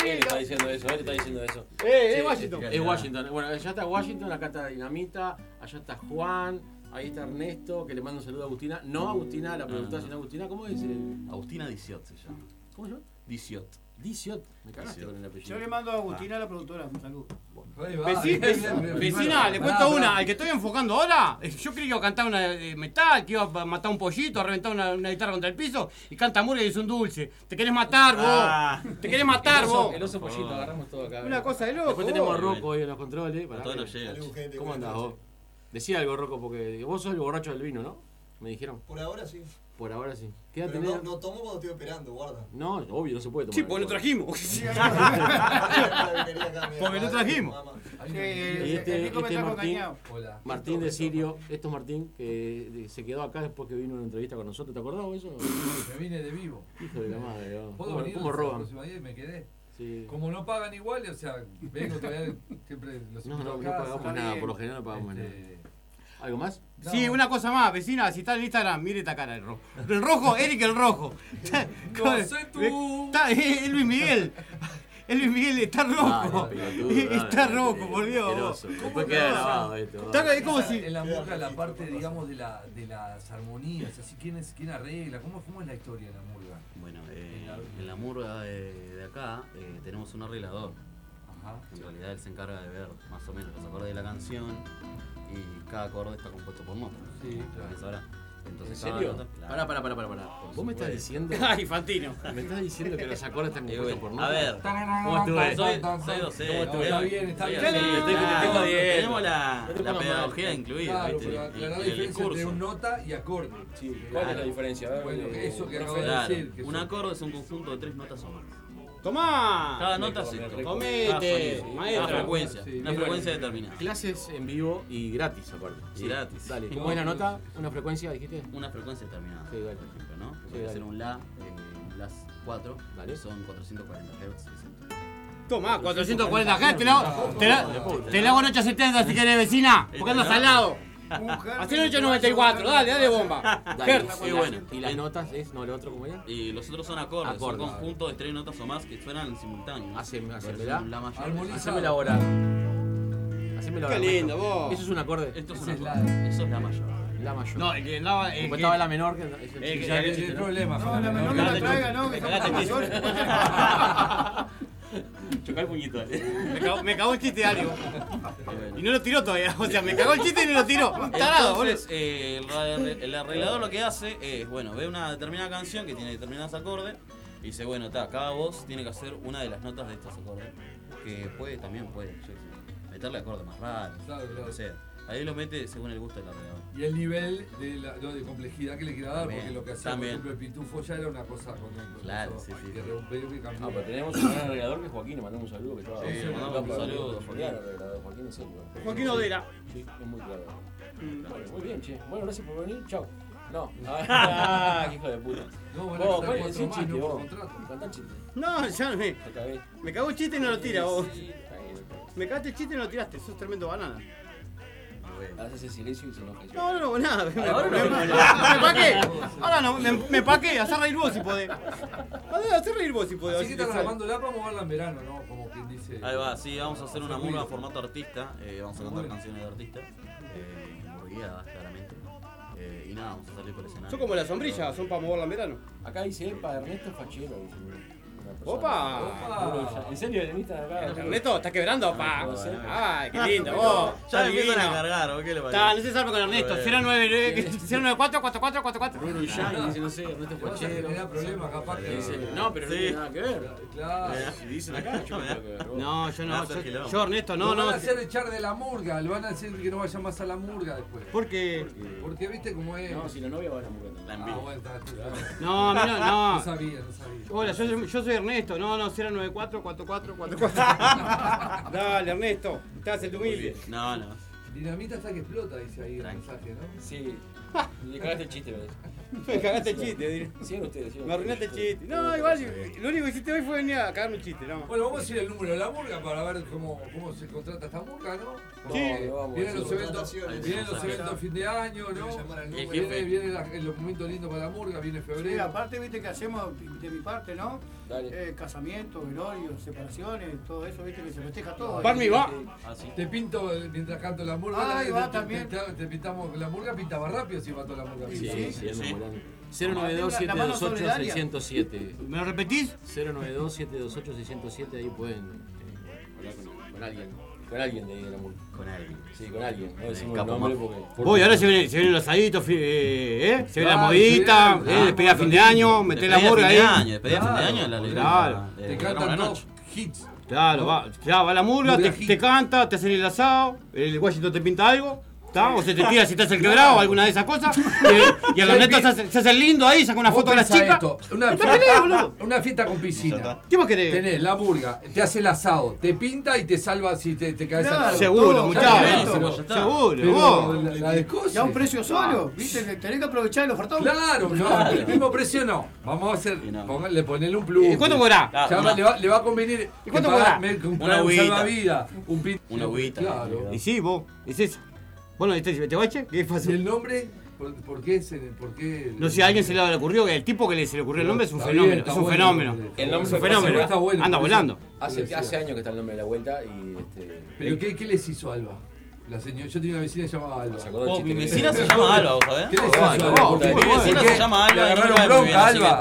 Speaker 7: Él está diciendo eso, él está diciendo eso.
Speaker 2: Eh, es
Speaker 7: Sí,
Speaker 2: Washington.
Speaker 7: Es Washington. Bueno, allá está Washington, acá está Dinamita, allá está Juan, ahí está Ernesto, que le mando un saludo a Agustina. No Agustina, la pregunta, sino Agustina, ¿cómo es el?
Speaker 9: Agustina Diciot se llama.
Speaker 7: ¿Cómo se llama?
Speaker 9: Diciot.
Speaker 7: Diciot. Me
Speaker 10: <laughs>
Speaker 7: cagaste con el apellido.
Speaker 10: Yo le mando a Agustina, la productora, un saludo.
Speaker 2: Veci-
Speaker 7: <laughs>
Speaker 2: vec- Vecina, le cuento una. Al que estoy enfocando ahora, eh, yo creí que iba a cantar una de metal, que iba a matar un pollito, a reventar una, una guitarra contra el piso, y canta murga y es un dulce. Te querés matar, vos.
Speaker 7: Ah.
Speaker 2: Te querés matar,
Speaker 7: El oso-
Speaker 2: vos.
Speaker 7: El oso pollito, agarramos todo acá.
Speaker 2: Una cosa de loco,
Speaker 7: Después tenemos a
Speaker 2: vos.
Speaker 7: Rocco hoy en los controles. pará
Speaker 9: todos
Speaker 7: que-
Speaker 9: nos llega.
Speaker 7: ¿Cómo andás vos? Decía algo, Rocco, porque vos sos el borracho del vino, ¿no? Me dijeron.
Speaker 8: Por ahora sí.
Speaker 7: Por ahora sí. ¿Qué edad
Speaker 8: Pero no,
Speaker 7: tenés?
Speaker 8: no tomo cuando estoy operando, guarda.
Speaker 7: No, obvio, no se puede tomar.
Speaker 8: Sí, porque
Speaker 7: lo <laughs> trajimos.
Speaker 8: Porque
Speaker 7: lo trajimos. Y este,
Speaker 10: Nico me
Speaker 7: este
Speaker 10: trajo
Speaker 7: Martín,
Speaker 10: engañado.
Speaker 7: Hola. Martín de Sirio, esto es Martín, que de- se quedó acá después que vino a una entrevista con nosotros, ¿te acordás vos eso?
Speaker 6: Me vine de vivo.
Speaker 7: Hijo de la madre, ¿no?
Speaker 6: ¿Puedo
Speaker 7: ¿Cómo,
Speaker 6: venir
Speaker 7: cómo
Speaker 6: la
Speaker 7: roban?
Speaker 6: próxima vez? Me quedé.
Speaker 7: Sí.
Speaker 6: Como no pagan igual, o sea, vengo todavía, siempre los
Speaker 7: No, no,
Speaker 6: invito a
Speaker 7: no
Speaker 6: casa,
Speaker 7: pagamos
Speaker 6: está
Speaker 7: nada,
Speaker 6: bien.
Speaker 7: por lo
Speaker 2: <laughs>
Speaker 7: general no pagamos
Speaker 9: este,
Speaker 7: nada. ¿Algo más?
Speaker 2: Sí, una cosa más, vecina, si está en Instagram, mire esta cara del rojo. El rojo,
Speaker 7: <laughs>
Speaker 2: Eric el rojo.
Speaker 6: No
Speaker 10: <laughs>
Speaker 6: sé tú.
Speaker 2: Está, <laughs> es Luis Miguel. Es Luis Miguel, está rojo. <laughs> está rojo, por Dios.
Speaker 7: Después queda grabado esto.
Speaker 2: Está- es como
Speaker 6: O sea,
Speaker 2: si-
Speaker 6: En la murga, la parte, digamos, de, la, de las armonías, así, ¿quién, es, quién arregla? ¿Cómo, ¿Cómo es la historia de la murga?
Speaker 9: Bueno, eh, en la murga de, de acá eh, tenemos un arreglador. En realidad él se encarga de ver más o menos los acordes de la canción y cada acorde está compuesto por notas.
Speaker 7: Sí,
Speaker 9: Como
Speaker 7: claro.
Speaker 9: bien sabrás. Entonces,
Speaker 7: ¿En serio?
Speaker 9: cada nota-
Speaker 7: Pará, pará, pará, pará, pará.
Speaker 9: Por
Speaker 7: Vos me estás
Speaker 9: supuesto. <laughs>
Speaker 7: diciendo. <laughs> Me estás diciendo que los acordes están
Speaker 9: Y
Speaker 7: compuestos
Speaker 9: bueno,
Speaker 7: por
Speaker 9: A
Speaker 7: notas.
Speaker 9: ver.
Speaker 7: ¿Cómo estuve?
Speaker 9: Soy, soy docente.
Speaker 7: ¿Cómo estuve?
Speaker 9: Está bien, está bien. Te estoy- te tengo
Speaker 7: Claro,
Speaker 9: bien. Tenemos
Speaker 7: no
Speaker 9: la,
Speaker 7: te
Speaker 9: la
Speaker 7: pongas
Speaker 9: pedagogía
Speaker 7: mal.
Speaker 9: incluida,
Speaker 6: Claro,
Speaker 9: ¿viste?
Speaker 6: pero
Speaker 9: En-
Speaker 6: aclarar la
Speaker 9: en el
Speaker 6: diferencia entre
Speaker 9: curso.
Speaker 6: un nota y acorde.
Speaker 9: ¿cuál es la diferencia? A ver,
Speaker 6: Bueno,
Speaker 9: eh,
Speaker 6: eso que acabo de
Speaker 9: Claro,
Speaker 6: decir. que
Speaker 9: un
Speaker 6: son-
Speaker 9: acorde es un conjunto de tres notas o más.
Speaker 5: Tomá.
Speaker 9: Cada nota es esto.
Speaker 5: Comete,
Speaker 9: Cada sonido.
Speaker 5: maestro.
Speaker 9: Ah, Una frecuencia.
Speaker 5: Sí,
Speaker 9: una
Speaker 5: bien.
Speaker 9: frecuencia determinada.
Speaker 7: Clases en vivo y gratis, aparte.
Speaker 9: Y gratis.
Speaker 7: Dale.
Speaker 9: Y
Speaker 7: ¿Cómo es la
Speaker 9: vos-
Speaker 7: nota? ¿Una frecuencia, dijiste?
Speaker 9: Una frecuencia determinada. Por ejemplo, ¿no? Puede
Speaker 7: dale.
Speaker 9: ser un La, eh, un La 4, que son 440 Hz.
Speaker 5: Tomá,
Speaker 2: 440 Hz, te la, te la- te la hago en 870 si querés, vecina. Porque andas al lado. Hacé en 894, dale, dale bomba.
Speaker 9: <laughs> Dale,
Speaker 2: Hertz.
Speaker 9: y bueno.
Speaker 7: ¿Y las notas es? ¿No lo otro cómo era?
Speaker 9: Y los otros son acordes,
Speaker 7: Acordes.
Speaker 9: son conjuntos de tres notas o más que suenan simultáneos.
Speaker 7: Haceme,
Speaker 9: Hacemela. La mayor.
Speaker 7: Haceme la hora. Haceme la hora.
Speaker 9: Qué lindo, vos.
Speaker 7: Eso es un acorde.
Speaker 9: Esto es
Speaker 7: Ese
Speaker 9: una
Speaker 7: es
Speaker 9: acorde. Eso es la mayor.
Speaker 7: La mayor.
Speaker 9: No, el que la- el
Speaker 7: Como
Speaker 9: que-
Speaker 7: estaba la menor, que es
Speaker 9: el que-
Speaker 7: ya
Speaker 9: el que
Speaker 7: existe,
Speaker 9: tiene
Speaker 7: ¿no?
Speaker 9: problemas. No, la
Speaker 7: Me
Speaker 9: menor no la
Speaker 7: cagaste,
Speaker 9: traiga, no,
Speaker 7: Chucho.
Speaker 9: que
Speaker 7: Me
Speaker 9: son
Speaker 7: cagaste,
Speaker 9: más
Speaker 7: Chucho.
Speaker 9: Chocá el puñito.
Speaker 2: Me cagó, me cagó el chiste de algo. Y no lo tiró todavía. O sea, me cagó el chiste y no lo tiró. Un Tarado, boludo.
Speaker 9: Entonces, eh, el arre- el arreglador lo que hace es, bueno, ve una determinada canción que tiene determinados acordes y dice, bueno, está, cada voz tiene que hacer una de las notas de estos acordes. Que puede, también puede, yo qué sé, meterle acordes más raros,
Speaker 6: Claro, claro.
Speaker 9: lo que sea. Ahí lo mete según el gusto del arreglador.
Speaker 6: Y el nivel de, la, no, de complejidad que le quiera dar,
Speaker 9: También,
Speaker 6: porque lo que hacía, por
Speaker 9: también.
Speaker 6: ejemplo, el pitufo ya era una cosa con el
Speaker 9: Claro,
Speaker 6: con eso,
Speaker 9: sí, sí.
Speaker 6: que romper y cambiar.
Speaker 9: Ah, pero
Speaker 7: pues Tenemos un gran arreglador que es Joaquín, le mandamos un saludo que estaba.
Speaker 6: Sí, le mandamos un saludo,
Speaker 7: Joaquín.
Speaker 6: Joaquín.
Speaker 7: arreglador, Joaquín es el-
Speaker 6: Joaquín Odera.
Speaker 7: Sí, es muy claro. Bueno, muy bien, che. Bueno, gracias por venir, chao. No, <laughs> ah, qué hijo de puta.
Speaker 6: No,
Speaker 7: vos,
Speaker 6: van a
Speaker 7: vos,
Speaker 6: cantar
Speaker 7: decí
Speaker 6: cuatro más,
Speaker 7: chiste,
Speaker 6: no por
Speaker 7: vos.
Speaker 6: contrato.
Speaker 7: Cantá chiste.
Speaker 5: No, ya me. Me cagó el chiste y no lo tira vos.
Speaker 7: Sí, está bien, está
Speaker 5: Me cagaste el chiste y no lo tiraste, sos tremendo banana.
Speaker 7: bien. Haces el silencio y se Ah. enoja.
Speaker 5: No, no, no, nada. Me,
Speaker 7: Ahora
Speaker 5: me-
Speaker 7: no.
Speaker 5: me- me paqué. Ahora no, me, me paqué. Hacé reír vos si podés. Hacé- Hacé reír vos si podés.
Speaker 6: Así que están
Speaker 5: te sale.
Speaker 6: armando la vamos a verla en verano, ¿no? Como quien dice.
Speaker 9: Ahí va, sí, vamos a hacer una
Speaker 6: Seguro.
Speaker 9: murga en formato artista, eh, vamos a cantar
Speaker 6: Bueno.
Speaker 9: canciones de artista, eh, murgueadas claramente, eh, y nada, vamos a salir por el escenario.
Speaker 5: Son como las sombrillas, son para moverla en verano.
Speaker 7: Acá dice Epa, Ernesto Fachero. dice una persona.
Speaker 5: Opa.
Speaker 7: Opa. ¿En serio? ¿En Instagram? acá?
Speaker 5: Ernesto, estás quebrando, pa. Ay, qué lindo, vos.
Speaker 9: Ya me
Speaker 5: Divino.
Speaker 9: empiezan a cargar, ¿o qué le parece?
Speaker 5: Está, no se salva con Ernesto. Eh,
Speaker 2: 099 094 4444.
Speaker 7: Bruno Ullán dice, no sé, Ernesto Fachero.
Speaker 6: problemas, capaz que.
Speaker 7: Dice, no, pero no tiene nada que ver.
Speaker 6: Claro.
Speaker 7: Si dicen acá, yo me tengo que ver.
Speaker 5: Eh, No, yo no. Yo,
Speaker 6: Lo
Speaker 5: yo, Ernesto, no, no.
Speaker 6: van a hacer echar de la murga, lo van a decir que no vaya más a la murga después.
Speaker 5: ¿Por qué?
Speaker 6: Porque viste cómo es.
Speaker 7: No, si la novia va a la murga.
Speaker 9: La
Speaker 6: Ah, bueno, está, está, está.
Speaker 5: No, no,
Speaker 9: <laughs>
Speaker 5: no.
Speaker 6: No sabía, no sabía.
Speaker 5: Hola, yo, soy- yo soy Ernesto. No, no, 094
Speaker 9: <laughs>
Speaker 5: 4444. Dale, Ernesto. Te haces el humilde.
Speaker 9: No, no.
Speaker 6: Dinamita hasta que explota, dice ahí el mensaje, ¿no?
Speaker 7: Sí. Le cagaste el chiste, ¿verdad?
Speaker 5: <laughs> Me cagaste el chiste, diré.
Speaker 7: Sigan ustedes, sigan
Speaker 5: Me arruinaste el chiste. No, igual, lo único que hiciste hoy fue venir a cagarme un chiste, no.
Speaker 6: Bueno, vamos a decir el número de la murga para ver cómo, cómo se contrata esta murga, ¿no?
Speaker 5: Sí.
Speaker 6: No, vamos, vienen los
Speaker 5: sí.
Speaker 6: eventos,
Speaker 5: Contrataciones.
Speaker 6: vienen los
Speaker 5: Ahí
Speaker 6: eventos
Speaker 5: está.
Speaker 6: de fin de año, ¿no?
Speaker 9: número.
Speaker 6: Viene, viene la- los momentos lindos para la murga, viene
Speaker 10: Sí,
Speaker 6: febrero.
Speaker 10: aparte, viste que hacemos de mi parte, ¿no? Eh, casamientos, velorios, separaciones, todo eso, viste que se festeja todo.
Speaker 6: Bar mi va.
Speaker 10: Así.
Speaker 6: Ah, Te pinto eh, mientras canto la murga.
Speaker 10: Ah, ahí
Speaker 6: te-
Speaker 10: va
Speaker 6: te- te-
Speaker 10: también.
Speaker 6: Te, te pintamos la murga, pintaba rápido si mató la murga.
Speaker 7: Sí, sí, sí,
Speaker 6: sí.
Speaker 7: 092-728-607.
Speaker 2: ¿Me lo repetís?
Speaker 7: 092-728-607, ahí pueden eh, hablar con, con alguien. Con alguien de ahí de la murga.
Speaker 9: Con alguien.
Speaker 7: Sí, con alguien. No decimos el
Speaker 2: Capo
Speaker 7: nombre
Speaker 2: Mapo.
Speaker 7: porque...
Speaker 2: Uy, ahora se vienen, se vienen los aditos, eh, eh, se viene la
Speaker 7: Ah,
Speaker 2: modita,
Speaker 7: sí,
Speaker 2: eh, despedida a fin de año, meter la
Speaker 9: Despedida
Speaker 2: murga
Speaker 9: a fin de
Speaker 2: ahí.
Speaker 9: año, despedida a fin de año,
Speaker 5: Ah,
Speaker 9: la alegría.
Speaker 2: Claro.
Speaker 9: Te Eh, cantan la noche.
Speaker 6: hits.
Speaker 2: Claro, va, ya va la murga, te, te canta, te hacen el asado, el Washington te pinta algo.
Speaker 5: ¿Está? O se te tira si estás el quebrado o alguna de esas cosas. Y,
Speaker 6: <laughs>
Speaker 5: y a los
Speaker 6: Sí,
Speaker 5: netos
Speaker 6: vi-
Speaker 5: se hace- se hace el lindo ahí, saca una
Speaker 6: Vos
Speaker 5: foto de las
Speaker 6: pensá
Speaker 5: chicas.
Speaker 6: esto, Una
Speaker 5: No te pelees, boludo.
Speaker 6: fiesta, una fiesta con piscina. ¿Qué más querés? Tenés la burga, te hace el asado, te pinta y te salva si te, te caes
Speaker 10: Claro,
Speaker 6: al agua.
Speaker 10: Seguro,
Speaker 6: Ya
Speaker 10: muchacho,
Speaker 6: tenés,
Speaker 10: esto, ya
Speaker 6: pero-
Speaker 10: está.
Speaker 6: Seguro,
Speaker 10: Pero
Speaker 6: vos.
Speaker 10: la-
Speaker 6: la descoce.
Speaker 10: Ya un precio solo, ¿viste? Tenés que aprovechar el ofertón.
Speaker 6: Claro, no, el mismo precio no. Vamos a hacer, ponle, ponele un plus.
Speaker 5: ¿Y cuánto cobrá?
Speaker 6: Ya
Speaker 5: Una-
Speaker 6: le, va, le va a convenir. ¿Y
Speaker 5: cuánto cobrá? Una
Speaker 6: Una
Speaker 5: agüita.
Speaker 6: salvavidas, un pin-
Speaker 5: Una agüita.
Speaker 6: Claro.
Speaker 5: Y sí, vos, es eso. ¿Vos no viste te bache? ¿Qué pasó?
Speaker 6: ¿Y el nombre? ¿Por, por qué? Se, por qué
Speaker 5: No sé, a alguien se le ocurrió que el tipo que le- se le ocurrió el nombre es un
Speaker 6: Está
Speaker 5: fenómeno.
Speaker 6: bien, está
Speaker 5: es un
Speaker 6: bueno.
Speaker 5: fenómeno.
Speaker 7: El
Speaker 5: es
Speaker 7: nombre
Speaker 5: un fenómeno.
Speaker 7: está bueno.
Speaker 5: Anda
Speaker 7: porque
Speaker 5: volando.
Speaker 6: Ah,
Speaker 7: Hace, hace años que está el nombre de la vuelta y este.
Speaker 6: ¿Pero qué, qué les hizo Alba? La señora, yo tenía una vecina que se llamaba Alba.
Speaker 9: Oh,
Speaker 7: acordó el chiste que-
Speaker 6: ¿Qué les hizo Alba? ¿Por qué?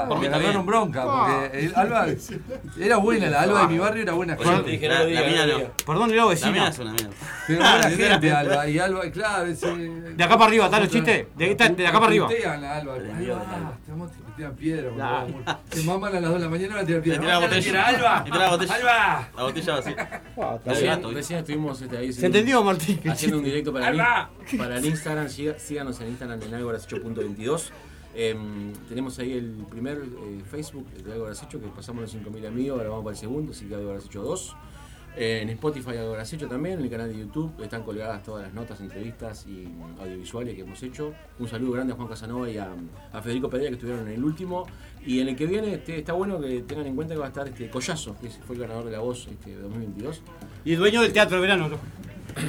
Speaker 6: ¿Por qué? Le agarraron bronca, Alba. Le agarraron bronca. Porque el Alba era buena, la Alba de
Speaker 5: Ah.
Speaker 6: mi barrio era buena.
Speaker 9: Oye,
Speaker 6: gente.
Speaker 9: te dije, no lo diga, La no lo mía no. diga.
Speaker 5: Perdón, era vecina.
Speaker 9: La mía es una mía.
Speaker 6: Pero
Speaker 9: <laughs>
Speaker 5: <laughs> Ah,
Speaker 6: buena
Speaker 5: de
Speaker 6: gente,
Speaker 5: veras.
Speaker 6: Alba. Y Alba, claro, ese.
Speaker 5: De acá para arriba, ¿están los chistes? De, esta- de acá para arriba.
Speaker 6: Putean a Alba. Ahí va, estamos- Te tiran piedra, boludo, amor. Te maman a las 2 de la mañana van a tirar
Speaker 9: Le
Speaker 6: piedra.
Speaker 9: tiré la
Speaker 6: Vamos a tirar
Speaker 9: botella.
Speaker 6: piedra,
Speaker 9: Le tiré la botella.
Speaker 6: ¡Alba!
Speaker 9: La botella vacía.
Speaker 5: Ah,
Speaker 7: Recién, recién estuvimos este, ahí haciendo-
Speaker 5: entendió, Martín?
Speaker 7: <laughs> Haciendo un directo para, el
Speaker 5: ¡Alba!
Speaker 7: in- para el Instagram. Siga- Síganos en Instagram en Algoras 8.22. Em, tenemos ahí el primer eh, Facebook de Algoras 8 que pasamos los 5.000 amigos. Ahora vamos para el segundo, así que Algoras 8 2. Eh, en Spotify Algoras 8 también. En el canal de YouTube están colgadas todas las notas, entrevistas y mm, audiovisuales que hemos hecho. Un saludo grande a Juan Casanova y a, a Federico Pereira que estuvieron en el último. Y en el que viene este, está bueno que tengan en cuenta que va a estar este Collazo, que fue el ganador de la voz este, 2022.
Speaker 5: Y dueño del teatro de verano, ¿no?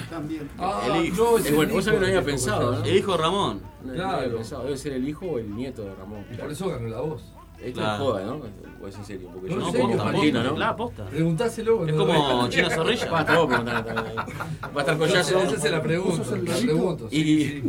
Speaker 10: También.
Speaker 7: El hijo. Eh, bueno, vos sabés que no había pensado, ¿no?
Speaker 9: El hijo de Ramón.
Speaker 7: No, no
Speaker 6: Claro.
Speaker 7: había pensado. Debe ser el hijo o el nieto de Ramón.
Speaker 6: Por eso ganó la voz.
Speaker 7: Esto
Speaker 9: Claro.
Speaker 7: es joda, ¿no? O es en serio. Porque
Speaker 9: No,
Speaker 7: yo
Speaker 9: posta,
Speaker 7: sé que es
Speaker 9: posta,
Speaker 7: Martino, ¿no?
Speaker 9: claro, posta.
Speaker 6: Preguntáselo.
Speaker 9: Es
Speaker 6: cuando-
Speaker 9: como Chino Zorrilla.
Speaker 7: Va, te voy a preguntar también. Va a estar
Speaker 6: Entonces,
Speaker 7: collazo.
Speaker 6: Esa se la pregunto. se la pregunto.
Speaker 7: Y,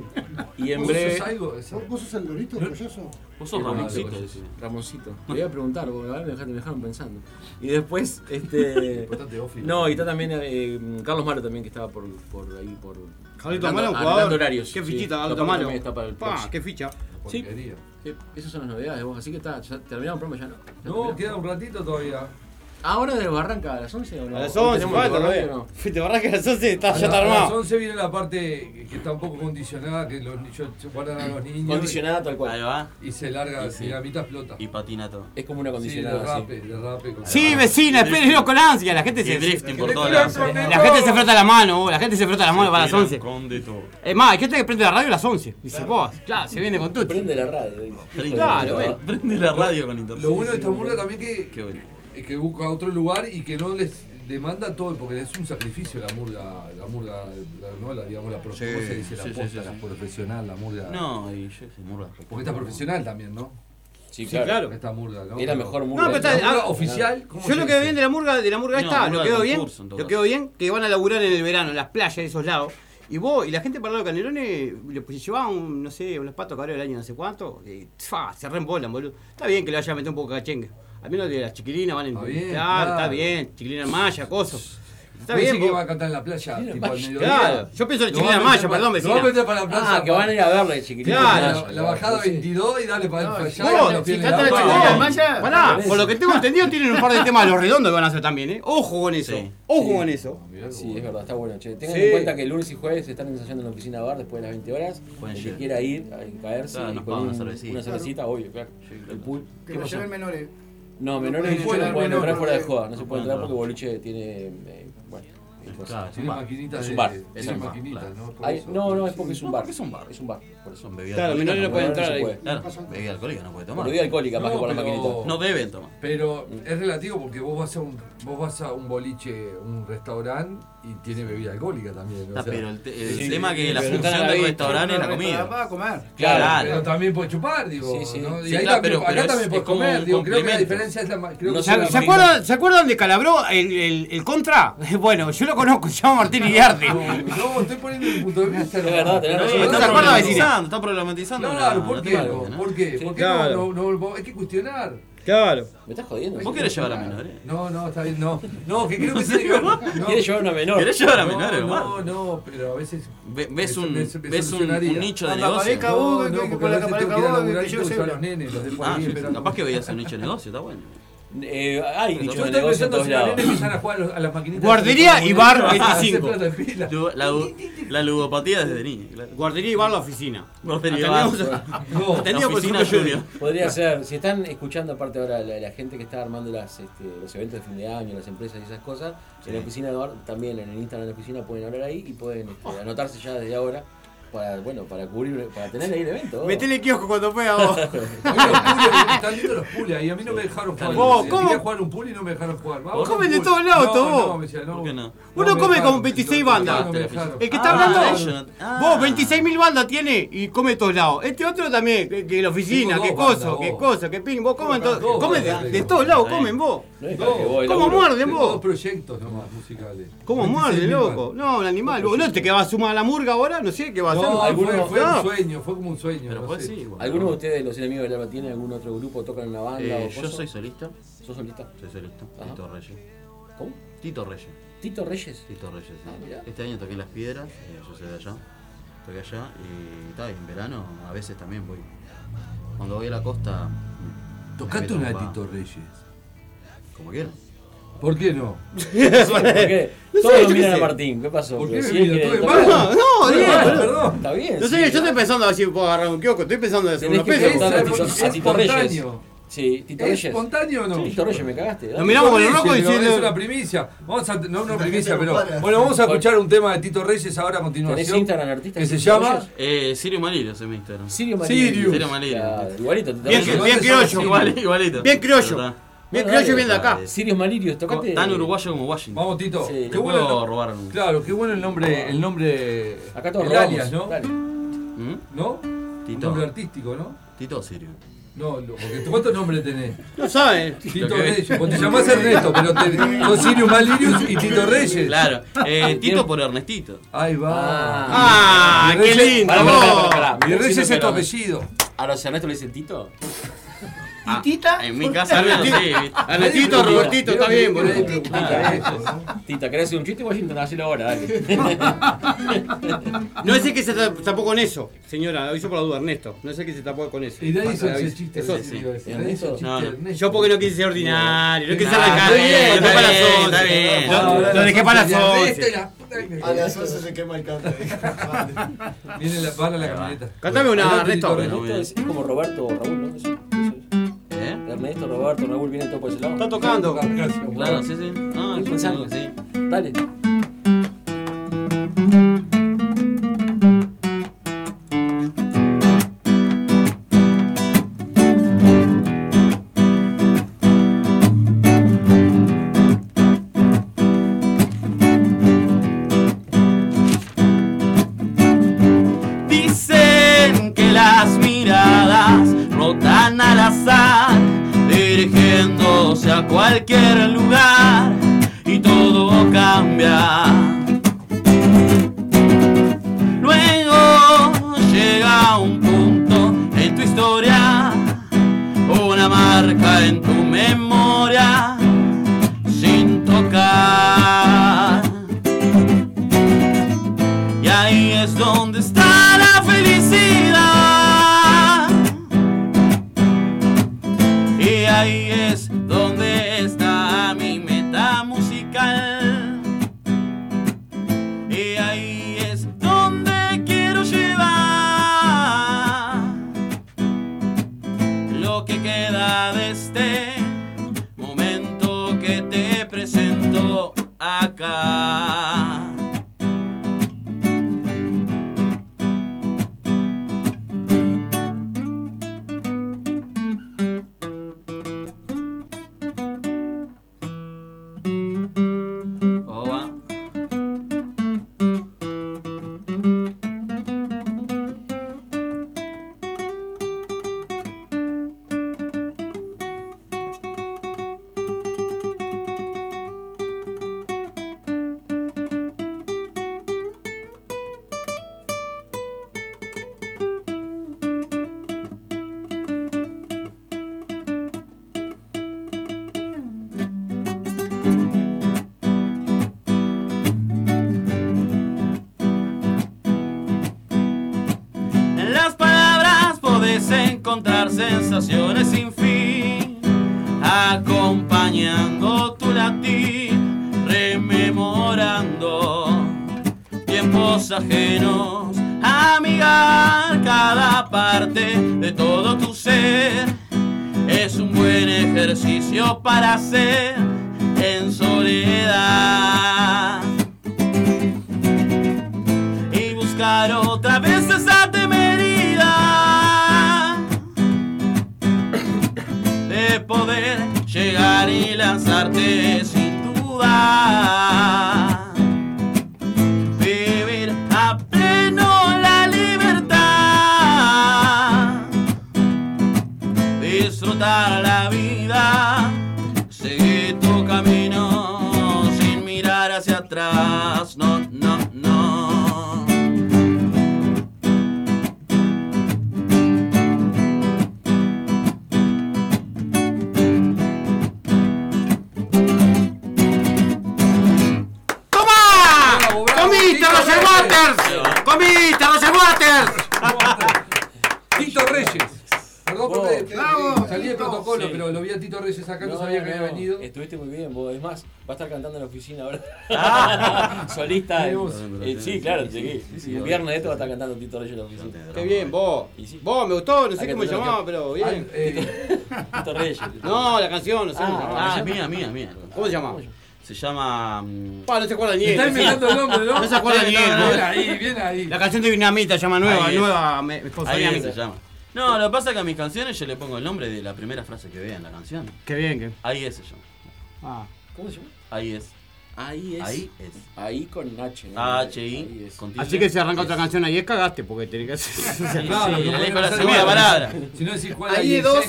Speaker 7: y en
Speaker 11: ¿Vos
Speaker 7: breve.
Speaker 11: sos algo? ¿Vos sos el dorito, payaso?
Speaker 7: Sí, Ramoncito.
Speaker 9: <laughs>
Speaker 7: Ramoncito. Te voy a preguntar, porque ahora me dejaron, me dejaron pensando. Y después, este.
Speaker 6: <laughs> Importante, Ofi.
Speaker 7: no, y está también eh, Carlos Malo también, que estaba por, por ahí, por.
Speaker 5: Carlito
Speaker 7: arreglando-
Speaker 5: Malo,
Speaker 7: arreglando
Speaker 5: jugador.
Speaker 7: horarios.
Speaker 5: Qué
Speaker 7: Sí,
Speaker 5: fichita, Carlito
Speaker 7: capaz que
Speaker 5: Malo.
Speaker 7: también Está para el
Speaker 5: Pa,
Speaker 7: próximo.
Speaker 5: qué ficha.
Speaker 7: Sí.
Speaker 6: Porquería.
Speaker 7: Sí, Esas son las novedades de vos, así que está, ya terminamos el programa ya no. ¿Ya
Speaker 6: No,
Speaker 7: terminamos?
Speaker 6: queda un ratito todavía.
Speaker 7: Ahora de Barranca a las 11 o no?
Speaker 5: A las 11,
Speaker 7: ¿Tenemos el
Speaker 5: falta
Speaker 7: horario
Speaker 5: todavía.
Speaker 7: o no?
Speaker 5: <laughs> Te barras que a las 11 está,
Speaker 6: A
Speaker 5: ya
Speaker 6: la-
Speaker 5: está
Speaker 6: a las
Speaker 5: armado.
Speaker 6: 11 viene la parte que- que está un poco condicionada, que los niños se guardan a los niños.
Speaker 7: Condicionada tal cual.
Speaker 9: Ahí va.
Speaker 6: Y se larga,
Speaker 9: Y
Speaker 6: si
Speaker 9: sí.
Speaker 6: la mitad flota.
Speaker 9: Y patina todo.
Speaker 7: Es como una
Speaker 6: condicionada,
Speaker 7: condicionada.
Speaker 6: sí. derrape. con-
Speaker 5: Sí, vecina, espérenlo con ansia. La gente se.
Speaker 9: Ah. Y drifting por
Speaker 5: la-
Speaker 9: todas
Speaker 5: la-
Speaker 9: las-
Speaker 5: La gente se frota la mano, vos, la gente se frota la mano para las 11. Es más, hay gente que prende la radio a las 11. Dice, vos, claro, se viene con tutti.
Speaker 7: Prende la radio.
Speaker 5: Claro, bueno.
Speaker 9: Prende la radio con internet.
Speaker 6: Lo bueno de esta murga también que, es que busca otro lugar y que no les demanda todo, porque es un sacrificio la murga, la murga, la, no, la, digamos, la pro-
Speaker 9: Sí,
Speaker 6: ¿cómo se dice? La
Speaker 9: sí, sí,
Speaker 6: posta,
Speaker 9: sí,
Speaker 6: la
Speaker 9: sí.
Speaker 6: profesional, la murga.
Speaker 9: No, y yo soy murga.
Speaker 6: Porque está profesional también, ¿no?
Speaker 7: Sí, claro. claro.
Speaker 6: Esta murga, ¿no?
Speaker 7: Es la
Speaker 6: Pero-
Speaker 7: mejor
Speaker 5: No, pero está,
Speaker 6: La murga
Speaker 5: ah,
Speaker 6: oficial. ¿cómo
Speaker 5: Yo
Speaker 6: se
Speaker 5: lo que
Speaker 6: dice?
Speaker 5: veo bien de la murga, de la murga
Speaker 6: No,
Speaker 5: esta,
Speaker 6: murga
Speaker 5: lo
Speaker 6: de
Speaker 5: quedo bien,
Speaker 6: concurso, en todo
Speaker 5: lo
Speaker 6: caso.
Speaker 5: quedo bien, que van a laburar en el verano, en las playas de esos lados. Y vos, y la gente para los canelones, le pues, llevaba un, no sé, unos patos cabreos del año no sé cuánto, y ¡fua! se reembolan, boludo. Está bien que le vaya a meter un poco de cachengue. Al menos de las chiquilinas van en.
Speaker 6: Está bien,
Speaker 5: claro, está
Speaker 6: claro.
Speaker 5: bien, chiquilina en malla, cosas. Está
Speaker 6: Vos decís
Speaker 5: bien,
Speaker 6: que
Speaker 5: vos.
Speaker 6: va a cantar en la playa. tipo, al mediodía.
Speaker 5: Claro, yo pienso en
Speaker 6: Lo
Speaker 5: la chiquilina en
Speaker 6: va a meter
Speaker 5: malla,
Speaker 6: pa-
Speaker 5: perdón,
Speaker 6: lo
Speaker 5: vecina.
Speaker 6: va a meter para la plaza.
Speaker 7: Ah, que van a ir a verla de chiquilina.
Speaker 5: Claro.
Speaker 6: La bajada 22 y dale para el allá.
Speaker 5: Vos,
Speaker 6: y no
Speaker 5: si
Speaker 6: pierde
Speaker 5: canta la
Speaker 6: la
Speaker 5: chiquilina en
Speaker 6: mano.
Speaker 5: malla, pará, por lo que tengo entendido tienen un par de temas a los redondos que van a hacer también, ¿eh? Ojo con eso, ojo con eso.
Speaker 9: Ah,
Speaker 7: Sí, es verdad, está bueno. Che. Tengan
Speaker 5: Sí.
Speaker 7: en cuenta que lunes y jueves están ensayando en la oficina bar después de las 20 horas.
Speaker 9: Pueden
Speaker 7: El
Speaker 9: llegar.
Speaker 7: que quiera ir, a caerse
Speaker 9: Claro,
Speaker 7: y
Speaker 9: nos
Speaker 7: con
Speaker 9: pagan una
Speaker 7: un-
Speaker 9: cervecita.
Speaker 7: una cervecita, obvio, claro. El pool.
Speaker 10: Que
Speaker 7: ¿Qué
Speaker 10: lo
Speaker 7: pasó?
Speaker 10: lleven menores.
Speaker 7: No,
Speaker 10: No
Speaker 7: menores
Speaker 10: pueden
Speaker 7: no, no
Speaker 10: entrar,
Speaker 7: pueden
Speaker 10: menores,
Speaker 7: entrar fuera de
Speaker 10: porque-
Speaker 7: joda. No se puede
Speaker 10: no pueden
Speaker 7: entrar
Speaker 10: entrar.
Speaker 7: porque Boliche tiene. eh, bueno. eh, cosas.
Speaker 9: Claro,
Speaker 7: Es
Speaker 9: tiene
Speaker 7: un bar.
Speaker 9: maquinitas
Speaker 7: Es
Speaker 9: de-
Speaker 7: un bar.
Speaker 9: tiene
Speaker 7: Es un bar.
Speaker 9: maquinitas,
Speaker 7: claro.
Speaker 9: ¿no? Por
Speaker 7: Hay-
Speaker 9: eso.
Speaker 7: No, no, es porque es un
Speaker 9: No,
Speaker 7: bar.
Speaker 9: porque es un bar.
Speaker 7: Es un bar. Por eso.
Speaker 9: Bebida
Speaker 7: Claro,
Speaker 9: alcohólica
Speaker 7: menores no pueden
Speaker 9: se
Speaker 7: entrar ahí.
Speaker 9: puede. Claro, bebida alcohólica no puede tomar.
Speaker 7: Bebida alcohólica más que por la
Speaker 6: pero-
Speaker 7: maquinita.
Speaker 9: No beben, toma.
Speaker 6: Pero es relativo porque vos vas a un, vos vas a un boliche, un restaurante y tiene bebida alcohólica también. o
Speaker 9: Ah,
Speaker 6: sea.
Speaker 9: pero el te- el
Speaker 6: Sí,
Speaker 9: tema que la
Speaker 6: pero-
Speaker 9: función
Speaker 6: Pero-
Speaker 9: del restaurante es la
Speaker 6: pero-
Speaker 9: comida.
Speaker 10: Para comer.
Speaker 6: Claro,
Speaker 9: Claro.
Speaker 6: pero también puedes chupar, digo.
Speaker 9: Sí, sí.
Speaker 6: ¿no? Y
Speaker 9: Sí,
Speaker 6: ahí
Speaker 9: claro,
Speaker 6: también,
Speaker 9: pero-
Speaker 6: acá
Speaker 9: pero
Speaker 6: también
Speaker 9: es- es
Speaker 6: puedes
Speaker 9: como
Speaker 6: comer,
Speaker 9: un
Speaker 6: digo, creo que la
Speaker 9: complemento.
Speaker 6: diferencia es la ma- creo que
Speaker 5: ¿Se,
Speaker 6: es la
Speaker 5: se
Speaker 6: misma.
Speaker 5: acuerdan, ¿Se acuerdan de Calabró el, el- el contra? <laughs> Bueno, yo lo conozco, se llama Martín Iriarte.
Speaker 6: No, estoy poniendo mi punto de vista. Es
Speaker 7: verdad, tenés razón.
Speaker 6: No,
Speaker 5: ¿No se
Speaker 6: no,
Speaker 5: acuerda, vecina?
Speaker 9: Problematizando, está problematizando.
Speaker 6: no,
Speaker 9: la-
Speaker 6: claro, ¿por
Speaker 9: la
Speaker 6: qué?
Speaker 9: temática,
Speaker 6: no?
Speaker 9: ¿no?
Speaker 6: ¿Por qué? ¿Por qué no-
Speaker 5: claro.
Speaker 6: no- no- Hay que cuestionar.
Speaker 5: Claro.
Speaker 7: ¿Me estás jodiendo?
Speaker 9: ¿Vos querés llevar a eh? menores?
Speaker 6: No, no, está bien, no. No,
Speaker 5: <laughs>
Speaker 6: que creo que tiene que ver- no.
Speaker 7: ¿Quieres llevar una menor?
Speaker 9: ¿Querés llevar a menores,
Speaker 6: No,
Speaker 9: Omar?
Speaker 6: no, no, pero a veces.
Speaker 9: Ve- ves un-
Speaker 6: me- me
Speaker 9: ves un-
Speaker 6: solucionaría.
Speaker 9: un nicho de
Speaker 6: Anda,
Speaker 9: negocio.
Speaker 6: aparezca
Speaker 9: No,
Speaker 6: vos, que-
Speaker 9: no,
Speaker 6: que
Speaker 9: porque
Speaker 6: con la
Speaker 9: a veces
Speaker 6: que
Speaker 9: tengo que
Speaker 6: aparezca vos,
Speaker 9: laburar
Speaker 6: que
Speaker 9: y
Speaker 6: yo
Speaker 9: tengo que
Speaker 6: llevo
Speaker 9: llevar
Speaker 6: a los nenes, los dejo
Speaker 9: Ah,
Speaker 6: ahí
Speaker 9: sí,
Speaker 6: esperando.
Speaker 9: capaz que veías un hecho de negocio, está bueno.
Speaker 7: Eh, hay
Speaker 6: Yo
Speaker 7: nicho de
Speaker 6: estoy
Speaker 7: negocio en
Speaker 6: pensando
Speaker 7: todos
Speaker 6: si la
Speaker 7: lados.
Speaker 6: nena empiezan a jugar a los- a las maquinitas.
Speaker 5: Guardería y bar 25.
Speaker 6: Du-
Speaker 9: La, lu- la ludopatía desde niño.
Speaker 5: Guardería y bar la oficina.
Speaker 9: Guardería y bar.
Speaker 5: Atendíamos <laughs> a-
Speaker 9: No,
Speaker 5: atendíamos
Speaker 9: la oficina
Speaker 5: por siempre
Speaker 9: junior.
Speaker 7: Podría ser, si están escuchando aparte ahora la, la gente que está armando las, este, los eventos de fin de año, las empresas y esas cosas, en la oficina de bar, también en el Instagram de la oficina pueden hablar ahí y pueden
Speaker 5: Oh.
Speaker 7: este, anotarse ya desde ahora para, bueno, para cubrir, para tener ahí el evento.
Speaker 5: Metele kiosco cuando pueda
Speaker 7: <laughs>
Speaker 5: vos.
Speaker 6: Están lindos los pools ahí. A mí no me dejaron jugar.
Speaker 5: Vos, ¿cómo?
Speaker 6: Quería jugar un pool y no me dejaron jugar. Vamos a
Speaker 5: Comen
Speaker 6: un
Speaker 5: de
Speaker 6: pool.
Speaker 5: todos lados,
Speaker 6: No,
Speaker 5: todo vos.
Speaker 6: no, me decía, no.
Speaker 5: Uno
Speaker 6: me
Speaker 5: come
Speaker 6: dejaron,
Speaker 5: con 26 bandas.
Speaker 6: no me dejaron.
Speaker 5: El que está
Speaker 6: Ah,
Speaker 5: hablando,
Speaker 6: Television.
Speaker 5: vos 26.000 bandas tiene y come de todos lados. Este otro también, que, que la oficina,
Speaker 6: Tengo
Speaker 5: que
Speaker 6: dos
Speaker 5: coso,
Speaker 6: bandas,
Speaker 5: que
Speaker 6: vos.
Speaker 5: coso, que pin, vos comen,
Speaker 6: Tengo
Speaker 5: todo-
Speaker 6: dos
Speaker 5: comen de,
Speaker 6: bandas,
Speaker 5: de
Speaker 6: digo.
Speaker 5: todos lados,
Speaker 6: Ahí.
Speaker 5: comen vos.
Speaker 6: No es que voy,
Speaker 5: ¿Cómo
Speaker 6: laburo.
Speaker 5: muerden
Speaker 6: Tengo
Speaker 5: vos?
Speaker 6: Dos proyectos nomás musicales. Este
Speaker 5: ¿Cómo muerde,
Speaker 6: 26.000
Speaker 5: loco? No, un animal. Vos no te quedás sumado a la murga ahora, no sé qué va a hacer.
Speaker 6: No, fue, fue
Speaker 5: No.
Speaker 6: un sueño, fue como un sueño. no sé.
Speaker 7: ¿Alguno de ustedes, los enemigos del alba, tiene algún otro grupo, tocan en una banda
Speaker 9: Eh,
Speaker 7: o
Speaker 9: yo
Speaker 7: cosa?
Speaker 9: soy solista.
Speaker 7: ¿Sos solista?
Speaker 9: Soy solista.
Speaker 7: Ajá.
Speaker 9: Tito Reyes.
Speaker 7: ¿Cómo?
Speaker 9: Tito Reyes.
Speaker 7: ¿Tito Reyes?
Speaker 9: Tito Reyes, sí.
Speaker 7: Ah, mirá.
Speaker 9: Este año toqué en Las Piedras, eh, yo soy de allá. Toqué allá y tal, en verano a veces también voy. Cuando voy a la costa. me
Speaker 6: Tocate
Speaker 9: meto
Speaker 6: una de
Speaker 9: pa-
Speaker 6: Tito Reyes.
Speaker 9: Como quieran.
Speaker 6: ¿Por qué no? <laughs>
Speaker 7: ¿Por qué? Todos
Speaker 5: sé,
Speaker 7: lo
Speaker 5: yo
Speaker 7: miran
Speaker 5: qué
Speaker 7: a
Speaker 5: sé.
Speaker 7: Martín, ¿qué pasó?
Speaker 5: ¿Por
Speaker 7: Pero
Speaker 5: qué
Speaker 7: si
Speaker 5: me
Speaker 7: es
Speaker 5: mira?
Speaker 7: que-
Speaker 5: Estuve
Speaker 7: está bien.
Speaker 5: mal. No,
Speaker 7: Estuve
Speaker 5: bien,
Speaker 7: mal,
Speaker 5: perdón.
Speaker 7: Está bien.
Speaker 5: No sé, yo estoy pensando a ver si puedo agarrar un kiosco. Estoy pensando en hacer
Speaker 7: Tenés
Speaker 5: unos
Speaker 7: que
Speaker 5: pesos.
Speaker 7: preguntarle a Tito-
Speaker 5: Ah,
Speaker 7: a Tito Reyes. Sí, Tito
Speaker 6: ¿Es
Speaker 7: Reyes.
Speaker 6: espontáneo o no?
Speaker 7: Sí, Tito Reyes, me cagaste. dale.
Speaker 6: Tito Reyes, digo, Es una primicia. Vamos a, no una primicia, pero. Bueno, vamos a escuchar un tema de Tito Reyes ahora a continuación.
Speaker 9: ¿Tenés Instagram, artista,
Speaker 6: Que se
Speaker 9: Tito
Speaker 6: llama.
Speaker 9: Reyes? Eh, Sirio Malilo soy mi Instagram.
Speaker 7: Sirio
Speaker 9: Malilo.
Speaker 7: Malilo.
Speaker 9: Sirio,
Speaker 7: Claro,
Speaker 9: Malilo.
Speaker 7: igualito, te-
Speaker 9: Bien,
Speaker 7: también.
Speaker 9: bien criollo. Igual, igualito.
Speaker 7: Bien criollo.
Speaker 9: ¿Verdad?
Speaker 7: Bien criollo y bien de acá. Sirius Malirius, tocate.
Speaker 9: Tan uruguayo como Washington.
Speaker 6: Vamos, Tito.
Speaker 9: Sí.
Speaker 6: Qué
Speaker 9: Te
Speaker 6: bueno.
Speaker 9: puedo
Speaker 6: el-
Speaker 9: robar un-
Speaker 6: Claro, qué bueno el nombre. El nombre
Speaker 9: Acá todos
Speaker 6: el
Speaker 9: robamos,
Speaker 6: alias, ¿no? ¿Mm?
Speaker 9: dale.
Speaker 6: ¿No? Un
Speaker 9: Tito.
Speaker 6: nombre artístico, ¿no?
Speaker 9: Tito Sirio.
Speaker 6: No, lo- porque ¿cuántos nombres tenés?
Speaker 5: No saben.
Speaker 6: Tito Reyes. Vos te llamás Ernesto, pero te, sos Sirius Malirius y Tito Reyes.
Speaker 9: Claro. Eh, Tito por Ernestito.
Speaker 6: Ahí va.
Speaker 9: Ah,
Speaker 6: Mi Reyes-
Speaker 9: Pará, pará, pará, pará.
Speaker 6: Mi Reyes
Speaker 9: Siendo
Speaker 6: es tu
Speaker 9: pelado.
Speaker 6: apellido.
Speaker 7: ¿A los Ernesto le dicen Tito?
Speaker 5: ah,
Speaker 9: ¿Tita? Ah, En mi casa no
Speaker 7: Ernestito.
Speaker 9: sé.
Speaker 7: Ernestito, Robertito, está bien, boludo.
Speaker 9: Ah,
Speaker 7: Tita, ¿querés hacer un chiste, Washington? Hacelo ahora, dale.
Speaker 9: <laughs>
Speaker 5: No es el que se ta- tapó con eso, señora, lo hizo por la duda Ernesto. No es el que se tapó con eso.
Speaker 6: Y nadie hizo
Speaker 5: Ah,
Speaker 6: ese
Speaker 5: es-
Speaker 6: chiste,
Speaker 5: es otro.
Speaker 6: ese tío, ese. Nadie hizo el chiste,
Speaker 5: No, no.
Speaker 6: Ernesto.
Speaker 5: Yo porque no quise ser ordinario, no quise ser la
Speaker 6: Ah,
Speaker 5: cara.
Speaker 6: está bien,
Speaker 5: Lo dejé
Speaker 6: está
Speaker 5: para las
Speaker 6: bien,
Speaker 5: once.
Speaker 6: está
Speaker 5: Lo-
Speaker 6: bien. No,
Speaker 5: Lo
Speaker 6: no,
Speaker 5: dejé
Speaker 6: no,
Speaker 5: para
Speaker 6: no,
Speaker 5: las
Speaker 6: no, no,
Speaker 5: 11.
Speaker 8: A las 11 se quema el canto.
Speaker 6: Viene la, van a la camioneta.
Speaker 5: Cantame una, Ernesto.
Speaker 7: Ernesto es es como Roberto o Raúl, ¿no? Eso- eso es. Ernesto, Roberto, Raúl vienen todos por ese lado.
Speaker 5: Está tocando.
Speaker 9: Claro, sí, sí. No,
Speaker 7: Estoy pensando.
Speaker 9: sí.
Speaker 7: Dale.
Speaker 13: Dicen que las miradas rotan al azar, dirigiéndose a cualquier lugar y todo cambia. Luego llega un punto en tu historia, una marca en tu memoria sin tocar. Y ahí es donde está la felicidad. Y ahí es donde está mi meta musical. Y ahí es donde quiero llevar lo que queda de este momento que te presento acá.
Speaker 7: Oh,
Speaker 13: Oba. En las palabras podés encontrar sensaciones sin fin. Acompañadas acompañando tu latir, rememorando tiempos ajenos, amigar cada parte de todo tu ser. Es un buen ejercicio para hacer en soledad. Y buscar otra vez esa temeridad de poder llegar y lanzarte sin duda. Vivir a pleno la libertad, disfrutar la vida, seguir tu camino sin mirar hacia atrás. No, no, no.
Speaker 5: ¡Toma! ¡Comiste, Roger Waters! ¡Comiste, Roger Waters!
Speaker 6: Tito Reyes. Perdón por eh, eh, salí de protocolo, pero lo vi a Tito Reyes acá, no, sabía que había venido.
Speaker 7: Estuviste muy bien, vos. Es más, va a estar cantando en la oficina
Speaker 6: Ah.
Speaker 7: ahora. <laughs> Solista. en-
Speaker 5: Tenemos-
Speaker 7: eh, sí, claro, llegué.
Speaker 5: sí,
Speaker 7: el
Speaker 5: sí.
Speaker 7: viernes de esto va a estar cantando Tito Reyes en la oficina.
Speaker 5: Qué bien, vos. Vos, me gustó, no sé
Speaker 7: Acá
Speaker 5: cómo se
Speaker 7: tenemos
Speaker 5: llamaba,
Speaker 7: que-
Speaker 5: pero bien.
Speaker 7: Tito Reyes.
Speaker 5: <laughs> No, la canción, no sé cómo se llamaba.
Speaker 7: Ah,
Speaker 5: Ah,
Speaker 7: mía,
Speaker 5: mía, mía. ¿Cómo se llama?
Speaker 9: Se llama. mm,
Speaker 5: Pa, no se acuerda ni él.
Speaker 9: Está inventando el nombre, ¿no?
Speaker 5: No se acuerda ni él.
Speaker 9: Bien
Speaker 5: ¿no?
Speaker 9: ahí,
Speaker 6: bien ahí.
Speaker 5: La canción de Dinamita se llama Nueva,
Speaker 9: Ahí es.
Speaker 5: Nueva. Me, me esposa
Speaker 9: Ahí
Speaker 5: Dinamita.
Speaker 9: se llama. No, lo que pasa es que a mis canciones yo le pongo el nombre de la primera frase que vea en la canción.
Speaker 5: Qué bien, que.
Speaker 9: Ahí es se llama.
Speaker 5: Ah.
Speaker 7: ¿Cómo se llama?
Speaker 9: Ahí es.
Speaker 7: Ahí es.
Speaker 9: Ahí es.
Speaker 7: Ahí con H. ¿no?
Speaker 9: H-I. con
Speaker 5: Así
Speaker 9: tilde.
Speaker 5: que si arranca otra canción ahí ¿eh? es cagaste, porque tenés que <laughs> hacer.
Speaker 9: Claro, sí, no elegí la segunda palabra.
Speaker 6: Si no decís cuál
Speaker 9: Ahí
Speaker 6: hay
Speaker 9: de dos.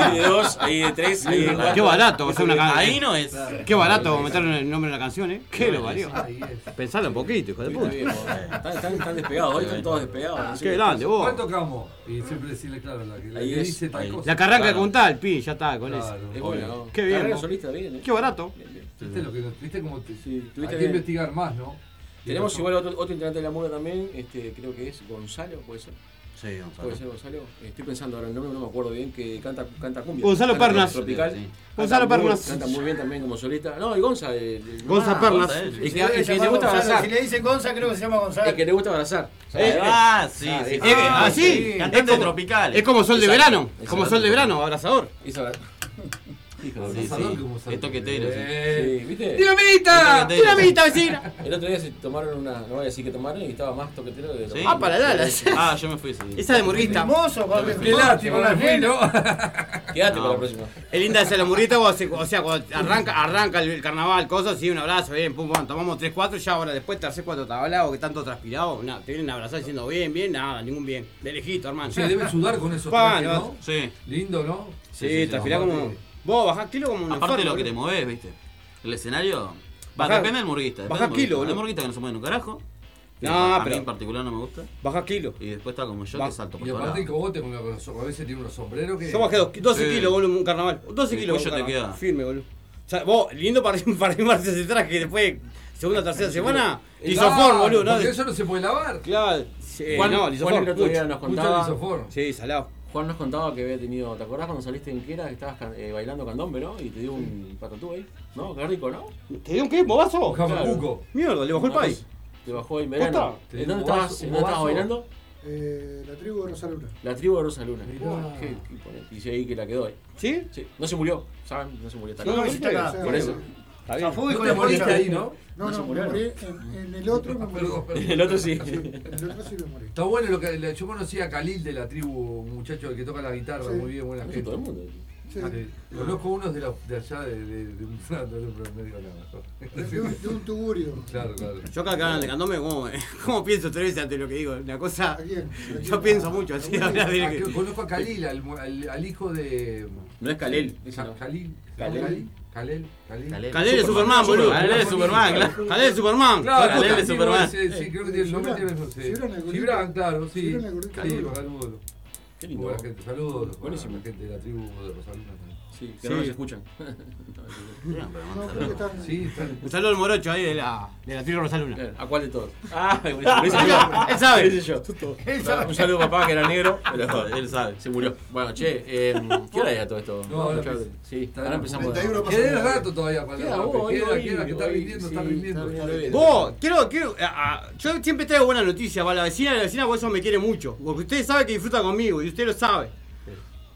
Speaker 7: Ahí de dos, ahí de tres, ahí de cuatro.
Speaker 5: Qué barato, o sea, una canción.
Speaker 7: Ahí no es.
Speaker 5: Qué barato meter el nombre de la canción, ¿eh? Qué
Speaker 7: No
Speaker 5: lo
Speaker 7: es.
Speaker 5: valió.
Speaker 7: Ahí
Speaker 5: Pensalo un poquito, hijo de
Speaker 7: Está bien, vos.
Speaker 5: puta.
Speaker 7: Están, están- están despegados, hoy están todos despegados. no sé
Speaker 5: Qué
Speaker 7: qué
Speaker 5: grande,
Speaker 7: pasa.
Speaker 5: vos.
Speaker 6: ¿Cuál tocamos? Y siempre decirle, claro, la que, la
Speaker 7: Ahí
Speaker 6: que
Speaker 7: es,
Speaker 6: dice tal
Speaker 7: ahí.
Speaker 6: cosa.
Speaker 5: La que arranca
Speaker 6: Claro.
Speaker 5: con tal, pi, ya está, con eso.
Speaker 6: Claro,
Speaker 7: Es buena, ¿no?
Speaker 5: Qué
Speaker 7: Carrera
Speaker 5: bien. vos.
Speaker 7: solista, bien, ¿eh?
Speaker 5: Qué barato.
Speaker 6: ¿Viste, lo que, nos- viste cómo te, hay que
Speaker 7: bien.
Speaker 6: investigar más, ¿no?
Speaker 7: Tenemos igual otro, otro integrante de la murga también, este, creo que es Gonzalo, ¿puede ser?
Speaker 9: Sí, Gonzalo.
Speaker 7: ¿Puede ser Gonzalo? Estoy pensando ahora el nombre, no me acuerdo bien, que canta, canta cumbia.
Speaker 5: Gonzalo
Speaker 7: Canta
Speaker 5: Pernas.
Speaker 7: Tropical.
Speaker 5: Sí.
Speaker 7: Canta
Speaker 5: Gonzalo
Speaker 7: muy-
Speaker 5: Pernas.
Speaker 7: Canta muy bien también como solista. No, y Gonza. eh, el- el-
Speaker 5: Gonza Pernas.
Speaker 7: Ah, Gonza, él.
Speaker 5: Sí,
Speaker 7: El que,
Speaker 5: se debe
Speaker 7: el que le
Speaker 5: llamar
Speaker 7: gusta
Speaker 5: Gonzalo,
Speaker 7: abrazar.
Speaker 5: si
Speaker 10: le dicen Gonza, creo que se llama Gonzalo.
Speaker 7: El que le gusta abrazar.
Speaker 5: Eh,
Speaker 7: Ah,
Speaker 5: sí,
Speaker 7: ah,
Speaker 5: sí.
Speaker 7: es-
Speaker 5: Eh,
Speaker 7: ah,
Speaker 5: así,
Speaker 7: sí.
Speaker 5: cantante
Speaker 7: Es como-
Speaker 5: tropical. es como sol de
Speaker 7: Exacto,
Speaker 5: verano, como
Speaker 7: exacto.
Speaker 5: sol de verano, abrazador.
Speaker 7: Es
Speaker 9: <laughs>
Speaker 7: abra- Hijo de
Speaker 9: Sí,
Speaker 7: puta.
Speaker 9: sí. Es toquetero. sí.
Speaker 7: Sí, ¿viste?
Speaker 5: ¡Dinamita!
Speaker 7: Es toquetero.
Speaker 5: ¡Dinamita, vecina!
Speaker 7: El otro día se tomaron una, no voy a decir que tomaron, y estaba más toquetero de lo
Speaker 9: Sí.
Speaker 7: que-
Speaker 5: Ah, para Dallas.
Speaker 9: Ah, yo me fui. sí.
Speaker 5: Esa de murguita.
Speaker 10: Hermoso, Pablo. Qué lástima,
Speaker 5: Con las
Speaker 10: me fui,
Speaker 5: nenas.
Speaker 7: Quédate para la próxima.
Speaker 5: Es linda esa la murguita, o sea, o sea, cuando arranca, arranca el, el carnaval, cosas, sí, un abrazo, bien, pum, pum, tomamos 3, 4, ya ahora después te haces 4 tablas o que tanto transpirado, nada, te vienen a abrazar diciendo bien, bien, nada, ningún bien, de lejito, hermano.
Speaker 6: Sí, deben sudar con esos
Speaker 5: Pa,
Speaker 6: trajes, ¿no?
Speaker 9: Sí.
Speaker 6: Lindo, ¿no?
Speaker 5: Sí, transpirás como... Vos bajás kilo como un
Speaker 9: Aparte de
Speaker 5: enfermo,
Speaker 9: lo que te
Speaker 5: boludo.
Speaker 9: moves, viste. El escenario. Va,
Speaker 5: Bajá-
Speaker 9: depende del murguista. depende
Speaker 5: bajá
Speaker 9: del murguista.
Speaker 5: kilo,
Speaker 9: Hay
Speaker 5: boludo.
Speaker 9: murguistas que no se mueven un carajo. que
Speaker 5: No,
Speaker 9: a- a
Speaker 5: pero-
Speaker 9: mí en particular no me gusta.
Speaker 5: Baja kilo.
Speaker 9: Y después está como yo
Speaker 5: Ba-
Speaker 9: que salto por
Speaker 6: Y
Speaker 9: todos
Speaker 6: aparte el
Speaker 9: lados.
Speaker 6: cogote, porque con los- a veces tiene unos sombreros que...
Speaker 5: Yo bajé dos- 12
Speaker 9: Sí.
Speaker 5: kilos, boludo, en un carnaval. 12
Speaker 9: El
Speaker 5: kilos. en un
Speaker 9: cuello te
Speaker 5: carnaval.
Speaker 9: queda.
Speaker 5: Firme, boludo. O sea, vos, lindo para, <laughs> para arrimarse ese traje que después, segunda, tercera semana,
Speaker 6: Claro,
Speaker 5: lisoform, boludo. ¿no?
Speaker 6: porque eso no se puede lavar.
Speaker 5: Claro. Sí,
Speaker 7: Juan-
Speaker 5: no,
Speaker 7: Juan
Speaker 5: lisoform.
Speaker 7: el otro día
Speaker 5: Pucho.
Speaker 7: nos
Speaker 5: Pucho
Speaker 7: contaba.
Speaker 5: lisoform. Sí, salado.
Speaker 7: Juan nos contaba que había tenido. ¿Te acordás cuando saliste en Quiera que estabas can- eh, bailando candombe, no? Y te dio un patatú ahí. ¿No? Qué rico, ¿no?
Speaker 5: ¿Te dio un qué? ¿Bobazo?
Speaker 6: Jamacuco.
Speaker 5: Mierda, le bajó el
Speaker 7: Una
Speaker 5: país.
Speaker 7: cosa, Te bajó en verano.
Speaker 5: ¿Posta?
Speaker 7: ¿En dónde estabas, en dónde estabas bailando?
Speaker 11: Eh, la tribu de Rosaluna.
Speaker 7: La tribu de Rosa Luna.
Speaker 11: Mirá.
Speaker 7: Qué- qué imponente. Dice ahí que la quedó ahí.
Speaker 5: ¿Sí?
Speaker 7: No se murió, ¿saben? No se murió. Está
Speaker 11: No,
Speaker 7: acá.
Speaker 11: no, está acá.
Speaker 7: Por eso.
Speaker 5: Está bien.
Speaker 11: Zafó y
Speaker 7: No
Speaker 11: con
Speaker 7: te
Speaker 11: la
Speaker 7: moriste
Speaker 11: bolsa.
Speaker 7: ahí, ¿no?
Speaker 11: No,
Speaker 7: se
Speaker 11: no, me
Speaker 7: murió.
Speaker 11: morí en, en el otro me morí.
Speaker 6: Ah, Perdón, perdón.
Speaker 7: El otro sí.
Speaker 11: <laughs> En el otro sí me morí.
Speaker 6: Está bueno lo que... Yo conocí a Khalil de la tribu, un muchacho que toca la guitarra,
Speaker 11: Sí.
Speaker 6: muy bien, buena
Speaker 7: Conoce
Speaker 6: gente.
Speaker 7: todo el mundo.
Speaker 11: Sí.
Speaker 6: Ah, sí. Conozco unos de, la, de allá, de, de, de un <laughs> no, no, no, no digo nada.
Speaker 11: De un, de un tugurio.
Speaker 6: Claro, claro.
Speaker 5: Yo acá acá en el candombe, ¿cómo, <laughs> cómo pienso tres veces antes de lo que digo? Una cosa.
Speaker 11: quién?
Speaker 5: <laughs> Yo pienso mucho así.
Speaker 6: Ah,
Speaker 5: hablar de-
Speaker 6: que Conozco a Khalil, al, mu- al- al hijo de.
Speaker 7: No es Khalil,
Speaker 6: Ca- Khalil.
Speaker 7: Khalil.
Speaker 6: Khalil. Khalil. Khalil.
Speaker 5: Calé de Superman, boludo. Calé de Superman, claro. Calé de Superman.
Speaker 6: Claro,
Speaker 5: Calé de
Speaker 6: contigo
Speaker 5: Superman.
Speaker 6: ese, Sí, creo que tiene el nombre tiene el sí.
Speaker 11: Gibran el gordito.
Speaker 6: Gibran, claro, sí.
Speaker 11: Gibran el gordito.
Speaker 6: Sí, Magaluro.
Speaker 7: Qué lindo.
Speaker 6: Buena gente, saludos.
Speaker 7: Buenísimo.
Speaker 6: a la gente de la tribu de Rosalina.
Speaker 7: Sí, que no nos
Speaker 5: Sí. <laughs>
Speaker 7: escuchan.
Speaker 5: Sí, está. Un saludo al morocho ahí de la, de la tribu Rosaluna.
Speaker 7: Eh, ¿A cuál de todos? <laughs> Ah, por eso- por eso yo.
Speaker 5: <laughs> él sabe.
Speaker 7: Por eso yo.
Speaker 5: Él sabe.
Speaker 7: Un saludo a papá que era negro,
Speaker 5: <laughs>
Speaker 7: pero él sabe, se murió. Bueno, che, eh, ¿qué hora era todo esto?
Speaker 6: No, ahora
Speaker 7: Muchas-
Speaker 6: empieza.
Speaker 7: Sí,
Speaker 6: Está
Speaker 7: ahora
Speaker 6: bien.
Speaker 7: empezamos.
Speaker 6: 31 pasa Queda el nada. rato todavía para
Speaker 7: Queda,
Speaker 6: la-
Speaker 7: vos, hoy,
Speaker 6: queda,
Speaker 7: hoy,
Speaker 6: queda, que está
Speaker 7: hoy,
Speaker 6: rindiendo,
Speaker 7: sí,
Speaker 6: está rindiendo.
Speaker 7: está
Speaker 5: Vos, quiero, quiero. a- a- yo siempre traigo buenas noticias para la vecina, la vecina por eso me quiere mucho. Porque usted sabe que disfruta conmigo y usted lo sabe.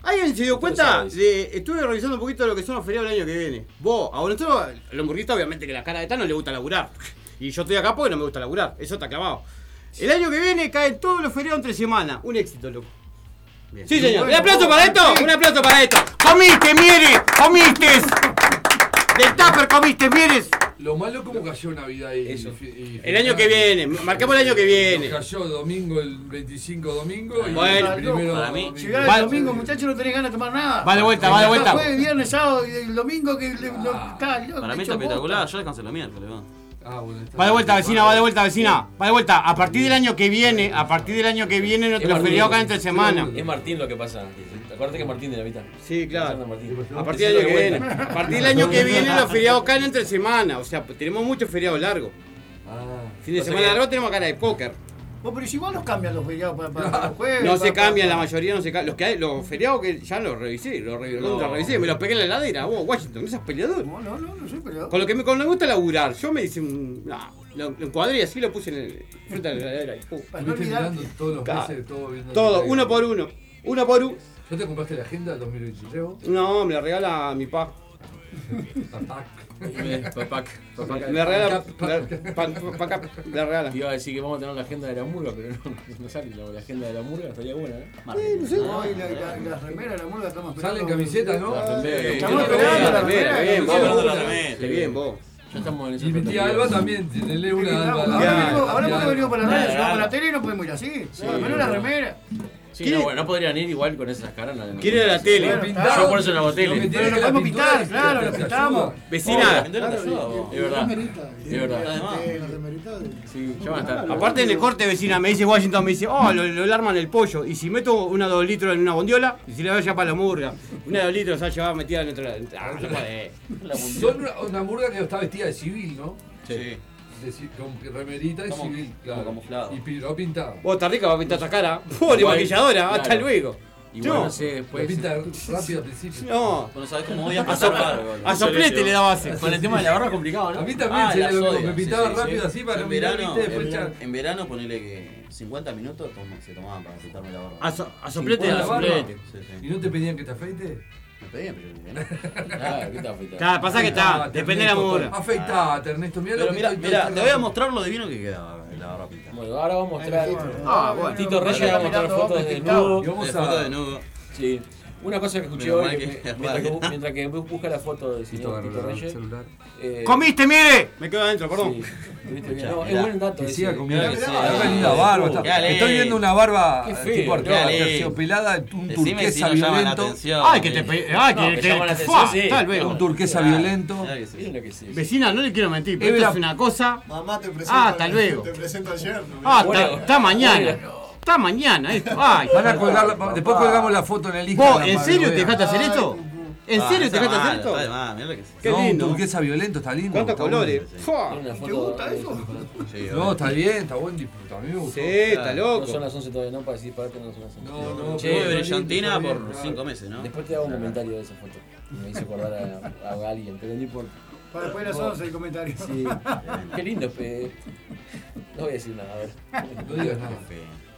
Speaker 5: ¿Alguien se dio cuenta? de- estuve revisando un poquito lo que son los feriados del año que viene. Vos, a nosotros, el hamburguista, obviamente que la cara de Tano le gusta laburar. Y yo estoy acá porque no me gusta laburar. Eso está clavado. El año que viene caen todos los feriados entre semana. Un éxito, loco. Sí, señor. ¿Un
Speaker 13: Bueno,
Speaker 5: aplauso para esto?
Speaker 13: sí.
Speaker 5: Un aplauso para esto. ¡Comiste, mire! ¡Comiste! Del tupper comiste, mires.
Speaker 6: Lo malo como cayó Navidad y, y- y-
Speaker 5: El año que viene, marquemos el año que viene.
Speaker 6: Nos cayó domingo el 25 domingo y
Speaker 5: Bueno,
Speaker 6: el primero
Speaker 5: para mí.
Speaker 6: domingo.
Speaker 10: Llegás el domingo, muchachos, no tenés ganas de tomar nada.
Speaker 5: Va de vuelta, va de vuelta.
Speaker 10: Jueves, viernes, sábado y el domingo que le- lo- está loco,
Speaker 9: Para mí
Speaker 10: hecho
Speaker 9: está espectacular,
Speaker 10: bosta.
Speaker 9: yo descansé los miércoles. va.
Speaker 5: Ah, Va de vuelta, vecina, va de vuelta, vecina. Va de vuelta. A partir del año que viene, a partir del año que viene, nuestro feriado acá entre semana.
Speaker 7: Es Martín lo que pasa. ¿Te acuerdas que es Martín de la mitad?
Speaker 5: Sí, claro.
Speaker 7: A
Speaker 5: A partir del año que viene. A partir del año que viene
Speaker 7: <laughs>
Speaker 5: los feriados caen entre semana. O sea, pues, tenemos muchos feriados largos. Fin de
Speaker 7: O sea
Speaker 5: semana
Speaker 7: que-
Speaker 5: largo tenemos cara de póker.
Speaker 10: Vos, pero si igual los cambian los feriados para, para- para los jueves.
Speaker 5: No se
Speaker 10: para-
Speaker 5: cambian, la mayoría no se cambian. Los, que hay- los feriados que ya los revisé, los re-
Speaker 10: No.
Speaker 5: los revisé, me los pegué en la heladera. Vos, Washington, no seas peleador.
Speaker 10: No, no, no, no soy peleador.
Speaker 5: Con lo que me, con lo que me gusta laburar, yo me hice un. nah, lo, lo encuadré y así lo puse en el. Frente a la heladera. y pum.
Speaker 6: Estuviste mirando todos los
Speaker 5: Claro.
Speaker 6: meses, todo viendo.
Speaker 5: Todo, uno por uno. Uno por uno.
Speaker 6: ¿Ya te compraste la agenda del
Speaker 5: <laughs>
Speaker 6: 2023 vos?
Speaker 5: No, me la regala mi pa.
Speaker 7: Papac. Papac.
Speaker 5: Me regala. me- pa- pa- pa- pa- Me regala.
Speaker 7: Te iba a decir que vamos a tener la agenda de la murga, pero no, no sale la, la agenda de la murga, estaría buena, ¿eh?
Speaker 10: Eh, no sé. No, y la, la, la remera, la murga estamos esperando.
Speaker 7: Salen camisetas, ¿no?
Speaker 10: Ah,
Speaker 7: Las remeras,
Speaker 10: Estamos
Speaker 7: bien.
Speaker 10: esperando la
Speaker 7: Las remeras,
Speaker 10: remera.
Speaker 7: bien,
Speaker 10: Estamos
Speaker 7: vos.
Speaker 10: esperando la remera.
Speaker 7: Qué bien, vos. Ya estamos en esa
Speaker 6: Y mi tía Alba también, tenele una a Alba.
Speaker 10: Ahora venimos- ahora
Speaker 6: Ya.
Speaker 10: porque venimos para la
Speaker 7: Ya,
Speaker 10: radio, si
Speaker 7: ya.
Speaker 10: vamos para la tele no podemos ir así. Al menos la remera.
Speaker 7: Sí, no, bueno, no podrían ir igual con esas caras. No,
Speaker 5: ¿Quién era la tele?
Speaker 7: Yo por eso no hago tele.
Speaker 10: Pero lo podemos pintar, claro, lo pintamos.
Speaker 7: Vecina.
Speaker 5: Claro,
Speaker 7: Es verdad. Es verdad.
Speaker 10: Sí,
Speaker 7: ya van a
Speaker 11: Ah,
Speaker 7: estar.
Speaker 5: Aparte en el corte vecina me dice Washington, me dice, oh, lo, lo arman el pollo. Y si meto una dos litros en una bondiola, y si la vaya para la murga, una dos litros se va a llevar metida dentro de la. Ah, no podés.
Speaker 6: Son una, una murga que está vestida de civil, ¿no?
Speaker 7: Sí.
Speaker 6: De ci- con remerita y civil, claro. Y piro pintado.
Speaker 5: Vos está rica, va a pintar esta
Speaker 6: <laughs>
Speaker 5: cara. Pobre
Speaker 6: Igual,
Speaker 5: maquilladora,
Speaker 6: claro.
Speaker 5: hasta luego.
Speaker 6: Igual,
Speaker 5: No.
Speaker 6: no sé, después- Lo pinta rápido al principio.
Speaker 5: No.
Speaker 9: Bueno, sabés cómo voy a
Speaker 5: A,
Speaker 9: pasar
Speaker 5: <laughs> sopla-
Speaker 9: barba, boludo.
Speaker 5: a soplete le da base.
Speaker 9: Con el tema de la barba es complicado, ¿no?
Speaker 6: A mí también
Speaker 9: Ah,
Speaker 6: sería
Speaker 9: las
Speaker 6: lo mismo,
Speaker 9: odio.
Speaker 6: me pintaba rápido así para
Speaker 9: en
Speaker 6: no mirar,
Speaker 9: verano,
Speaker 6: viste, después
Speaker 9: en,
Speaker 6: ya-
Speaker 9: en verano ponele que 50 minutos toma- se tomaban para pintarme la barba.
Speaker 6: A so- a soplete,
Speaker 9: 50
Speaker 6: a soplete.
Speaker 9: Sí, sí.
Speaker 6: ¿Y no te pedían que te afeite?
Speaker 9: Me pedían, pero me
Speaker 6: <laughs>
Speaker 7: Claro, ¿qué te afeitas?
Speaker 9: <laughs> Claro, pasa que está,
Speaker 6: Ah,
Speaker 9: depende de la
Speaker 6: Ernesto,
Speaker 9: mugre.
Speaker 6: Afeitate, Ernesto, mirá
Speaker 9: Pero
Speaker 6: lo que
Speaker 9: mirá,
Speaker 6: estoy-
Speaker 9: mirá, te voy a mostrar lo divino que quedaba la barba pintada.
Speaker 7: Bueno, ahora vamos a mostrar.
Speaker 9: Ah, bueno.
Speaker 7: Ah, Tito Reyes va a mostrar
Speaker 9: Mirando,
Speaker 7: fotos de
Speaker 9: pintado.
Speaker 7: nudo.
Speaker 9: Y vamos
Speaker 7: de
Speaker 9: a-
Speaker 7: fotos de nudo. Sí. Una cosa que escuché
Speaker 9: Menos
Speaker 7: hoy,
Speaker 9: mal
Speaker 7: que-
Speaker 9: <laughs> que-
Speaker 7: mientras, que, bu- mientras que bu- busca la foto de señor Tito
Speaker 6: agarró el
Speaker 7: Reyes.
Speaker 6: celular.
Speaker 7: eh,
Speaker 5: ¡Comiste, mire! Me quedo adentro, perdón.
Speaker 7: Sí, tuviste bien. No, es buen dato.
Speaker 6: Que
Speaker 7: ese.
Speaker 6: siga comiendo.
Speaker 7: Mirá que
Speaker 6: Mirá,
Speaker 7: sea.
Speaker 6: mirá, linda barba, está-
Speaker 7: Qué alegre.
Speaker 6: Estoy viendo una barba
Speaker 7: Qué feo,
Speaker 6: tipo
Speaker 7: qué
Speaker 6: arqueada,
Speaker 7: alegre.
Speaker 6: terciopelada, un
Speaker 7: Decime si
Speaker 6: turquesa
Speaker 7: no llama la
Speaker 6: violento.
Speaker 7: atención, Ay, que te
Speaker 5: pe- ay, que No, que te- llama la te- atención, ¡fua! sí. Tal vez.
Speaker 6: Un turquesa
Speaker 5: Claro.
Speaker 6: violento.
Speaker 5: Vecina, no le quiero mentir, pero
Speaker 6: Evra-
Speaker 5: esto es una cosa.
Speaker 8: Mamá, te presento.
Speaker 5: Ah, hasta luego.
Speaker 8: Te presento ayer. ¿no?
Speaker 5: Ah, está, está mañana. Está mañana esto. Ay,
Speaker 6: Van a colgar la- después colgamos la foto en el Instagram
Speaker 5: ¿Vos, en
Speaker 6: para
Speaker 5: serio
Speaker 6: que
Speaker 5: te dejaste hacer
Speaker 6: vean.
Speaker 5: esto? ¿En
Speaker 6: Ah,
Speaker 5: serio te
Speaker 6: está
Speaker 5: dejaste hacer
Speaker 6: mal,
Speaker 5: esto?
Speaker 6: está
Speaker 5: Qué
Speaker 6: no,
Speaker 5: lindo.
Speaker 6: un turquesa violento, está lindo.
Speaker 5: ¿Cuántos
Speaker 6: está
Speaker 5: colores?
Speaker 6: bueno.
Speaker 5: Fua.
Speaker 7: ¿Te gusta eso?
Speaker 6: No, está bien, está buen disfruta, a mí me gustó.
Speaker 7: No son las 11 todavía, no para decir para que no son las 11.
Speaker 6: No, no,
Speaker 9: Che,
Speaker 7: pero-
Speaker 9: brillantina
Speaker 7: está bien,
Speaker 9: por
Speaker 7: claro.
Speaker 9: cinco meses, ¿no?
Speaker 7: Después te hago un comentario de esa foto. Me hizo acordar a, a alguien, pero ni por.
Speaker 10: Para después de las
Speaker 7: No.
Speaker 10: 11 el comentario.
Speaker 7: Sí. Qué lindo, pe. No voy a decir nada, a ver.
Speaker 6: No digas nada.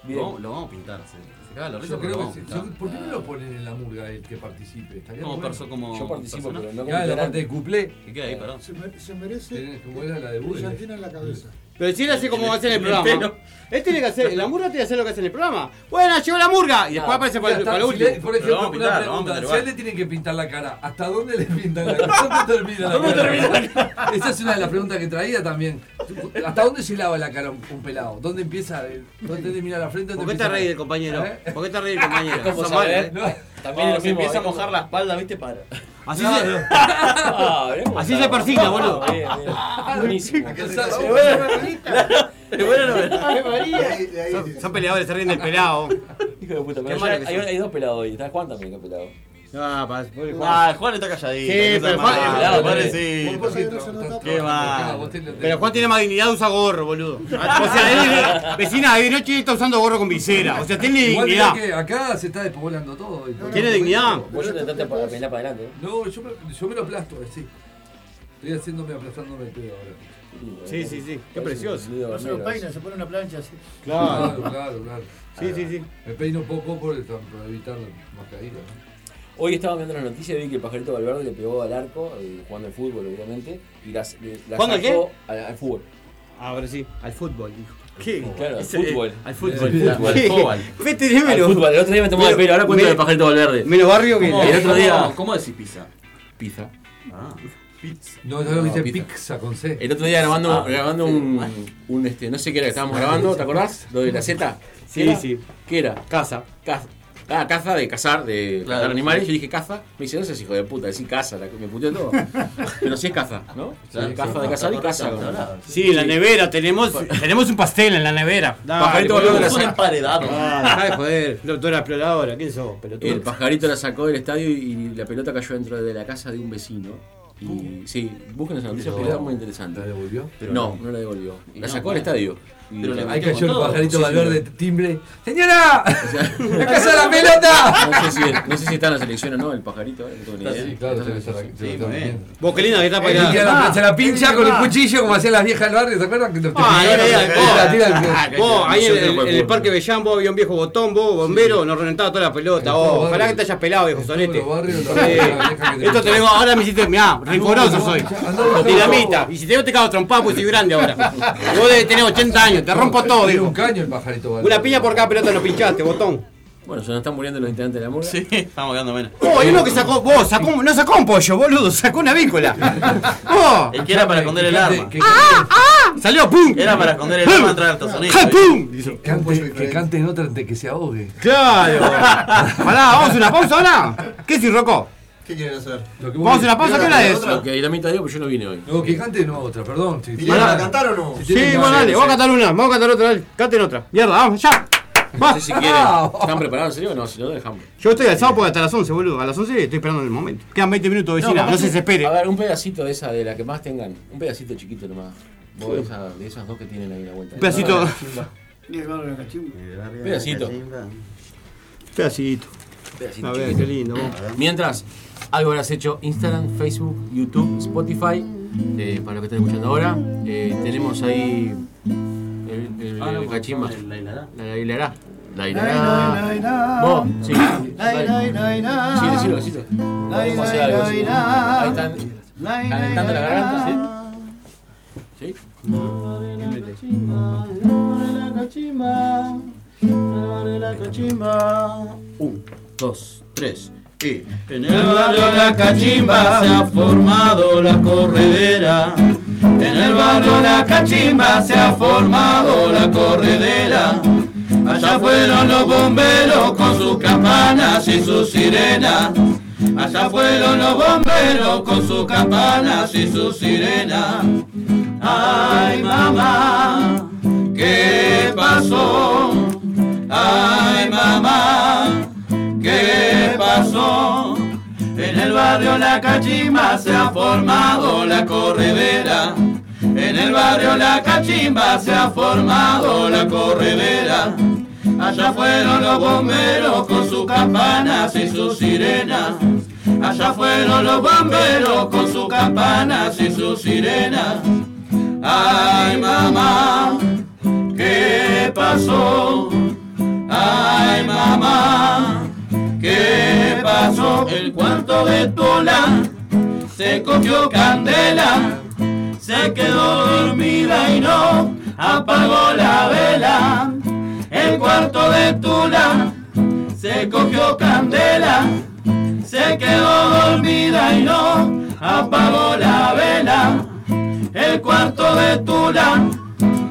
Speaker 7: Bien.
Speaker 9: Lo, lo vamos a pintar, se, se caga la risa,
Speaker 6: Yo
Speaker 9: pero lo
Speaker 6: creo
Speaker 9: vamos
Speaker 6: que
Speaker 9: a
Speaker 6: sí.
Speaker 9: pintar.
Speaker 6: Yo- ¿Por qué no lo ponen en la murga el que participe? Estaría
Speaker 9: Como
Speaker 6: bueno.
Speaker 9: perso- como
Speaker 7: Yo participo,
Speaker 9: persona.
Speaker 7: pero no
Speaker 6: Claro, la
Speaker 7: veterano.
Speaker 6: parte de cuplé. Eh,
Speaker 9: Que queda ahí, parado.
Speaker 11: Se, me- se merece.
Speaker 6: Tiene que volver a la de Bull.
Speaker 11: Brillantina en la cabeza.
Speaker 5: Pero si él hace como hace en el
Speaker 6: El
Speaker 5: programa. Él tiene que hacer, la murga tiene que hacer lo que hace en el programa. Bueno, llegó la murga. Y después
Speaker 6: Ah,
Speaker 5: aparece
Speaker 6: ya
Speaker 5: para,
Speaker 6: está,
Speaker 5: para lo
Speaker 6: si le-
Speaker 5: último.
Speaker 6: Por ejemplo, una pregunta, si a él le tienen que pintar la cara, ¿hasta dónde le pintan la cara? ¿Dónde termina la cara? Esa es una de las preguntas que traía también. ¿Hasta dónde se lava la cara un, un pelado? ¿Dónde empieza? el- ¿Dónde termina la frente?
Speaker 5: ¿Por qué te reís del compañero? ¿Por qué te reís del
Speaker 6: <laughs>
Speaker 5: compañero?
Speaker 6: ¿Eh? ¿Cómo
Speaker 5: Sos
Speaker 6: sabe,
Speaker 5: malo,
Speaker 6: eh?
Speaker 5: ¿eh?
Speaker 6: No.
Speaker 9: También
Speaker 5: Oh,
Speaker 9: se
Speaker 5: sí,
Speaker 7: eh.
Speaker 9: empieza a
Speaker 5: vos,
Speaker 9: mojar la espalda, ¿viste? Para.
Speaker 5: Así
Speaker 9: No,
Speaker 5: se. <laughs>
Speaker 9: no.
Speaker 7: Ah,
Speaker 5: Así se perfila, boludo.
Speaker 7: Buenísimo.
Speaker 5: Ay, María. Son- Son peleadores, se ríen del pelado.
Speaker 7: Hijo de puta,
Speaker 5: Qué
Speaker 7: pero ya
Speaker 5: malo que
Speaker 7: hay,
Speaker 5: sos.
Speaker 7: hay dos pelados hoy. ¿Estás Juan también que es pelado?
Speaker 5: Ah, pa- pobre Juan.
Speaker 22: Ah, Juan está calladito.
Speaker 5: Sí,
Speaker 22: no
Speaker 5: pero
Speaker 22: sea
Speaker 5: Juan.
Speaker 22: malo,
Speaker 5: Claro,
Speaker 22: pobrecito.
Speaker 5: pobrecito.
Speaker 22: Pobrecito, no está
Speaker 5: Qué
Speaker 22: todo.
Speaker 5: mal.
Speaker 22: Vos tenés-
Speaker 5: Pero Juan tiene más dignidad, usa gorro,
Speaker 6: <laughs>
Speaker 5: boludo. O sea, él, vecina, de noche está usando gorro con visera. O sea, tiene
Speaker 6: Igual mirá
Speaker 5: dignidad.
Speaker 6: que acá se está despoblando todo. hoy.
Speaker 5: Tiene dignidad.
Speaker 7: Vos ya trataste para pelar para adelante. ¿eh?
Speaker 6: No, yo me, yo me lo aplasto, eh, sí. Estoy haciéndome aplastándome el pedo ahora.
Speaker 5: Sí, sí, sí. Qué precioso.
Speaker 10: No se lo
Speaker 7: ¿eh?
Speaker 10: peina, se pone una plancha así.
Speaker 6: Claro, claro, claro.
Speaker 5: Sí, sí, sí.
Speaker 6: Me peino poco por, el- para evitar más caídas. ¿no?
Speaker 7: Hoy estaba viendo la noticia y vi que el pajarito Valverde le pegó al arco, eh, jugando al fútbol, obviamente, y las, le- la
Speaker 5: ¿Jugando al
Speaker 7: sacó al, al fútbol.
Speaker 5: Ah, Ahora sí, al fútbol, dijo.
Speaker 7: Claro, al
Speaker 5: Ese-
Speaker 7: fútbol.
Speaker 5: Al fútbol.
Speaker 7: Al fútbol.
Speaker 5: Sí.
Speaker 7: Fútbol.
Speaker 5: Fe, tenémelo.
Speaker 7: Al fútbol. El otro día me tomaba el
Speaker 5: Menos-
Speaker 7: pelo, ahora cuento
Speaker 5: menos-
Speaker 7: del pajarito Valverde.
Speaker 5: Menos barrio que.
Speaker 7: ¿Cómo? El otro día-
Speaker 9: ¿Cómo decís pizza?
Speaker 7: Pizza.
Speaker 9: Ah.
Speaker 6: Pizza. No, no, viste
Speaker 9: pizza.
Speaker 6: pizza con C.
Speaker 7: El otro día grabando,
Speaker 6: Ah.
Speaker 7: grabando un, un, este, no sé qué era que estábamos grabando, ¿te acordás? Lo de la Z.
Speaker 5: Sí, sí.
Speaker 7: ¿Qué era? Caza. Caza. Ah, caza de cazar, de
Speaker 9: Claro.
Speaker 7: cazar animales. Yo dije caza. Me dice, no seas hijo de puta, decís caza. la- me puteó
Speaker 5: <laughs>
Speaker 7: todo. Pero sí es caza, ¿no?
Speaker 9: Sí,
Speaker 7: Sí, caza de cazar y caza. ¿no?
Speaker 5: Sí, en la nevera tenemos, tenemos un pastel en la nevera.
Speaker 7: Pajarito
Speaker 5: boludo,
Speaker 7: Valverde la
Speaker 5: la
Speaker 7: saca-
Speaker 5: Ah, dejá de joder. Doctora exploradora, ¿quién sos? Pelotudo.
Speaker 7: El pajarito la sacó del estadio y y la pelota cayó dentro de la casa de un vecino. Y sí, busquen esa noticia porque
Speaker 6: Pero-
Speaker 7: es muy interesante. ¿La
Speaker 6: devolvió?
Speaker 7: No, no la devolvió.
Speaker 6: Y
Speaker 7: La
Speaker 6: no,
Speaker 7: sacó del
Speaker 6: bueno.
Speaker 7: estadio. Y-
Speaker 6: Pero le Ahí metió cayó con el todo. pajarito
Speaker 7: Sí,
Speaker 6: Valverde,
Speaker 7: señor.
Speaker 6: timbre. ¡Señora!
Speaker 7: <laughs>
Speaker 6: <laughs> ¡La casa de la
Speaker 7: No
Speaker 6: pelota!
Speaker 7: sé,
Speaker 6: Ah,
Speaker 7: si, no sé si está en la selección o no, el pajarito. eh, No tengo ni idea.
Speaker 6: Sí, claro, debe estar aquí, debe estar bien.
Speaker 5: Vos, Oh, qué linda que está
Speaker 6: Él
Speaker 5: para
Speaker 6: tira la- Se la pincha con el
Speaker 5: Ah.
Speaker 6: cuchillo como hacían las viejas del barrio, ¿se acuerdan? Que los
Speaker 5: Ah, ahí, ahí, ahí, vos,
Speaker 6: la tira al-
Speaker 5: ah, vos, ahí en, el- en el Parque Bellán vos había un viejo botón, vos, bombero, nos reventaba toda la pelota.
Speaker 6: todos
Speaker 5: Oh,
Speaker 6: los
Speaker 5: ojalá
Speaker 6: barrios.
Speaker 5: que te hayas pelado, viejo sonete.
Speaker 6: barrios,
Speaker 5: Sí.
Speaker 6: la vieja que te Ah,
Speaker 5: Esto te vengo, ahora me hiciste, mirá, rencoroso
Speaker 6: no,
Speaker 5: soy.
Speaker 6: ya, andá a buscar
Speaker 5: Dinamita. Y si te veo te cago trompado, pues soy grande ahora. Vos debes tener 80 años, te rompo todo,
Speaker 6: Tiene
Speaker 5: viejo.
Speaker 6: un caño el pajarito Valverde.
Speaker 5: Una piña por cada pelota nos pinchaste, botón.
Speaker 7: Bueno, se nos están muriendo los integrantes de la murga. Sí,
Speaker 9: estamos quedando menos.
Speaker 5: Oh, hay uno que sacó, vos, sacó, no sacó un pollo, boludo, sacó una vícola.
Speaker 6: <laughs>
Speaker 5: Oh.
Speaker 9: Es que era para esconder el arma.
Speaker 5: ¡Ah! ¡Ah! Salió, pum.
Speaker 9: Era para esconder el
Speaker 5: ¡Pum!
Speaker 9: arma atrás de Estados Unidos.
Speaker 5: ¡Ja, pum!
Speaker 6: Que cante, que cante en otra antes que se ahogue.
Speaker 5: Claro. Pará, vamos a una pausa ahora. ¿Qué si Rocco?
Speaker 23: ¿Qué quieren hacer?
Speaker 5: Vamos a una pausa, ¿qué hora es?
Speaker 7: Ok, la mitad digo, pues yo no vine hoy.
Speaker 6: No, que cante no otra, perdón. Si-
Speaker 23: ¿Vinieron a cantar o no?
Speaker 6: Si
Speaker 5: Sí,
Speaker 6: tienen
Speaker 5: bueno,
Speaker 6: ganas,
Speaker 5: dale,
Speaker 6: sí.
Speaker 5: vamos a cantar una, vamos a cantar otra, dale, canten otra. Mierda, vamos, ya.
Speaker 7: No
Speaker 5: Va.
Speaker 7: sé si quieren. ¿Están preparados en serio o no? Si no, dejamos.
Speaker 5: Yo estoy alzado porque hasta las 11, boludo. A las 11 estoy esperando el momento. Quedan 20 minutos, vecina, no,
Speaker 7: capaz
Speaker 5: se
Speaker 7: que-
Speaker 5: desespere.
Speaker 7: A ver, un pedacito de esa, de la que más tengan. Un pedacito chiquito nomás. Vos
Speaker 5: Sí.
Speaker 7: de, esa- de esas dos que tienen ahí en la vuelta.
Speaker 5: Un pedacito.
Speaker 7: Ah, chimba. Un
Speaker 5: <laughs>
Speaker 7: pedacito.
Speaker 5: Pedacito.
Speaker 7: Pedacito
Speaker 5: A ver,
Speaker 7: chiquito.
Speaker 5: qué lindo, vos.
Speaker 7: Mientras, algo habrás hecho Instagram, Facebook, YouTube, Spotify. eh, para los que están escuchando ahora, eh, tenemos ahí el, el,
Speaker 9: Ah, no,
Speaker 7: el cachimba.
Speaker 9: ¿cómo
Speaker 7: La hilará. La hilará. La
Speaker 10: Lai, lai, lai, lai.
Speaker 7: Vos, sí.
Speaker 10: Lai, lai, lai, lai.
Speaker 7: Sí, decilo, decilo.
Speaker 10: Lai,
Speaker 7: Vamos a hacer
Speaker 10: lai,
Speaker 7: algo,
Speaker 10: lai,
Speaker 7: sí.
Speaker 10: lai.
Speaker 7: Ahí están. Calentando la garganta, ¿sí? ¿Sí?
Speaker 9: Un, dos, tres y.
Speaker 13: En el barrio La Cachimba se ha formado la corredera. En el barrio La Cachimba se ha formado la corredera. Allá fueron los bomberos con sus campanas y sus sirenas. Allá fueron los bomberos con sus campanas y sus sirenas. Ay mamá, ¿qué pasó? Ay mamá, ¿qué pasó? En el barrio La Cachimba se ha formado la corredera. En el barrio La Cachimba se ha formado la corredera. Allá fueron los bomberos con sus campanas y sus sirenas. Allá fueron los bomberos con sus campanas y sus sirenas. Ay mamá, ¿qué pasó? Ay mamá, ¿qué pasó? El cuarto de Tula se cogió candela, se quedó dormida y no apagó la vela. El cuarto de Tula se cogió candela, se quedó dormida y no apagó la vela. El cuarto de Tula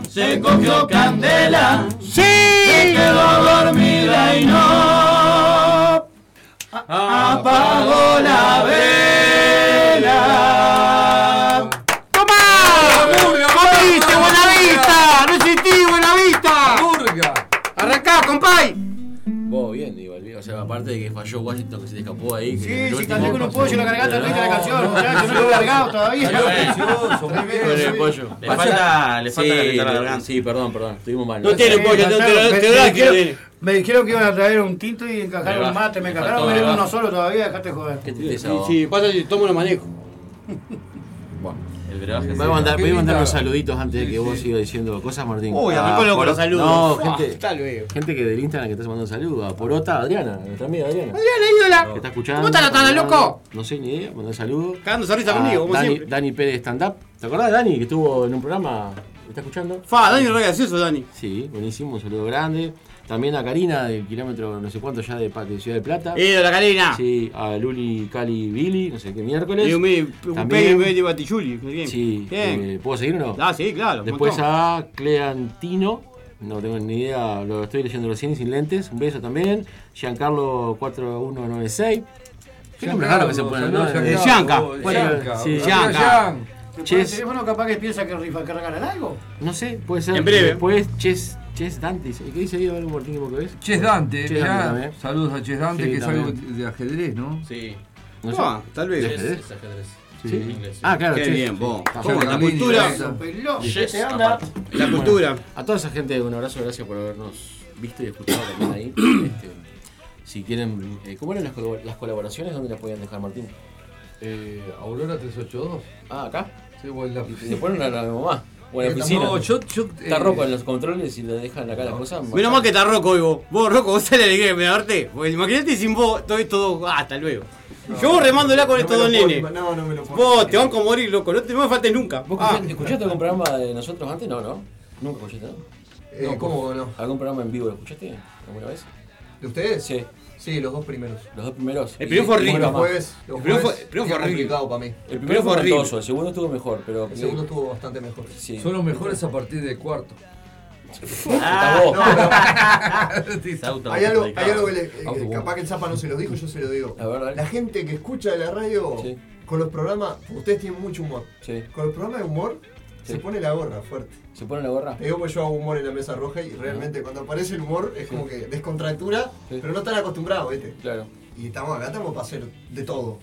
Speaker 13: se cogió candela. Se quedó dormida y no apagó la vela.
Speaker 5: ¡Toma! ¡Comiste, buena vista! este ¡No existí, buena vista!
Speaker 6: ¡Murga!
Speaker 5: ¡Arrancá, compay!
Speaker 7: Vos, bien, digo, el- o sea, aparte de que falló Washington, que se le escapó ahí.
Speaker 10: Sí,
Speaker 7: que en el
Speaker 10: si
Speaker 7: último
Speaker 10: canté con un pollo, la garganta
Speaker 7: No,
Speaker 10: triste la canción,
Speaker 7: no,
Speaker 10: muchacho, no lo he largado todavía.
Speaker 7: Salió
Speaker 10: Precioso, muy bien,
Speaker 7: Con el
Speaker 10: sí.
Speaker 7: pollo.
Speaker 10: Le falta- le falta
Speaker 7: sí,
Speaker 10: calentar la garganta.
Speaker 7: Sí, perdón, perdón, estuvimos mal.
Speaker 10: No tiene pollo, no tiene-
Speaker 7: Ahí
Speaker 10: no
Speaker 7: va.
Speaker 10: tiene- Me dijeron-
Speaker 7: tiene.
Speaker 10: Me dijeron que iban a traer un tinto y
Speaker 7: Ahí
Speaker 10: encajaron
Speaker 7: va.
Speaker 10: un mate, me
Speaker 7: Me
Speaker 10: encajaron,
Speaker 7: faltó,
Speaker 10: me
Speaker 7: ahí
Speaker 10: dieron
Speaker 7: va.
Speaker 10: uno solo todavía, dejate joder.
Speaker 7: Qué
Speaker 5: Si
Speaker 7: tristeza, vos.
Speaker 5: pasa, si tomo lo manejo.
Speaker 7: Bueno, el
Speaker 5: Sí,
Speaker 7: Voy
Speaker 5: sí.
Speaker 7: a mandar, voy a
Speaker 5: Qué
Speaker 7: mandar
Speaker 5: linda.
Speaker 7: unos saluditos antes de que vos sigas diciendo cosas, Martín. Ah,
Speaker 5: Uy, a mí con los- con los saludos.
Speaker 7: No,
Speaker 5: Ah,
Speaker 7: gente,
Speaker 5: hasta luego.
Speaker 7: gente que del Instagram que está mandando saludos. A Porota, Adriana, nuestra amiga Adriana.
Speaker 5: Adriana, ídola.
Speaker 7: Que está escuchando.
Speaker 5: ¿Cómo está la tana, loco?
Speaker 7: No sé ni idea, mandar saludos.
Speaker 5: Cagando sonrisa conmigo, como
Speaker 7: Dani,
Speaker 5: siempre.
Speaker 7: Dani Pérez Stand Up. ¿Te acordás de Dani que estuvo en un programa? ¿Está escuchando?
Speaker 5: Fa, Dani es re gracioso, Dani.
Speaker 7: Sí, buenísimo, un saludo grande. También a Karina del kilómetro no sé cuánto ya de, Pa- de Ciudad de Plata.
Speaker 5: Ídola, Eh, Karina.
Speaker 7: Sí, a Luli, Cali, Billy, no sé qué miércoles.
Speaker 5: Y un mi- un peli de Batichuli.
Speaker 7: Sí,
Speaker 5: Bien.
Speaker 7: eh, ¿puedo seguir o no?
Speaker 5: Ah, sí, claro. un
Speaker 7: Después
Speaker 5: montón.
Speaker 7: a Cleantino, no tengo ni idea, lo estoy leyendo recién y sin lentes. Un beso también. Giancarlo 4196. Qué nombre raro que se pone, ¿no? Oh,
Speaker 5: Eh, Gianca.
Speaker 7: Gianca. Sí,
Speaker 5: Gianca.
Speaker 7: Gianca.
Speaker 10: Después el
Speaker 7: Ches-
Speaker 10: teléfono capaz que piensa que rifa que regalan algo.
Speaker 7: No sé, puede ser.
Speaker 5: En breve.
Speaker 7: Después, Ches, Ches Dante. dice- ¿Qué dice ahí algo por último que ves?
Speaker 6: Ches Dante,
Speaker 7: Ches
Speaker 6: mirá.
Speaker 7: Dante también.
Speaker 6: Saludos a Ches Dante,
Speaker 7: Sí,
Speaker 6: que es
Speaker 7: también.
Speaker 6: algo de ajedrez, ¿no?
Speaker 7: Sí.
Speaker 5: Ah, tal vez.
Speaker 7: ¿De ajedrez?
Speaker 5: Es
Speaker 7: Sí.
Speaker 5: Sí, en inglés, sí.
Speaker 7: Ah, claro.
Speaker 5: Qué
Speaker 7: sí.
Speaker 5: bien, vos.
Speaker 7: Está
Speaker 5: Cómo
Speaker 7: bien.
Speaker 5: la cultura.
Speaker 7: Yes,
Speaker 5: Yes,
Speaker 7: aparte.
Speaker 5: aparte. La
Speaker 7: Bueno,
Speaker 5: cultura.
Speaker 7: a toda esa gente, un abrazo, gracias por habernos visto y escuchado también
Speaker 5: <clears throat>
Speaker 7: ahí. Este, si quieren, eh, ¿cómo eran las, colabor- las colaboraciones? ¿Dónde las podían dejar, Martín?
Speaker 6: Eh, Aurora 382.
Speaker 7: Ah, acá.
Speaker 6: Sí, o en la Eh,
Speaker 7: Y se ponen a la mamá. O en la
Speaker 6: No,
Speaker 7: oficina.
Speaker 6: yo- yo,
Speaker 7: Está
Speaker 6: eh,
Speaker 7: roco en los controles y le dejan acá las cosas.
Speaker 5: Menos mal que está Rocco hoy vos. Vos, Rocco, vos sale alegría de mirarte. Porque Pues, Imagínate sin vos, todo esto. Ah, hasta luego. Yo remándola con
Speaker 8: No
Speaker 5: estos
Speaker 8: me
Speaker 5: dos
Speaker 8: lo puedo
Speaker 5: nenes.
Speaker 8: ima- No, no me lo puedo.
Speaker 5: Vos, te van a morir, loco. No te no me faltes nunca.
Speaker 7: ¿Vos
Speaker 5: Ah.
Speaker 7: escuchaste- escuchaste algún programa de nosotros antes? No, no. Nunca escuchaste, ¿no?
Speaker 8: Eh,
Speaker 7: No,
Speaker 8: ¿cómo
Speaker 7: pues,
Speaker 8: no?
Speaker 7: ¿Algún programa en vivo lo escuchaste alguna vez?
Speaker 8: ¿De ustedes?
Speaker 7: Sí.
Speaker 8: Sí, los dos primeros.
Speaker 7: Los dos primeros.
Speaker 8: El primero
Speaker 7: Y-
Speaker 8: fue
Speaker 7: y
Speaker 8: horrible.
Speaker 7: nunca más.
Speaker 8: Los jueves- los El primero jueves fue- el primero fue fue horrible. complicado para mí.
Speaker 7: El primero fue
Speaker 8: horrible.
Speaker 7: horrible. El segundo estuvo mejor, pero.
Speaker 8: El segundo estuvo bastante mejor.
Speaker 7: Sí.
Speaker 6: Son los mejores a partir de cuarto.
Speaker 8: Ah,
Speaker 7: <laughs>
Speaker 6: Está vos.
Speaker 8: <laughs> no,
Speaker 6: Sí, está auto-
Speaker 8: hay algo,
Speaker 6: complicado.
Speaker 8: hay algo que le- que-
Speaker 6: Autobomba.
Speaker 8: capaz que el Zapa no se lo dijo, yo se lo digo. La gente que escucha la radio con los programas, ustedes tienen mucho humor. Con los programas de humor se pone la gorra fuerte.
Speaker 7: ¿Se pone la gorra?
Speaker 8: Te digo pues yo hago humor en la mesa roja y realmente cuando aparece el humor es como que descontractura, pero no están acostumbrados, ¿viste?
Speaker 7: Claro.
Speaker 8: Y estamos acá, estamos para hacer de todo.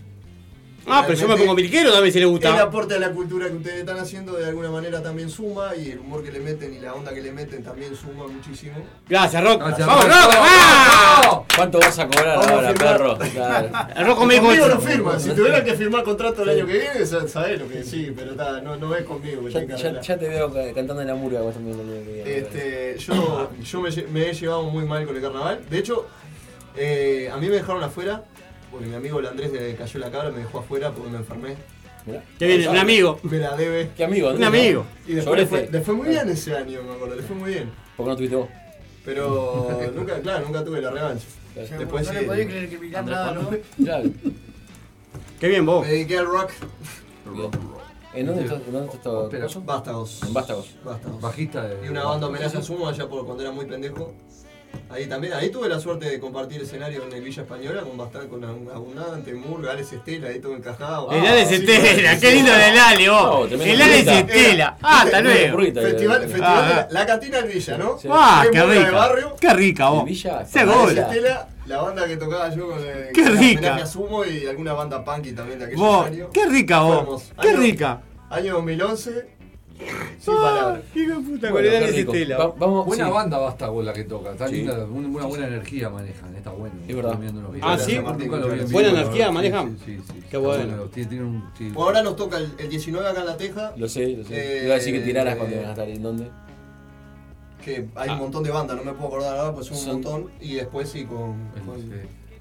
Speaker 5: Ah, pero yo me pongo miliquero también si le
Speaker 8: El
Speaker 5: gusta.
Speaker 8: aporte a la cultura que ustedes están haciendo de alguna manera también suma y el humor que le meten y la onda que le meten también suma muchísimo.
Speaker 5: Gracias, Rocco.
Speaker 8: Gracias,
Speaker 5: ¡Vamos,
Speaker 8: Rocco.
Speaker 5: Rocco! ¡Vamos!
Speaker 7: ¿Cuánto vas a cobrar
Speaker 8: Vamos a
Speaker 7: ahora,
Speaker 8: firmar.
Speaker 7: perro? Claro.
Speaker 5: El Rocco me dijo
Speaker 8: Conmigo
Speaker 5: eso.
Speaker 8: lo firma. Si tuvieran que firmar contrato el año que viene, sa- sabés lo que sí, pero ta, no, no es conmigo. que
Speaker 7: Ya,
Speaker 8: tenga
Speaker 7: ya-
Speaker 8: la-
Speaker 7: ya te veo ca- cantando en la murga vos también. también, también.
Speaker 8: Este, yo yo me, lle- me he llevado muy mal con el carnaval. De hecho, eh, a mí me dejaron afuera, porque mi amigo el Andrés de Cayó la Cabra me dejó afuera porque me enfermé.
Speaker 5: Qué bien, un amigo.
Speaker 8: Me la debe.
Speaker 7: ¿Qué amigo?
Speaker 5: Un amigo.
Speaker 8: Y después le fue, le fue muy bien ese año, me acuerdo, le fue muy bien.
Speaker 7: ¿Por qué no tuviste vos?
Speaker 8: Pero nunca, claro, nunca tuve la revancha. Después
Speaker 10: no le
Speaker 8: sí.
Speaker 10: podés creer que Milán
Speaker 8: Andrés
Speaker 10: nada, ¿no?
Speaker 8: Juan.
Speaker 5: Qué bien vos.
Speaker 8: Me dediqué al rock.
Speaker 7: ¿En dónde estás? ¿En dónde estás?
Speaker 8: Pero, Vástagos.
Speaker 7: En Vástagos.
Speaker 8: Vástagos.
Speaker 6: Bajista de.
Speaker 8: Y una banda homenaje a Sumo allá por cuando era muy pendejo. Ahí también, ahí tuve la suerte de compartir escenario en el Villa Española con bastante, con abundante, Murga, Alex Estela, ahí todo encajado. Ah,
Speaker 5: El Alex Estela, qué lindo el Ale, vos. El Alex Estela. Ah, hasta luego.
Speaker 8: Festival, festival
Speaker 5: Ah,
Speaker 8: de la,
Speaker 5: ah.
Speaker 8: la cantina del Villa, ¿no?
Speaker 5: ¡Ah, qué
Speaker 8: Murga de
Speaker 5: rica!
Speaker 8: barrio.
Speaker 5: ¡Qué rica vos! ¡Se
Speaker 8: Alex
Speaker 5: gola!
Speaker 8: Estela, la banda que tocaba yo con el
Speaker 5: Qué
Speaker 8: con el
Speaker 5: rica.
Speaker 8: homenaje a Sumo y alguna banda punky también de aquellos
Speaker 5: Vos,
Speaker 8: años.
Speaker 5: qué rica
Speaker 8: Fue
Speaker 5: vos.
Speaker 8: hermoso.
Speaker 5: Qué
Speaker 8: Año-
Speaker 5: rica.
Speaker 8: Año 2011, sin palabras.
Speaker 5: Ah, Hijo de puta,
Speaker 6: Bueno,
Speaker 5: con el
Speaker 6: qué
Speaker 5: Alex
Speaker 6: rico.
Speaker 5: Estela.
Speaker 6: Va- vamos-
Speaker 5: Buena
Speaker 6: Buena
Speaker 5: banda.
Speaker 6: banda basta vos la que toca. Está
Speaker 5: Sí.
Speaker 6: linda, una, una buena energía manejan, está bueno. Es
Speaker 7: verdad.
Speaker 5: Ah, ¿sí? Buena energía manejan. Qué bueno.
Speaker 6: Tienen un. sí.
Speaker 8: Por ahora nos toca el, el 19 acá en La Teja.
Speaker 7: Lo sé, lo sé.
Speaker 8: Eh,
Speaker 7: Iba a decir que tiraras cuando
Speaker 8: eh,
Speaker 7: ibas a estar en dónde.
Speaker 8: Que hay
Speaker 7: Ah.
Speaker 8: un montón de bandas, no me puedo acordar ahora, pues son un
Speaker 7: Son-
Speaker 8: montón. Y después sí con, con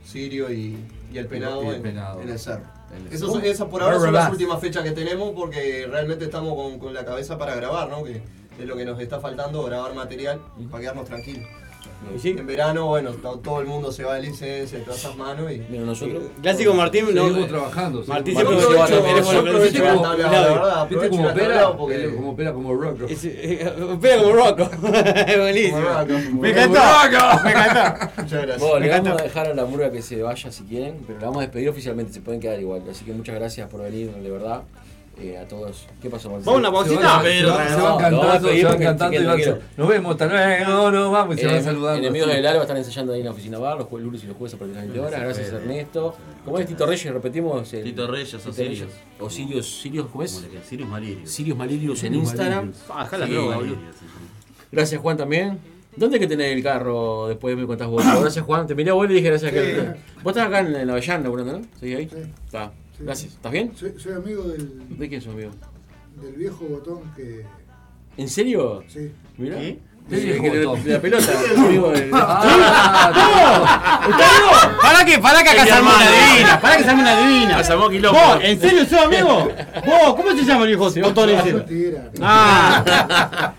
Speaker 8: Sirio y, y el Penado,
Speaker 6: Y el
Speaker 8: en-
Speaker 6: Penado.
Speaker 8: En, el Cerro.
Speaker 6: El-
Speaker 8: Esas son-
Speaker 6: Uh,
Speaker 8: esas por ahora son las
Speaker 6: Barrabás.
Speaker 8: últimas fechas que tenemos porque realmente estamos con, con la cabeza para grabar, ¿no? Que es lo que nos está faltando, grabar material para quedarnos tranquilos. En verano, bueno, to- todo el mundo se va de licencia, todas esas manos y...
Speaker 7: nosotros.
Speaker 5: Clásico Martín, no. eh,
Speaker 6: Seguimos trabajando.
Speaker 5: Martín
Speaker 6: seguimos-
Speaker 5: siempre me
Speaker 6: Yo
Speaker 5: lleva el
Speaker 6: aprovecho-
Speaker 5: teléfono,
Speaker 6: yo
Speaker 5: pero
Speaker 6: aprovecho
Speaker 5: siempre me
Speaker 6: como-
Speaker 5: lleva el tabla.
Speaker 6: ¿Viste
Speaker 5: Aprovecho
Speaker 6: como
Speaker 5: la
Speaker 6: opera?
Speaker 5: tabla porque-
Speaker 6: Él Como opera, como
Speaker 7: <laughs>
Speaker 6: rock. rock.
Speaker 7: eh,
Speaker 5: Pega como Rocco. Es buenísimo. Me encantó. Me encantó.
Speaker 8: Muchas gracias.
Speaker 7: Bueno,
Speaker 5: Me
Speaker 7: le vamos
Speaker 5: encanta.
Speaker 7: a dejar a la murga que se vaya si quieren, pero la vamos a despedir oficialmente, se pueden quedar igual. Así que muchas gracias por venir, de verdad. eh, a todos. ¿Qué pasó, Marcelo?
Speaker 6: ¿Va una pausita?
Speaker 7: Se van-
Speaker 6: Pero-
Speaker 7: se van
Speaker 6: no, no,
Speaker 7: cantando,
Speaker 6: no,
Speaker 7: se van
Speaker 6: porque
Speaker 7: cantando
Speaker 6: se
Speaker 7: y van.
Speaker 6: quedan, se quedan. Nos vemos, hasta luego, nos vamos, y se van
Speaker 7: Enem-
Speaker 6: saludando.
Speaker 7: Eh, Enemigos del Alba están ensayando ahí en la oficina bar, los jue- lunes y los jueves a partir de las 20 horas.
Speaker 9: Se
Speaker 7: Gracias,
Speaker 9: puede.
Speaker 7: Ernesto. ¿Cómo es Tito Reyes? Repetimos. el-
Speaker 9: Tito Reyes, o Sirius.
Speaker 7: O Sirius, Sirius, ¿cómo es?
Speaker 9: Sirius Malirius.
Speaker 7: Sirius Malirius en
Speaker 9: Sirius
Speaker 7: Instagram.
Speaker 9: Malirius. Ah, dejá la
Speaker 7: Sí,
Speaker 9: droga,
Speaker 7: boludo.
Speaker 9: Malirius,
Speaker 7: Gracias, Juan, también. ¿Dónde es que tenés el carro? Después me contás vos. Gracias, Juan. Te miré a vos y le dije gracias a
Speaker 11: Sí.
Speaker 7: aquel. Vos estás acá en en la Avellana, laburando, ¿no? ¿Seguís ahí?
Speaker 11: Sí.
Speaker 7: Está. Gracias. ¿Estás bien?
Speaker 11: Soy, soy amigo del,
Speaker 7: ¿De quién sos, amigo?
Speaker 11: del viejo botón que.
Speaker 7: ¿En serio?
Speaker 11: Sí.
Speaker 7: Mirá. ¿Qué?
Speaker 11: Sí,
Speaker 7: De,
Speaker 11: viejo
Speaker 7: de-
Speaker 11: botón.
Speaker 7: de la pelota,
Speaker 5: <laughs>
Speaker 7: amigo. del- <laughs>
Speaker 5: ¡Ah! ¡No! ¿Está vivo? Pará que, pará que acá se armó una divina, pará que se armó una divina.
Speaker 7: Se armó quilombo.
Speaker 5: ¿Vos, en serio, sos
Speaker 7: <laughs>
Speaker 5: amigo? ¿Vos, cómo se llama el viejo botón ese? Ah.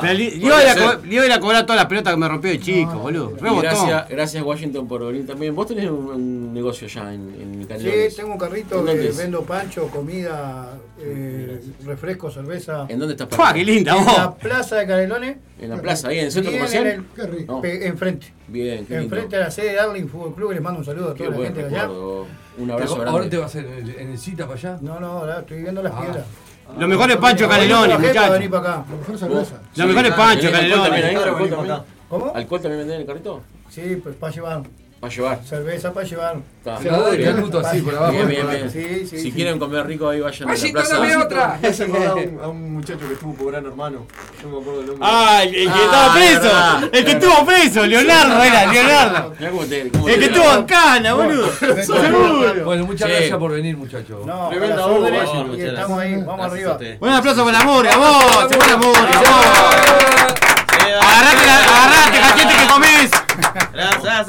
Speaker 5: Me li- Le iba a ir a co- le iba a ir a cobrar todas las pelotas que me rompió de chico, boludo. Re
Speaker 7: Y
Speaker 5: botón.
Speaker 7: gracias, gracias Washington por venir también. Vos tenés un, un negocio allá en, en
Speaker 10: Sí,
Speaker 7: Canelones.
Speaker 10: tengo un
Speaker 7: ¿En
Speaker 10: carrito
Speaker 7: dónde
Speaker 10: que
Speaker 7: es?
Speaker 10: vendo pancho, comida, eh, refresco, cerveza.
Speaker 7: ¿En dónde estás
Speaker 10: ¡Fua,
Speaker 7: parado?
Speaker 10: qué linda, vos! En la plaza de Canelones.
Speaker 7: En la plaza, ahí en el centro
Speaker 10: Bien,
Speaker 7: comercial.
Speaker 10: en el- pe- Enfrente.
Speaker 7: Bien, qué lindo.
Speaker 10: Enfrente a la sede de Darling Fútbol Club. Les mando un saludo a
Speaker 7: Qué
Speaker 10: toda la
Speaker 7: buen
Speaker 10: gente de allá.
Speaker 7: recuerdo. Un
Speaker 6: Te
Speaker 7: abrazo
Speaker 6: aco-
Speaker 7: grande.
Speaker 6: Ahora te vas en el, en el cita para allá.
Speaker 10: No, no, ahora estoy viendo las piedras.
Speaker 5: Lo mejor es Pancho Canelones, muchachos.
Speaker 10: Vení para acá. Mejor cerveza.
Speaker 5: Lo mejor es Pancho Canelones.
Speaker 10: ¿Cómo?
Speaker 7: ¿Alcohol también vendés en el carrito?
Speaker 10: Sí, pues para llevar.
Speaker 7: Para llevar.
Speaker 10: Cerveza para llevar.
Speaker 7: Está.
Speaker 10: Seguro que
Speaker 7: Bien,
Speaker 10: no,
Speaker 7: bien,
Speaker 10: pa-
Speaker 7: Bien, bien, bien.
Speaker 10: Sí, sí,
Speaker 7: si
Speaker 10: sí.
Speaker 7: quieren comer rico ahí vayan a la
Speaker 8: Vallito,
Speaker 7: plaza.
Speaker 8: dame otra. Me hace acordar a un- a un muchacho que estuvo por gran hermano. No me acuerdo el nombre.
Speaker 5: Ah, el, el que estaba preso. El que estuvo preso, Leonardo era, Leonardo.
Speaker 7: Mirá cómo te-
Speaker 5: El que estuvo en cana, boludo. Seguro.
Speaker 6: Bueno, muchas
Speaker 5: Sí.
Speaker 6: gracias por venir, muchachos.
Speaker 10: No,
Speaker 5: Tremenda
Speaker 10: para las
Speaker 5: obra,
Speaker 10: órdenes,
Speaker 5: vamos,
Speaker 10: y
Speaker 5: muchachos.
Speaker 10: estamos ahí, vamos arriba.
Speaker 5: Un aplauso para Murga, vos, se fue la Murga, vos. Agarrate, la- agarrate, cachete que comés.
Speaker 7: Gracias,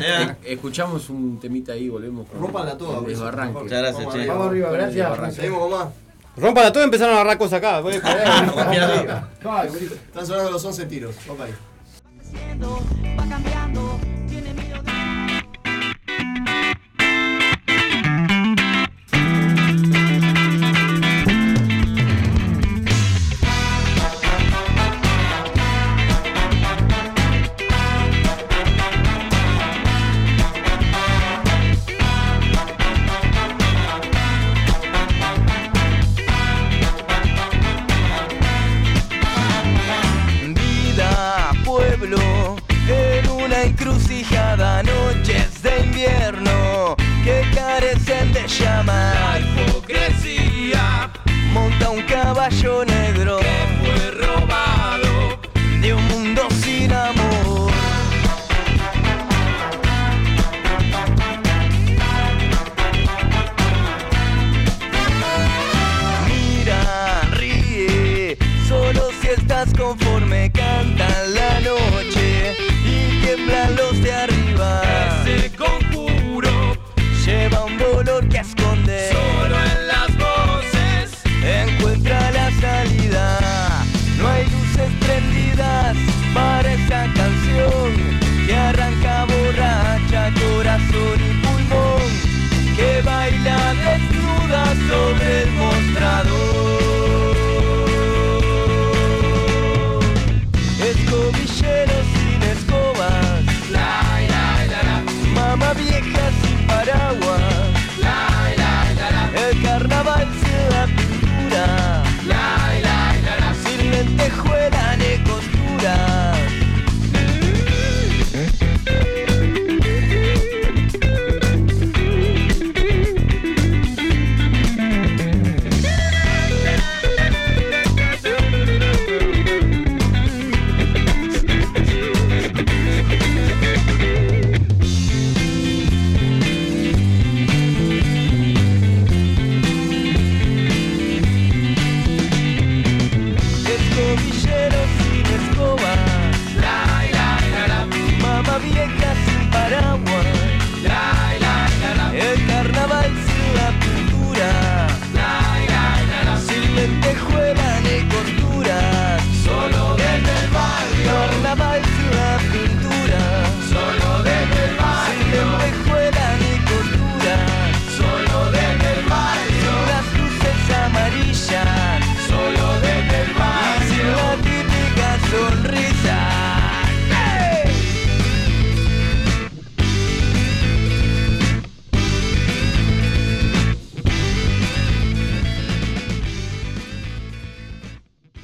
Speaker 7: Eh, Escuchamos un temita ahí, volvemos. con-
Speaker 8: Rompanla toda,
Speaker 7: con el
Speaker 8: boludo.
Speaker 7: desbarranque.
Speaker 8: Muchas gracias, Vamos che. arriba, vamos arriba,
Speaker 7: Con el
Speaker 8: gracias.
Speaker 7: desbarranque.
Speaker 8: Seguimos con más.
Speaker 5: Rompan a todo y empezaron a agarrar cosas acá. boludo.
Speaker 8: Están sonando los 11 tiros. Vamos ahí.
Speaker 24: Vida, pueblo, en una encrucijada, noches de invierno que carecen de llama. hipocresía monta un caballo negro que fue robado de un mundo sin amor. Mira, ríe, solo si estás conforme cantan la noche y tiemblan los de arriba. Ese conjuro lleva un dolor que esconde. Solo en las voces encuentra la salida.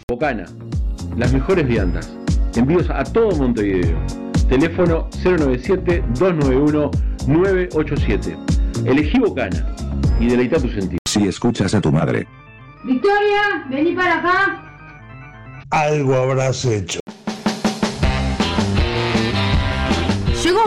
Speaker 1: Bocana, las mejores viandas. Envíos a todo Montevideo. Teléfono 097-291-987. Elegí Bocana y deleita tu sentido.
Speaker 4: Si escuchas a tu madre,
Speaker 25: Victoria, vení para acá.
Speaker 4: algo habrás hecho.
Speaker 26: Llegó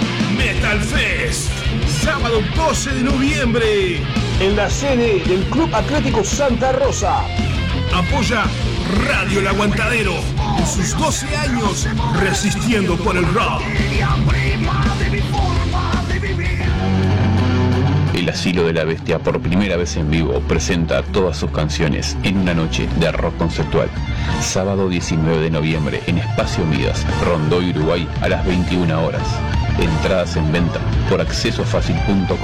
Speaker 27: Metal Fest, sábado 12 de noviembre, en la sede del Club Atlético Santa Rosa. Apoya Radio El Aguantadero, en sus 12 años resistiendo por el rock.
Speaker 18: El Asilo de la Bestia por primera vez en vivo presenta todas sus canciones en una noche de rock conceptual. Sábado 19 de noviembre en Espacio Midas, Rondó Uruguay a las 21 horas. Entradas en venta por accesofacil.com.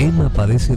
Speaker 28: Emma padece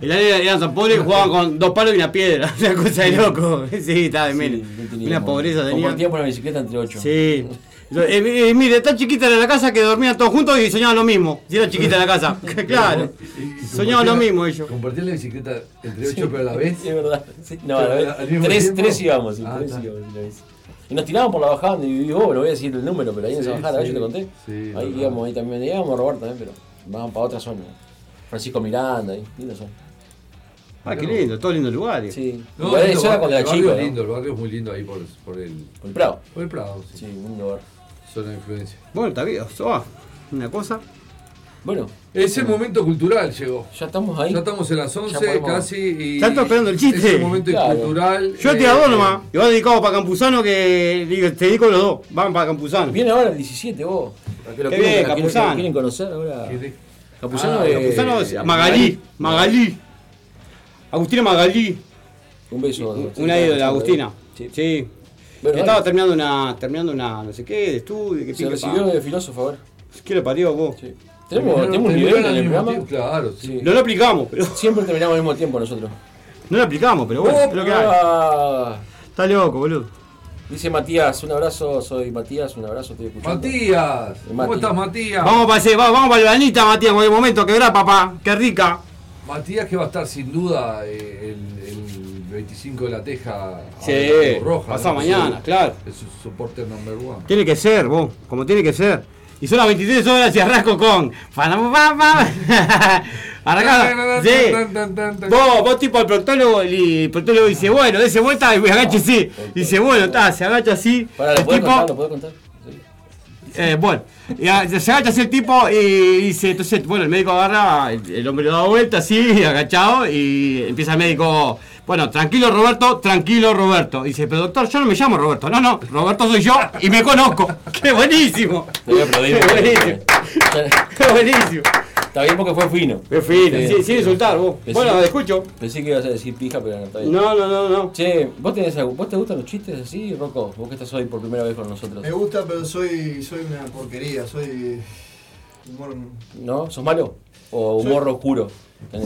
Speaker 5: El área eran tan pobres que jugaban con dos palos y una piedra. <laughs> Una cosa de loco. Sí, estaba de menos. una pobreza tenía.
Speaker 7: Compartíamos una bicicleta entre 8.
Speaker 5: Sí. Yo, eh, eh, mire, tan chiquita era la casa que dormían todos juntos y soñaban lo mismo. Si era chiquita la casa. <laughs> claro. Soñaban lo mismo ellos.
Speaker 6: Compartían la bicicleta entre ocho, pero
Speaker 7: <laughs>
Speaker 6: a la vez.
Speaker 7: Es verdad. Sí, no,
Speaker 6: Pero
Speaker 7: a
Speaker 6: al-
Speaker 7: la
Speaker 6: al
Speaker 7: vez.
Speaker 6: mismo
Speaker 7: Tres,
Speaker 6: tiempo.
Speaker 7: tres íbamos, sí,
Speaker 6: Ah,
Speaker 7: tres
Speaker 6: está.
Speaker 7: íbamos. la vez. Y nos tirábamos por la bajada donde vivís vos, no voy a decir el número, pero ahí en
Speaker 6: Sí,
Speaker 7: esa bajada,
Speaker 6: sí,
Speaker 7: yo te conté.
Speaker 6: sí,
Speaker 7: ahí
Speaker 6: verdad.
Speaker 7: íbamos, ahí también íbamos a robar también, pero vamos para otra zona. Francisco Miranda, ahí, linda zona.
Speaker 5: Ah, qué lindo, todo lindo lugar. eh.
Speaker 7: Sí.
Speaker 6: No,
Speaker 7: Igual
Speaker 6: lindo,
Speaker 7: eso era cuando
Speaker 6: el
Speaker 7: era
Speaker 6: barrio
Speaker 7: chico,
Speaker 6: es
Speaker 7: ¿no?
Speaker 6: lindo, el barrio es muy lindo ahí por, por el.
Speaker 7: Por el Prado.
Speaker 6: Por el Prado, sí.
Speaker 7: Sí, un lugar.
Speaker 6: Zona de influencia.
Speaker 5: Bueno, está bien. eso va. Una cosa.
Speaker 7: Bueno.
Speaker 6: Ese momento cultural llegó.
Speaker 7: Ya estamos ahí.
Speaker 6: Ya estamos en las 11
Speaker 5: podemos-
Speaker 6: casi. Y
Speaker 5: Ya estoy esperando el chiste.
Speaker 6: Es un momento
Speaker 5: Claro.
Speaker 6: cultural. eh,
Speaker 5: Yo te hago nomás. Y vos dedicado para Campuzano que digo, te dedico los dos. Van para Campuzano.
Speaker 7: Viene ahora el 17 vos. Para que lo
Speaker 5: Qué
Speaker 7: quieren-
Speaker 5: bien,
Speaker 7: para que lo- que lo
Speaker 5: Capuzano.
Speaker 7: quieren conocer ahora. Capuzano,
Speaker 5: Ah, Capuzano,
Speaker 7: eh,
Speaker 5: es Magalí. Magalí. Agustina Magalí.
Speaker 7: Un beso.
Speaker 5: Una ídola, Agustina. Sí.
Speaker 7: Bueno,
Speaker 5: Estaba
Speaker 7: dale.
Speaker 5: terminando una, terminando una, no sé qué, de estudio. Que
Speaker 7: Se recibió de filósofo, a ver.
Speaker 5: ¿Qué le parió vos?
Speaker 7: Tenemos, tenemos un nivel en el programa.
Speaker 6: Claro, sí.
Speaker 5: No lo aplicamos, pero. <laughs>
Speaker 7: Siempre terminamos al mismo tiempo nosotros.
Speaker 5: No lo aplicamos, pero bueno. es lo que hay.
Speaker 7: Opa.
Speaker 5: Está loco, boludo.
Speaker 7: Dice Matías, un abrazo, soy Matías, un abrazo, estoy escuchando. Eh,
Speaker 6: Matías, ¿cómo estás, Matías?
Speaker 5: Vamos para ese, vamos, vamos para el banita, Matías, en cualquier momento, quebrá, papá. Qué rica.
Speaker 6: Matías que va a estar sin duda eh, el, el 25 de la Teja.
Speaker 5: Sí,
Speaker 6: a- a Roja,
Speaker 5: pasado
Speaker 6: ¿no?
Speaker 5: mañana,
Speaker 6: Sí.
Speaker 5: claro.
Speaker 6: Es su soporte number one.
Speaker 5: Tiene que ser, vos, como tiene que ser. Y son las 23 horas y arrasco con. <laughs> Fanam- pam, pam. <laughs> Arrancamos. Sí. Vos, vos tipo al proctólogo, y el proctólogo dice, bueno, dése vuelta y agáchese. Dice, bueno, está, se agacha así.
Speaker 7: Pará, ¿lo
Speaker 5: el
Speaker 7: podés
Speaker 5: tipo,
Speaker 7: contar? ¿Lo podés contar?
Speaker 5: eh, bueno, y a- se agacha así el tipo y dice, entonces, bueno, el médico agarra, el, el hombre lo da vuelta así, agachado, y empieza el médico, bueno, tranquilo Roberto, tranquilo Roberto. Dice, pero doctor, yo no me llamo Roberto, no, no, Roberto soy yo y me conozco. <laughs> ¡Qué buenísimo!
Speaker 7: Te voy a
Speaker 5: <laughs>
Speaker 7: aplaudir.
Speaker 5: Qué buenísimo. Qué <laughs> buenísimo.
Speaker 7: Está bien porque fue fino. Este,
Speaker 5: Fue fino, sin- sin insultar, vos. Bueno, escucho.
Speaker 7: Pensé que ibas a decir pija, pero no está bien.
Speaker 5: No, no, no, no.
Speaker 7: Che, ¿vos, tenés, algo- ¿vos te gustan los chistes así, Rocco? Vos que estás hoy por primera vez con nosotros.
Speaker 8: Me gusta, pero soy, soy una porquería, soy. Humor.
Speaker 7: ¿No? ¿Sos malo? ¿O humor oscuro?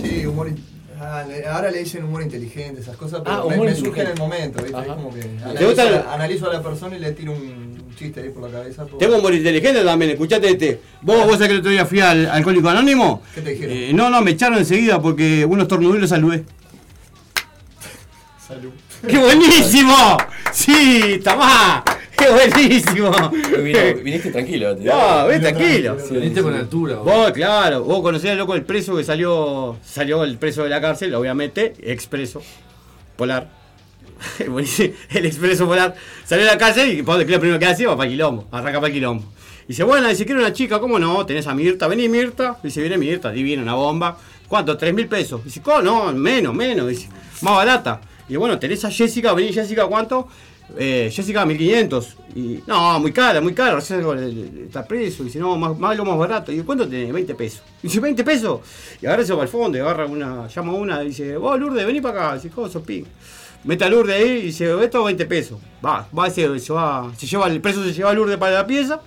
Speaker 8: Sí, humor. in- Ah, le- ahora le dicen humor inteligente, esas cosas, pero
Speaker 6: Ah,
Speaker 8: me,
Speaker 6: humor
Speaker 8: me surge en
Speaker 6: inteligente.
Speaker 8: el momento, ¿viste? Es
Speaker 6: Ajá.
Speaker 8: como que
Speaker 6: ¿Te
Speaker 8: analizo,
Speaker 5: gusta el-
Speaker 8: analizo a la persona y le tiro un chiste ahí por la cabeza. por-
Speaker 5: Tengo humor inteligente también, escuchate este. Vos, vos sabés que el otro día fui al Alcohólico Anónimo.
Speaker 8: ¿Qué te dijeron?
Speaker 5: Eh, no, no, me echaron enseguida porque unos estornudé y los saludé.
Speaker 8: Salud.
Speaker 5: ¡Qué buenísimo! Sí, Tamá. ¡Qué buenísimo!
Speaker 7: Vine- viniste tranquilo. te-
Speaker 5: No, ven tranquilo.
Speaker 7: Sí, sí, sí.
Speaker 5: Vos, claro, vos conocés al loco del preso que salió, salió el preso de la cárcel, obviamente, expreso, polar. <laughs> Buenísimo, el expreso polar salió de la cárcel y Pablo, ¿qué es lo primero que hace? Va para el quilombo, arranca para el quilombo. Y dice, bueno, dice, quiero una chica, ¿cómo no? Tenés a Mirta, vení Mirta. Dice, viene Mirta, divina, una bomba. ¿Cuánto? ¿Tres mil pesos? Dice, ¿cómo? No, menos, menos. Dice, más barata. Y bueno, tenés a Jessica, vení Jessica, ¿cuánto? Eh, Jessica, 1500. Y, no, muy cara, muy cara. Recién el- el- está preso. Y dice, no, más, más lo más barato. Y dice, ¿cuánto tenés? 20 pesos. Y dice, 20 pesos. Y agarra eso para el fondo, y agarra una, llama a una, y dice, vos Lourdes, vení para acá. Dice, ¿cómo sos ping? Mete a Lourdes ahí y dice, esto 20 pesos. Va, va, se, se va, se lleva, el preso se lleva a Lourdes para la pieza.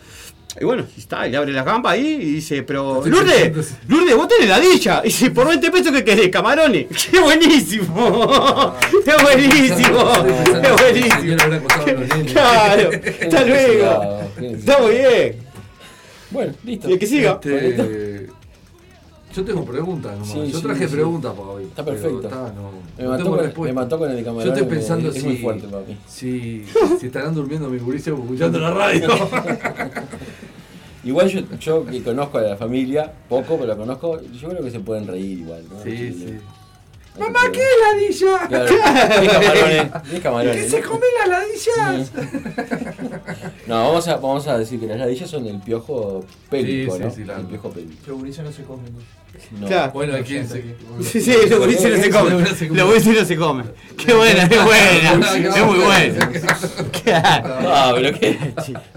Speaker 5: Y bueno, y está, y le abre la gamba ahí y dice, pero Lourdes, Lourdes, vos tenés la dicha. Y dice, por 20 pesos que querés, camarones. <laughs> ¡Qué
Speaker 7: Ah.
Speaker 5: buenísimo!
Speaker 7: <laughs>
Speaker 5: ¡Qué buenísimo! ¡Qué buenísimo! <laughs> Claro, hasta luego. Está muy bien.
Speaker 7: Bueno, listo.
Speaker 5: Y el que siga.
Speaker 6: Este, yo tengo preguntas nomás.
Speaker 7: Sí,
Speaker 6: yo
Speaker 7: sí,
Speaker 6: traje
Speaker 7: sí.
Speaker 6: preguntas para hoy.
Speaker 7: Está
Speaker 6: pero
Speaker 7: perfecto.
Speaker 6: está, no,
Speaker 7: Me
Speaker 6: no
Speaker 7: mató
Speaker 6: tengo
Speaker 7: con-
Speaker 6: respuesta.
Speaker 7: me mató con el
Speaker 6: Yo
Speaker 7: camarón,
Speaker 6: estoy
Speaker 7: me-
Speaker 6: pensando
Speaker 7: es
Speaker 6: si,
Speaker 7: muy fuerte, papi.
Speaker 6: si, si estarán durmiendo mis gurises escuchando la radio.
Speaker 7: <laughs> Igual yo, yo que conozco a la familia, poco, pero la conozco, yo creo que se pueden reír igual. ¿no?
Speaker 6: Sí, sí.
Speaker 7: Mamá, ¿qué
Speaker 6: es
Speaker 5: <laughs>
Speaker 6: ladilla?
Speaker 7: Claro, diez camarones, diez camarones.
Speaker 6: ¿Qué se come las ladillas?
Speaker 7: <laughs> No, vamos a, vamos a decir que las ladillas son del piojo pélvico,
Speaker 6: Sí, sí,
Speaker 7: ¿no?
Speaker 6: sí, claro.
Speaker 7: El piojo pélvico.
Speaker 8: Pero gurises no se comen. ¿no?
Speaker 7: No.
Speaker 6: Bueno, hay quien se-
Speaker 5: Sí, sí, los gurises no se
Speaker 6: <laughs>
Speaker 5: comen. Los gurises no se comen. <laughs>
Speaker 7: <laughs>
Speaker 5: Qué <laughs> buena, qué buena. Es muy buena.
Speaker 7: Ah, pero qué.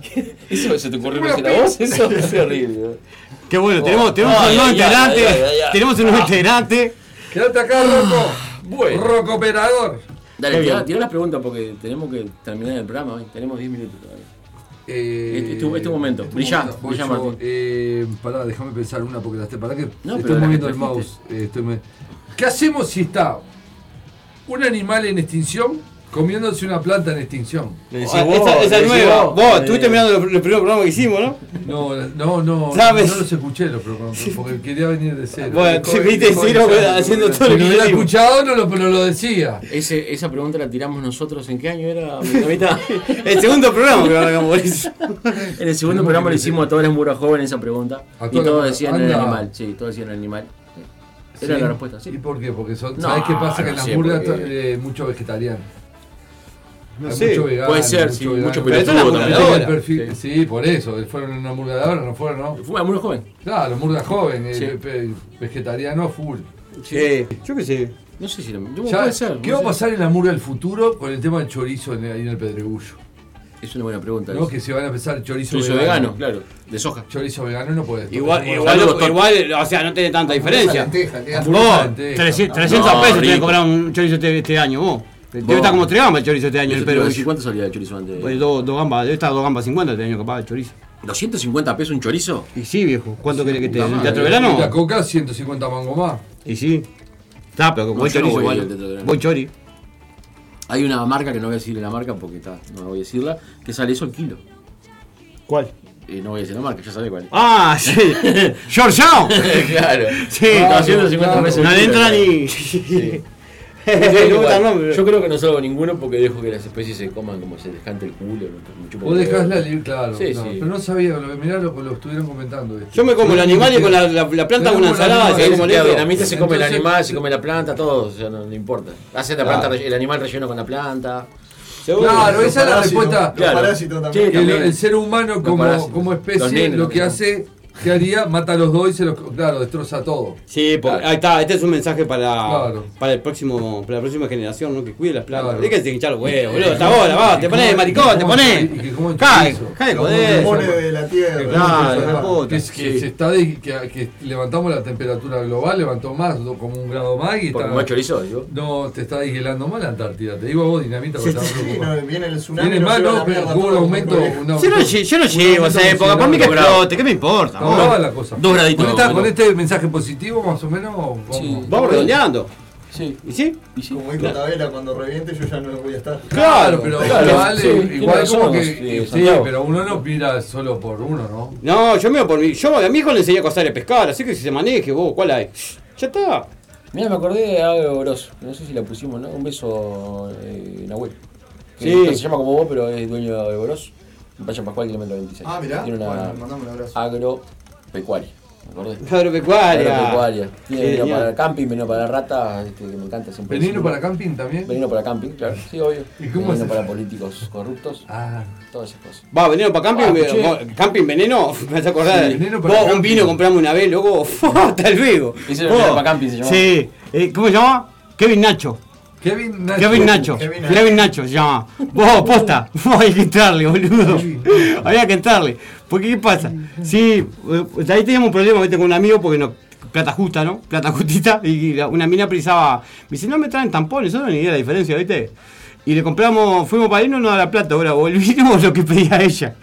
Speaker 7: qué- Eso se te ocurrió recién a vos, eso es horrible.
Speaker 5: Qué
Speaker 7: Oh.
Speaker 5: bueno, tenemos, tenemos
Speaker 7: Ay,
Speaker 5: un nuevo
Speaker 7: ay,
Speaker 5: integrante.
Speaker 7: ay, ay, ay.
Speaker 5: Tenemos un nuevo integrante.
Speaker 6: Quédate acá, Rocco.
Speaker 7: Ah. Bueno.
Speaker 6: Rocco operador.
Speaker 7: Dale,
Speaker 6: Qué
Speaker 7: tirá,
Speaker 6: bien.
Speaker 7: tirá las preguntas porque tenemos que terminar el programa hoy. Tenemos 10 minutos todavía.
Speaker 5: Eh,
Speaker 7: este, este- este momento, brillá,
Speaker 6: momento.
Speaker 7: brillá,
Speaker 6: Voy yo,
Speaker 7: Martín.
Speaker 6: eh, pará, déjame pensar una porque la estoy. Pará que
Speaker 7: No, pero
Speaker 6: estoy
Speaker 7: la
Speaker 6: moviendo
Speaker 7: que
Speaker 6: el
Speaker 7: trajiste.
Speaker 6: mouse. eh, estoy movi- ¿Qué hacemos si está un animal en extinción comiéndose una planta en extinción?
Speaker 5: Ah, esa esa nueva.
Speaker 7: Eh.
Speaker 5: Vos, estuviste mirando los, los primeros programas que hicimos, ¿no?
Speaker 6: No, no, no,
Speaker 5: ¿Sabes?
Speaker 6: no los escuché los
Speaker 5: <laughs>
Speaker 6: programas porque quería venir de cero.
Speaker 5: Bueno,
Speaker 6: Co-
Speaker 5: sí, viste,
Speaker 6: co-
Speaker 5: cero, <laughs>
Speaker 6: co-
Speaker 5: haciendo
Speaker 6: <laughs> co-
Speaker 5: todo lo
Speaker 6: si
Speaker 5: que
Speaker 6: hubiera
Speaker 5: hicimos.
Speaker 6: escuchado, no lo, no lo decía.
Speaker 7: Ese, esa pregunta la tiramos nosotros en qué año era mitad, mitad?
Speaker 5: <laughs> El segundo programa que hagamos eso.
Speaker 7: <laughs> En el segundo programa le hicimos a todos los muros jóvenes esa pregunta.
Speaker 6: A
Speaker 7: Y
Speaker 6: todos
Speaker 7: todos
Speaker 6: los-
Speaker 7: decían el
Speaker 6: anda.
Speaker 7: animal. Sí, todos decían el animal. Era
Speaker 6: Sí.
Speaker 7: la respuesta, sí.
Speaker 6: ¿Y por qué? Porque son,
Speaker 7: No,
Speaker 6: ¿sabes qué pasa? que
Speaker 7: no
Speaker 6: en las
Speaker 7: sé,
Speaker 6: burgas
Speaker 7: porque-
Speaker 6: hay eh, mucho vegetariano.
Speaker 5: No
Speaker 6: Hay
Speaker 5: sé.
Speaker 6: mucho vegano,
Speaker 7: Puede ser, sí,
Speaker 6: vegano.
Speaker 7: mucho Pero esto es pelotudo una también.
Speaker 6: Tiene el
Speaker 7: hamburgadora.
Speaker 6: perfil- sí. por eso. eh, Fueron una hamburgadora, no fueron, ¿no?
Speaker 7: Fue una hamburga joven.
Speaker 6: Claro, hamburga joven, eh,
Speaker 7: Sí.
Speaker 6: pe- vegetariano full.
Speaker 5: Sí, yo qué sé.
Speaker 7: No sé si era. yo-
Speaker 6: Ya,
Speaker 7: puede ser.
Speaker 6: ¿Qué
Speaker 7: no
Speaker 6: va a
Speaker 7: sé.
Speaker 6: pasar en la hamburga del futuro con el tema del chorizo en el, ahí en el Pedregullo?
Speaker 7: Es una buena pregunta.
Speaker 6: ¿No?
Speaker 7: esa.
Speaker 6: Que se van a empezar el chorizo,
Speaker 7: Chorizo vegano, claro, de soja.
Speaker 6: Chorizo vegano no puede.
Speaker 5: Igual,
Speaker 6: Bueno,
Speaker 5: igual,
Speaker 6: saludos,
Speaker 5: igual, o sea, no tiene tanta diferencia.
Speaker 8: lenteja, queda-
Speaker 5: Vos,
Speaker 6: Lenteja.
Speaker 5: 300,
Speaker 7: No,
Speaker 5: pesos tenés que
Speaker 7: rico.
Speaker 5: cobrar un chorizo este, este año, vos. Debe
Speaker 7: Vos.
Speaker 5: estar como tres gambas el chorizo este año en
Speaker 7: Eso
Speaker 5: el
Speaker 7: te iba a
Speaker 5: Perú.
Speaker 7: decir, ¿Cuánto salía el chorizo antes?
Speaker 5: Pues dos, dos gambas, debe estar dos gambas 50 este año capaz el chorizo.
Speaker 7: ¿250 pesos un chorizo?
Speaker 5: Y sí, viejo. ¿Cuánto querés que te
Speaker 6: puta
Speaker 5: ¿El
Speaker 6: madre,
Speaker 5: teatro
Speaker 6: y La
Speaker 5: verano?
Speaker 6: coca, 150 mangos más.
Speaker 5: Y sí. Está, <laughs> pero con
Speaker 7: No,
Speaker 5: buen
Speaker 7: yo no
Speaker 5: chorizo
Speaker 7: voy al
Speaker 5: igual.
Speaker 7: Teatro Verano.
Speaker 5: Buen chori.
Speaker 7: Hay una marca que no voy a decir la marca porque está, no voy a decirla, que sale eso al kilo.
Speaker 5: ¿Cuál?
Speaker 7: Eh, no voy a decir la marca, ya sabés cuál. es. <laughs>
Speaker 5: Ah, sí. Georgetown.
Speaker 7: claro.
Speaker 5: Sí.
Speaker 7: Está a 150
Speaker 5: Claro.
Speaker 7: pesos el
Speaker 5: No le
Speaker 7: kilo,
Speaker 5: entra
Speaker 7: claro.
Speaker 5: ni.
Speaker 7: <laughs>
Speaker 5: <laughs>
Speaker 7: Sí.
Speaker 5: No, no,
Speaker 7: Igual,
Speaker 5: pero-
Speaker 7: Yo creo que no salvo ninguno porque dejo que las especies se coman como se descanta el culo. me chupa
Speaker 6: Vos
Speaker 7: un
Speaker 6: dejás
Speaker 7: huevo.
Speaker 6: la libre, claro.
Speaker 7: eh, Sí,
Speaker 6: claro.
Speaker 7: sí.
Speaker 6: Pero no sabía, lo- mirá lo que lo estuvieron comentando. esto.
Speaker 5: Yo me como el animal y con la, la- la planta con una ensalada.
Speaker 7: Sí,
Speaker 5: ¿sabés cómo le
Speaker 7: la
Speaker 5: entro?
Speaker 7: dinamita se come el
Speaker 6: Entonces-
Speaker 7: animal, se come la planta, todo, o sea, no, no importa. Hace la
Speaker 6: Claro.
Speaker 7: planta, relle- el animal relleno con la planta.
Speaker 6: Claro, esa es la respuesta.
Speaker 7: Claro.
Speaker 6: Que
Speaker 7: Sí,
Speaker 6: el,
Speaker 7: también.
Speaker 6: el ser humano
Speaker 7: Los
Speaker 6: como,
Speaker 7: parásitos.
Speaker 6: como
Speaker 7: Los
Speaker 6: especie
Speaker 7: nenes
Speaker 6: lo
Speaker 7: también
Speaker 6: que
Speaker 7: son.
Speaker 6: hace, ¿qué haría? Mata a los dos y se los. Claro, destroza todo.
Speaker 5: Sí, porque- ahí está, este es un mensaje para,
Speaker 6: Claro.
Speaker 5: para el próximo, para la próxima generación, ¿no? Que cuide las plantas.
Speaker 6: Claro.
Speaker 5: Déjense de hinchar los huevos, boludo, hasta ahora, va, te pones maricón, te pones. Cae, cae, joder.
Speaker 8: de la tierra.
Speaker 5: Claro, la
Speaker 6: Claro,
Speaker 5: puta.
Speaker 6: que, es- que se está de- que, que levantamos la temperatura global, levantó más, do- como un grado más y
Speaker 7: Por
Speaker 6: está.
Speaker 7: más chorizo, digo.
Speaker 6: No, te está deshielando más la Antártida. Te digo a vos, dinamita, porque estás preocupado.
Speaker 8: no, viene el tsunami.
Speaker 6: Viene
Speaker 8: nos
Speaker 6: más,
Speaker 8: lleva la
Speaker 6: no, pero
Speaker 8: mierda
Speaker 6: hubo un
Speaker 8: todo,
Speaker 6: aumento.
Speaker 8: muy
Speaker 6: un
Speaker 5: Yo no,
Speaker 6: aumento-
Speaker 5: lle- yo no llego a esa época, por mí que explote, ¿qué me importa?
Speaker 6: Está
Speaker 5: boludo?
Speaker 6: brava la cosa.
Speaker 7: Dos graditos.
Speaker 6: Con, esta-
Speaker 7: Bueno.
Speaker 6: con este mensaje positivo, más o menos, vamos,
Speaker 5: Vamos redondeando.
Speaker 8: Sí.
Speaker 5: ¿Y sí?
Speaker 8: Como dijo Tabela, cuando reviente yo ya no voy a estar.
Speaker 6: Claro, pero vale, igual como que. Sí,
Speaker 5: claro.
Speaker 6: pero uno no mira solo por uno, ¿no?
Speaker 5: No, yo miro por mí. Yo a mi hijo le enseñé a cazar y a pescar, así que si se maneje, vos, ¿cuál hay? Ya está.
Speaker 7: Mira, me acordé de algo grosso. No sé si la pusimos, ¿no? Un beso eh, Nahuel. Que
Speaker 5: Sí.
Speaker 7: no se llama como vos, pero es dueño de Boros. En Pacho Pascual, kilómetro 26.
Speaker 8: Ah, mirá.
Speaker 7: Tiene una
Speaker 8: Bueno, mandame un abrazo.
Speaker 7: agropecuaria. ¿Me acordé?
Speaker 5: Agropecuaria.
Speaker 7: Agropecuaria. Tiene
Speaker 5: Genial.
Speaker 7: veneno para camping, veneno para ratas, este, que me encanta siempre.
Speaker 6: ¿Veneno
Speaker 7: decirlo.
Speaker 6: para camping también?
Speaker 7: Veneno para camping, claro. Sí, obvio.
Speaker 6: ¿Y cómo
Speaker 7: veneno
Speaker 6: es?
Speaker 7: para políticos corruptos. Ah. Todas esas cosas.
Speaker 5: Va, veneno para camping,
Speaker 7: Ah,
Speaker 5: ve-
Speaker 7: escuché.
Speaker 5: vos, camping veneno, <laughs> me vas a acordar.
Speaker 7: Sí, veneno para
Speaker 5: Vos, un
Speaker 7: camping.
Speaker 5: vino compramos una vez, loco, <laughs> hasta luego.
Speaker 7: Ese era
Speaker 5: Vos.
Speaker 7: veneno para camping, se llamaba.
Speaker 5: Sí, Eh, ¿cómo se llama? Kevin Nacho.
Speaker 6: Kevin Nacho.
Speaker 5: Kevin Nacho.
Speaker 6: Kevin
Speaker 5: Kevin Nacho,
Speaker 6: Nacho.
Speaker 5: se llama. Vos, posta. <laughs> Vos hay que entrarle, boludo. Había que entrarle. Porque, ¿qué pasa? Sí, eh, ahí teníamos un problema ¿viste? con un amigo porque no. Plata justa, ¿no? Plata justita. Y la- una mina precisaba. Me dice, no me traen tampones, eso no ni idea de la diferencia, ¿viste? Y le compramos, fuimos para irnos, no a la plata, ahora volvimos <laughs> lo que pedía ella.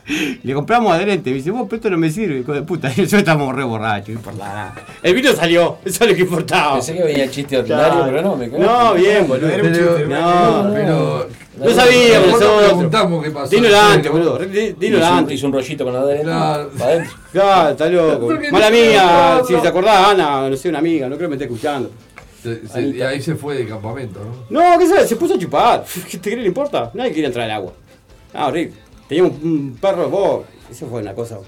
Speaker 5: Le compramos adherente. Me dice, vos, pero esto no me sirve, hijo de puta. <laughs> Y yo estamos re borrachos, no importa nada. El vino salió, eso es lo que importaba.
Speaker 7: Pensé que venía chiste ordinario, pero no, me quedé.
Speaker 5: No, bien, boludo. no,
Speaker 6: pero.
Speaker 5: No sabía,
Speaker 7: Nosotros
Speaker 5: nosotros.
Speaker 7: preguntamos qué pasó.
Speaker 5: Dino antes, boludo. Dino
Speaker 7: Hizo un-
Speaker 5: antes.
Speaker 7: Hizo un rollito con la de adentro.
Speaker 5: Claro.
Speaker 7: pa' adentro.
Speaker 5: Claro, está loco.
Speaker 7: Porque
Speaker 5: Mala
Speaker 7: no-
Speaker 5: mía,
Speaker 7: no,
Speaker 5: si
Speaker 7: no.
Speaker 5: te acordás, Ana, no sé, una amiga, no creo que me esté escuchando.
Speaker 6: se- y ahí se fue de campamento, ¿no?
Speaker 5: No, qué sabes, se puso a chupar. <laughs> ¿Qué te crees le importa? Nadie quería entrar al agua. Ah, horrible. Teníamos un, un perro, vos. Eso fue una cosa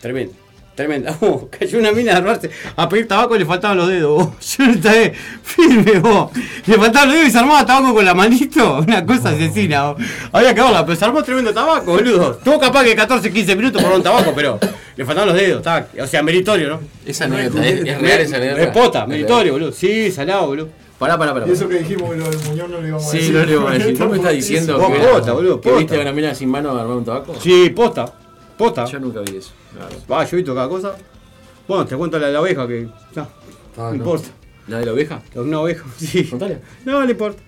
Speaker 5: tremenda. Tremenda. <laughs> Oh, cayó una mina a robarse. A pedir tabaco le faltaban los dedos, <laughs> vos. Yo no estaba firme, vos. Le faltaban los dedos y se armaba tabaco con la manito. <laughs> Una cosa asesina, vos. Había que verla, pero se armó tremendo tabaco, boludo. Tuvo capaz que 14, 15 minutos por un tabaco, pero le faltaban los dedos. tac. O sea, meritorio, ¿no?
Speaker 7: Esa anécdota, es- es real esa anécdota.
Speaker 5: Es pota,
Speaker 7: Es
Speaker 5: meritorio, boludo. Sí, salado, boludo.
Speaker 7: Pará, pará, pará.
Speaker 8: Y eso que dijimos que lo del Muñoz no le íbamos a
Speaker 7: Sí,
Speaker 8: decir.
Speaker 7: no le voy a
Speaker 8: <laughs>
Speaker 7: decir. ¿Vos me estás diciendo
Speaker 5: Vos
Speaker 7: que,
Speaker 5: posta, boludo,
Speaker 7: que
Speaker 5: posta.
Speaker 7: viste a una mina sin mano armar un tabaco?
Speaker 5: Sí, posta. Posta.
Speaker 7: Yo nunca vi eso.
Speaker 5: Va, yo he visto cada cosa. Bueno, te cuento la de la oveja que. No,
Speaker 6: Ah,
Speaker 5: no,
Speaker 7: no.
Speaker 5: importa.
Speaker 7: ¿La de la oveja?
Speaker 5: Una oveja, <laughs> sí. No, no importa.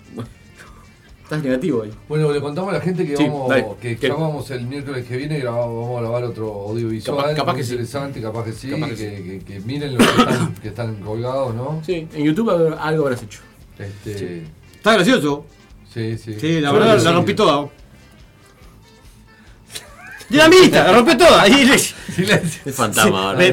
Speaker 7: Estás negativo hoy.
Speaker 6: Bueno, le contamos a la gente que
Speaker 7: Sí,
Speaker 6: vamos,
Speaker 7: dale.
Speaker 6: que
Speaker 7: Que-
Speaker 6: grabamos el miércoles que viene, grabamos, vamos a grabar otro audiovisual.
Speaker 7: Capaz- capaz
Speaker 6: muy
Speaker 7: que sí.
Speaker 6: interesante, capaz que sí,
Speaker 7: Capaz que
Speaker 6: que, que- que miren los que
Speaker 7: <coughs>
Speaker 6: están, que están colgados, ¿no?
Speaker 7: Sí, en YouTube algo- algo habrás hecho.
Speaker 6: Este,
Speaker 5: Está gracioso.
Speaker 6: Sí, sí.
Speaker 5: Sí, la
Speaker 6: Yo
Speaker 5: verdad
Speaker 6: creo
Speaker 5: la
Speaker 6: que
Speaker 5: rompí
Speaker 6: sí.
Speaker 5: toda. Dinamita, la rompí toda. Ahí le-
Speaker 7: Es fantasma ahora.
Speaker 5: Ve-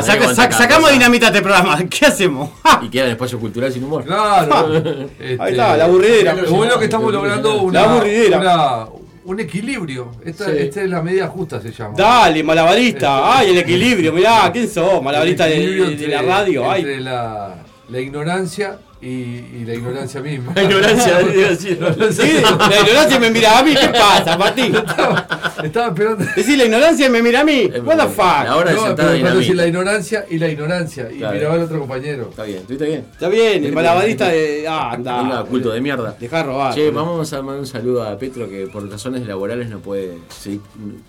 Speaker 7: Tenés que
Speaker 5: saca-
Speaker 7: aguantar
Speaker 5: sac-
Speaker 7: cada
Speaker 5: sacamos
Speaker 7: cosa.
Speaker 5: dinamita a este programa. <laughs> ¿Qué hacemos?
Speaker 7: Y queda en espacio cultural sin humor.
Speaker 6: Claro.
Speaker 5: <laughs>
Speaker 6: Este,
Speaker 5: Ahí está, la aburridera.
Speaker 6: Lo bueno es que
Speaker 7: Este,
Speaker 6: estamos logrando
Speaker 5: La
Speaker 6: una,
Speaker 5: aburridera.
Speaker 6: una- un equilibrio. Esta,
Speaker 5: Sí.
Speaker 6: esta es la media justa, se llama.
Speaker 5: Dale, malabarista. Ay, el equilibrio. Mirá, ¿quién sos? Malabarista Oh, de,
Speaker 6: equilibrio
Speaker 5: de- de la
Speaker 6: entre-
Speaker 5: radio. Ay,
Speaker 6: Entre la, la ignorancia y, y la ignorancia misma.
Speaker 5: La <laughs>
Speaker 6: <laughs>
Speaker 5: ignorancia, iba a decir. Sí, la ignorancia me mira a mí, <laughs> ¿qué pasa, Martín?
Speaker 6: <laughs> Estaba, estaba esperando.
Speaker 5: Decís la ignorancia me mira a mí. What the fuck?
Speaker 6: No, pero cuando decís la ignorancia y la ignorancia. Y
Speaker 7: Está
Speaker 6: miraba al otro compañero.
Speaker 7: Está bien, ¿estuviste bien?
Speaker 5: Está bien, el malabarista de. Ah, anda.
Speaker 7: Venga, culto de mierda.
Speaker 5: Dejá robar.
Speaker 7: Che, vamos a mandar un saludo a Petro que por razones laborales no puede seguir,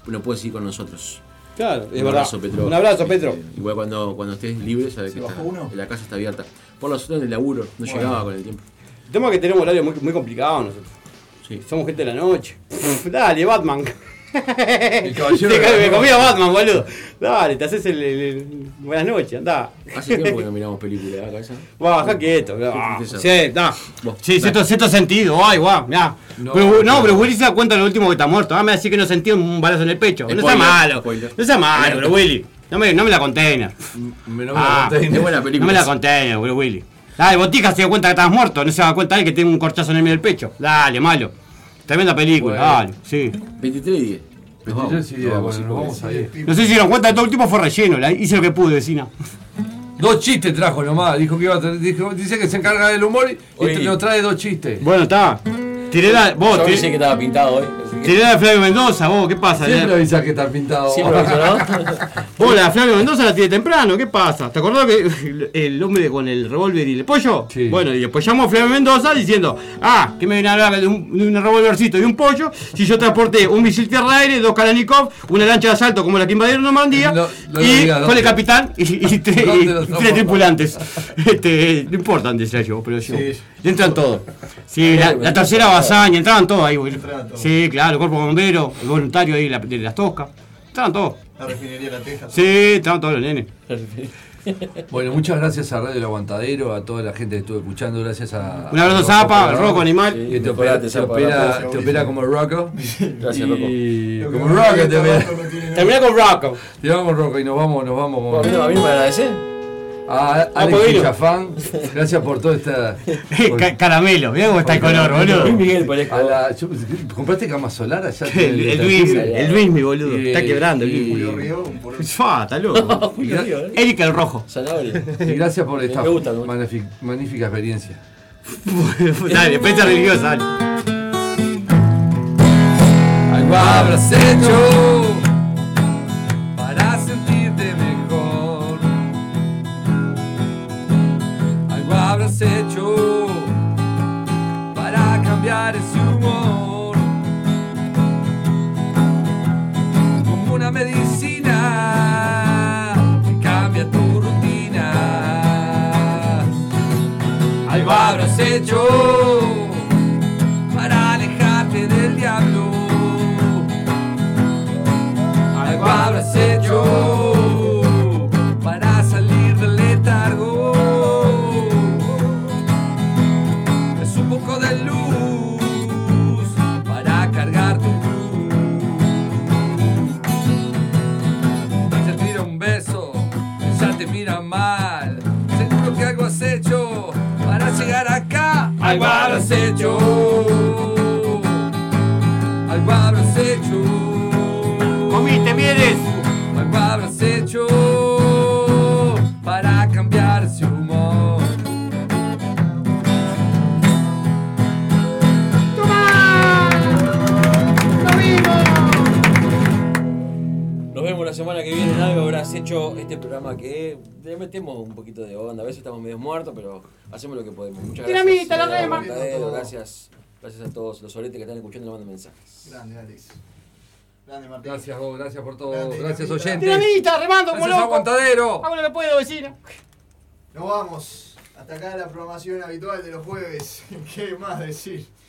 Speaker 7: no puede seguir con nosotros.
Speaker 5: Claro, es
Speaker 7: Un
Speaker 5: verdad.
Speaker 7: abrazo, Petro. Eh,
Speaker 5: Un abrazo, Petro.
Speaker 7: Igual cuando, cuando estés libre, sabes que está- la casa está abierta. Por las otras del laburo, no
Speaker 5: Bueno.
Speaker 7: llegaba con el tiempo.
Speaker 5: El tema es que tenemos horario muy, muy complicado nosotros. Somos gente de la noche. Pff, Dale, Batman. <laughs>
Speaker 6: caballero
Speaker 5: Te
Speaker 6: de
Speaker 5: ca-
Speaker 6: la
Speaker 5: me
Speaker 6: noche.
Speaker 5: comía Batman, boludo. Dale, te haces el, el- el- Buenas noches, andá.
Speaker 7: Hace tiempo
Speaker 5: <laughs>
Speaker 7: que no miramos películas, ¿verdad, cabeza?
Speaker 5: Va, baja quieto. ah,
Speaker 7: tristeza.
Speaker 5: Sí, da.
Speaker 7: Vos,
Speaker 5: Sí,
Speaker 7: dale.
Speaker 5: cierto, cierto sentido. Ay, guau, mirá.
Speaker 7: No,
Speaker 5: No, no, pero Willy se da cuenta lo último que está muerto. Ah, me decir que no sentí un balazo en el pecho. No sea
Speaker 7: Spoiler,
Speaker 5: malo.
Speaker 7: spoiler.
Speaker 5: No sea malo, bro, Willy. No me, no me la container.
Speaker 6: Me
Speaker 7: no me la
Speaker 5: Ah.
Speaker 7: container. Es Ah, buena película.
Speaker 5: No me la container, bro, Willy. Dale, Botija se dio cuenta que estabas muerto. No se da cuenta él que tiene un corchazo en el medio del pecho. Dale, malo. Tremenda película,
Speaker 7: Bueno.
Speaker 5: dale, sí.
Speaker 7: 23 y 10. Nos vamos.
Speaker 6: 23 y 10,
Speaker 7: Nos vamos,
Speaker 6: eh, bueno,
Speaker 7: sí,
Speaker 6: nos
Speaker 7: porque-
Speaker 6: vamos a ir.
Speaker 5: No sé si se dieron cuenta, todo el tiempo fue relleno. la- hice lo que pude, vecina.
Speaker 6: Dos chistes trajo nomás. Dijo que iba a tener- dijo- dice que se encarga del humor y- y
Speaker 7: Oye.
Speaker 6: nos trae dos chistes.
Speaker 5: Bueno, está. Tiré la. Vos,
Speaker 7: Yo
Speaker 5: tiré-
Speaker 7: pensé que estaba pintado hoy. así que-
Speaker 5: tiré la de Flavio Mendoza, vos, ¿qué pasa?
Speaker 6: Siempre
Speaker 5: Le-
Speaker 6: avisás que está pintado.
Speaker 7: Siempre avisó,
Speaker 6: <laughs>
Speaker 7: ¿no?
Speaker 5: Vos, la de Flavio Mendoza la tiré temprano, ¿qué pasa? ¿Te acordás que <laughs> el- el hombre con el revólver y el pollo? Bueno, y después llamó a Flavio Mendoza diciendo, ah, que me viene a hablar de un, de un revólvercito y un pollo, si yo transporté un misil tierra-aire, dos Kalanikov, una lancha de asalto como la que invadieron Normandía,
Speaker 6: no lo
Speaker 5: y
Speaker 6: digas,
Speaker 5: con el
Speaker 6: ¿dónde?
Speaker 5: capitán y,
Speaker 6: <laughs>
Speaker 5: y tres, y
Speaker 6: ¿Dónde lo
Speaker 5: tres
Speaker 6: somos?
Speaker 5: tripulantes. Este, no importan, decía yo, pero yo.
Speaker 6: Sí.
Speaker 5: Y entran todos. Sí, la, la tercera bazaña, entraban todos ahí, boludo. Sí, claro, el cuerpo bombero, el voluntario ahí la- de las toscas. Entraban todos.
Speaker 8: La refinería de la Teja.
Speaker 5: Sí, estaban todos los nenes.
Speaker 4: Bueno, muchas gracias a Radio El Aguantadero, a toda la gente que estuvo escuchando, gracias a...
Speaker 11: Un abrazo,
Speaker 4: a los
Speaker 11: Zapa,
Speaker 4: operadores,
Speaker 11: Rocco Animal.
Speaker 4: Que te opera,
Speaker 11: Mejorate,
Speaker 4: te
Speaker 11: Zapa,
Speaker 4: opera-
Speaker 11: gracias.
Speaker 4: te opera como Rocco.
Speaker 11: <laughs> Gracias,
Speaker 4: Y-
Speaker 11: Rocco.
Speaker 4: Como Rocco te opera.
Speaker 11: Terminá con Rocco.
Speaker 4: Te vamos con Rocco y nos vamos, nos vamos. con-
Speaker 11: ¿A mí no- a mí no me agradecés?
Speaker 4: A
Speaker 11: Ah,
Speaker 4: Alex
Speaker 11: Podino.
Speaker 4: Chafán, gracias por todo esta...
Speaker 6: caramelo, mirá cómo está el color, boludo.
Speaker 4: A la- yo- ¿Compraste cama
Speaker 5: <laughs>
Speaker 4: solar allá?
Speaker 6: <laughs> El, el Luis, el Luis, mi boludo. está quebrando el Luis.
Speaker 4: Julio Río,
Speaker 6: Fua, está loco. Erika el Rojo.
Speaker 4: Y gracias por esta magnífica, magnífica experiencia.
Speaker 6: Dale, fecha religiosa, dale.
Speaker 4: Algo habrás hecho para sentirte mejor. Algo habrás hecho para cambiar ese humor. Como una medicina que cambia tu rutina. Algo habrás hecho para alejarte del diablo. Algo habrás hecho para salir del letargo. Es un poco de luz para cargar tu cruz. Se tira un beso, ya te mira mal. Seguro que algo has hecho para llegar acá. Algo habrás hecho. Algo habrás hecho. Comiste mieres. Algo habrás hecho para cambiar su humor.
Speaker 7: Nos vemos la semana que viene en algo. Habrás hecho este programa que le metemos un poquito de onda. A veces estamos medio muertos, pero hacemos lo que podemos. Muchas gracias.
Speaker 5: Dinamita, la
Speaker 7: Señora
Speaker 5: rema.
Speaker 7: Mortadelo, Gracias. Gracias a todos los oretes que están escuchando y nos mandan mensajes.
Speaker 8: Grande, Alex. Grande, Martín.
Speaker 4: Gracias vos, gracias por todo.
Speaker 8: Grande,
Speaker 4: gracias
Speaker 8: Dinamita.
Speaker 4: oyentes.
Speaker 8: Dinamita, remando como
Speaker 4: gracias,
Speaker 8: loco.
Speaker 4: aguantadero.
Speaker 8: Hago Ah, lo que puedo, vecina. Nos vamos. Hasta acá la programación habitual de los jueves. <laughs> ¿Qué más decir?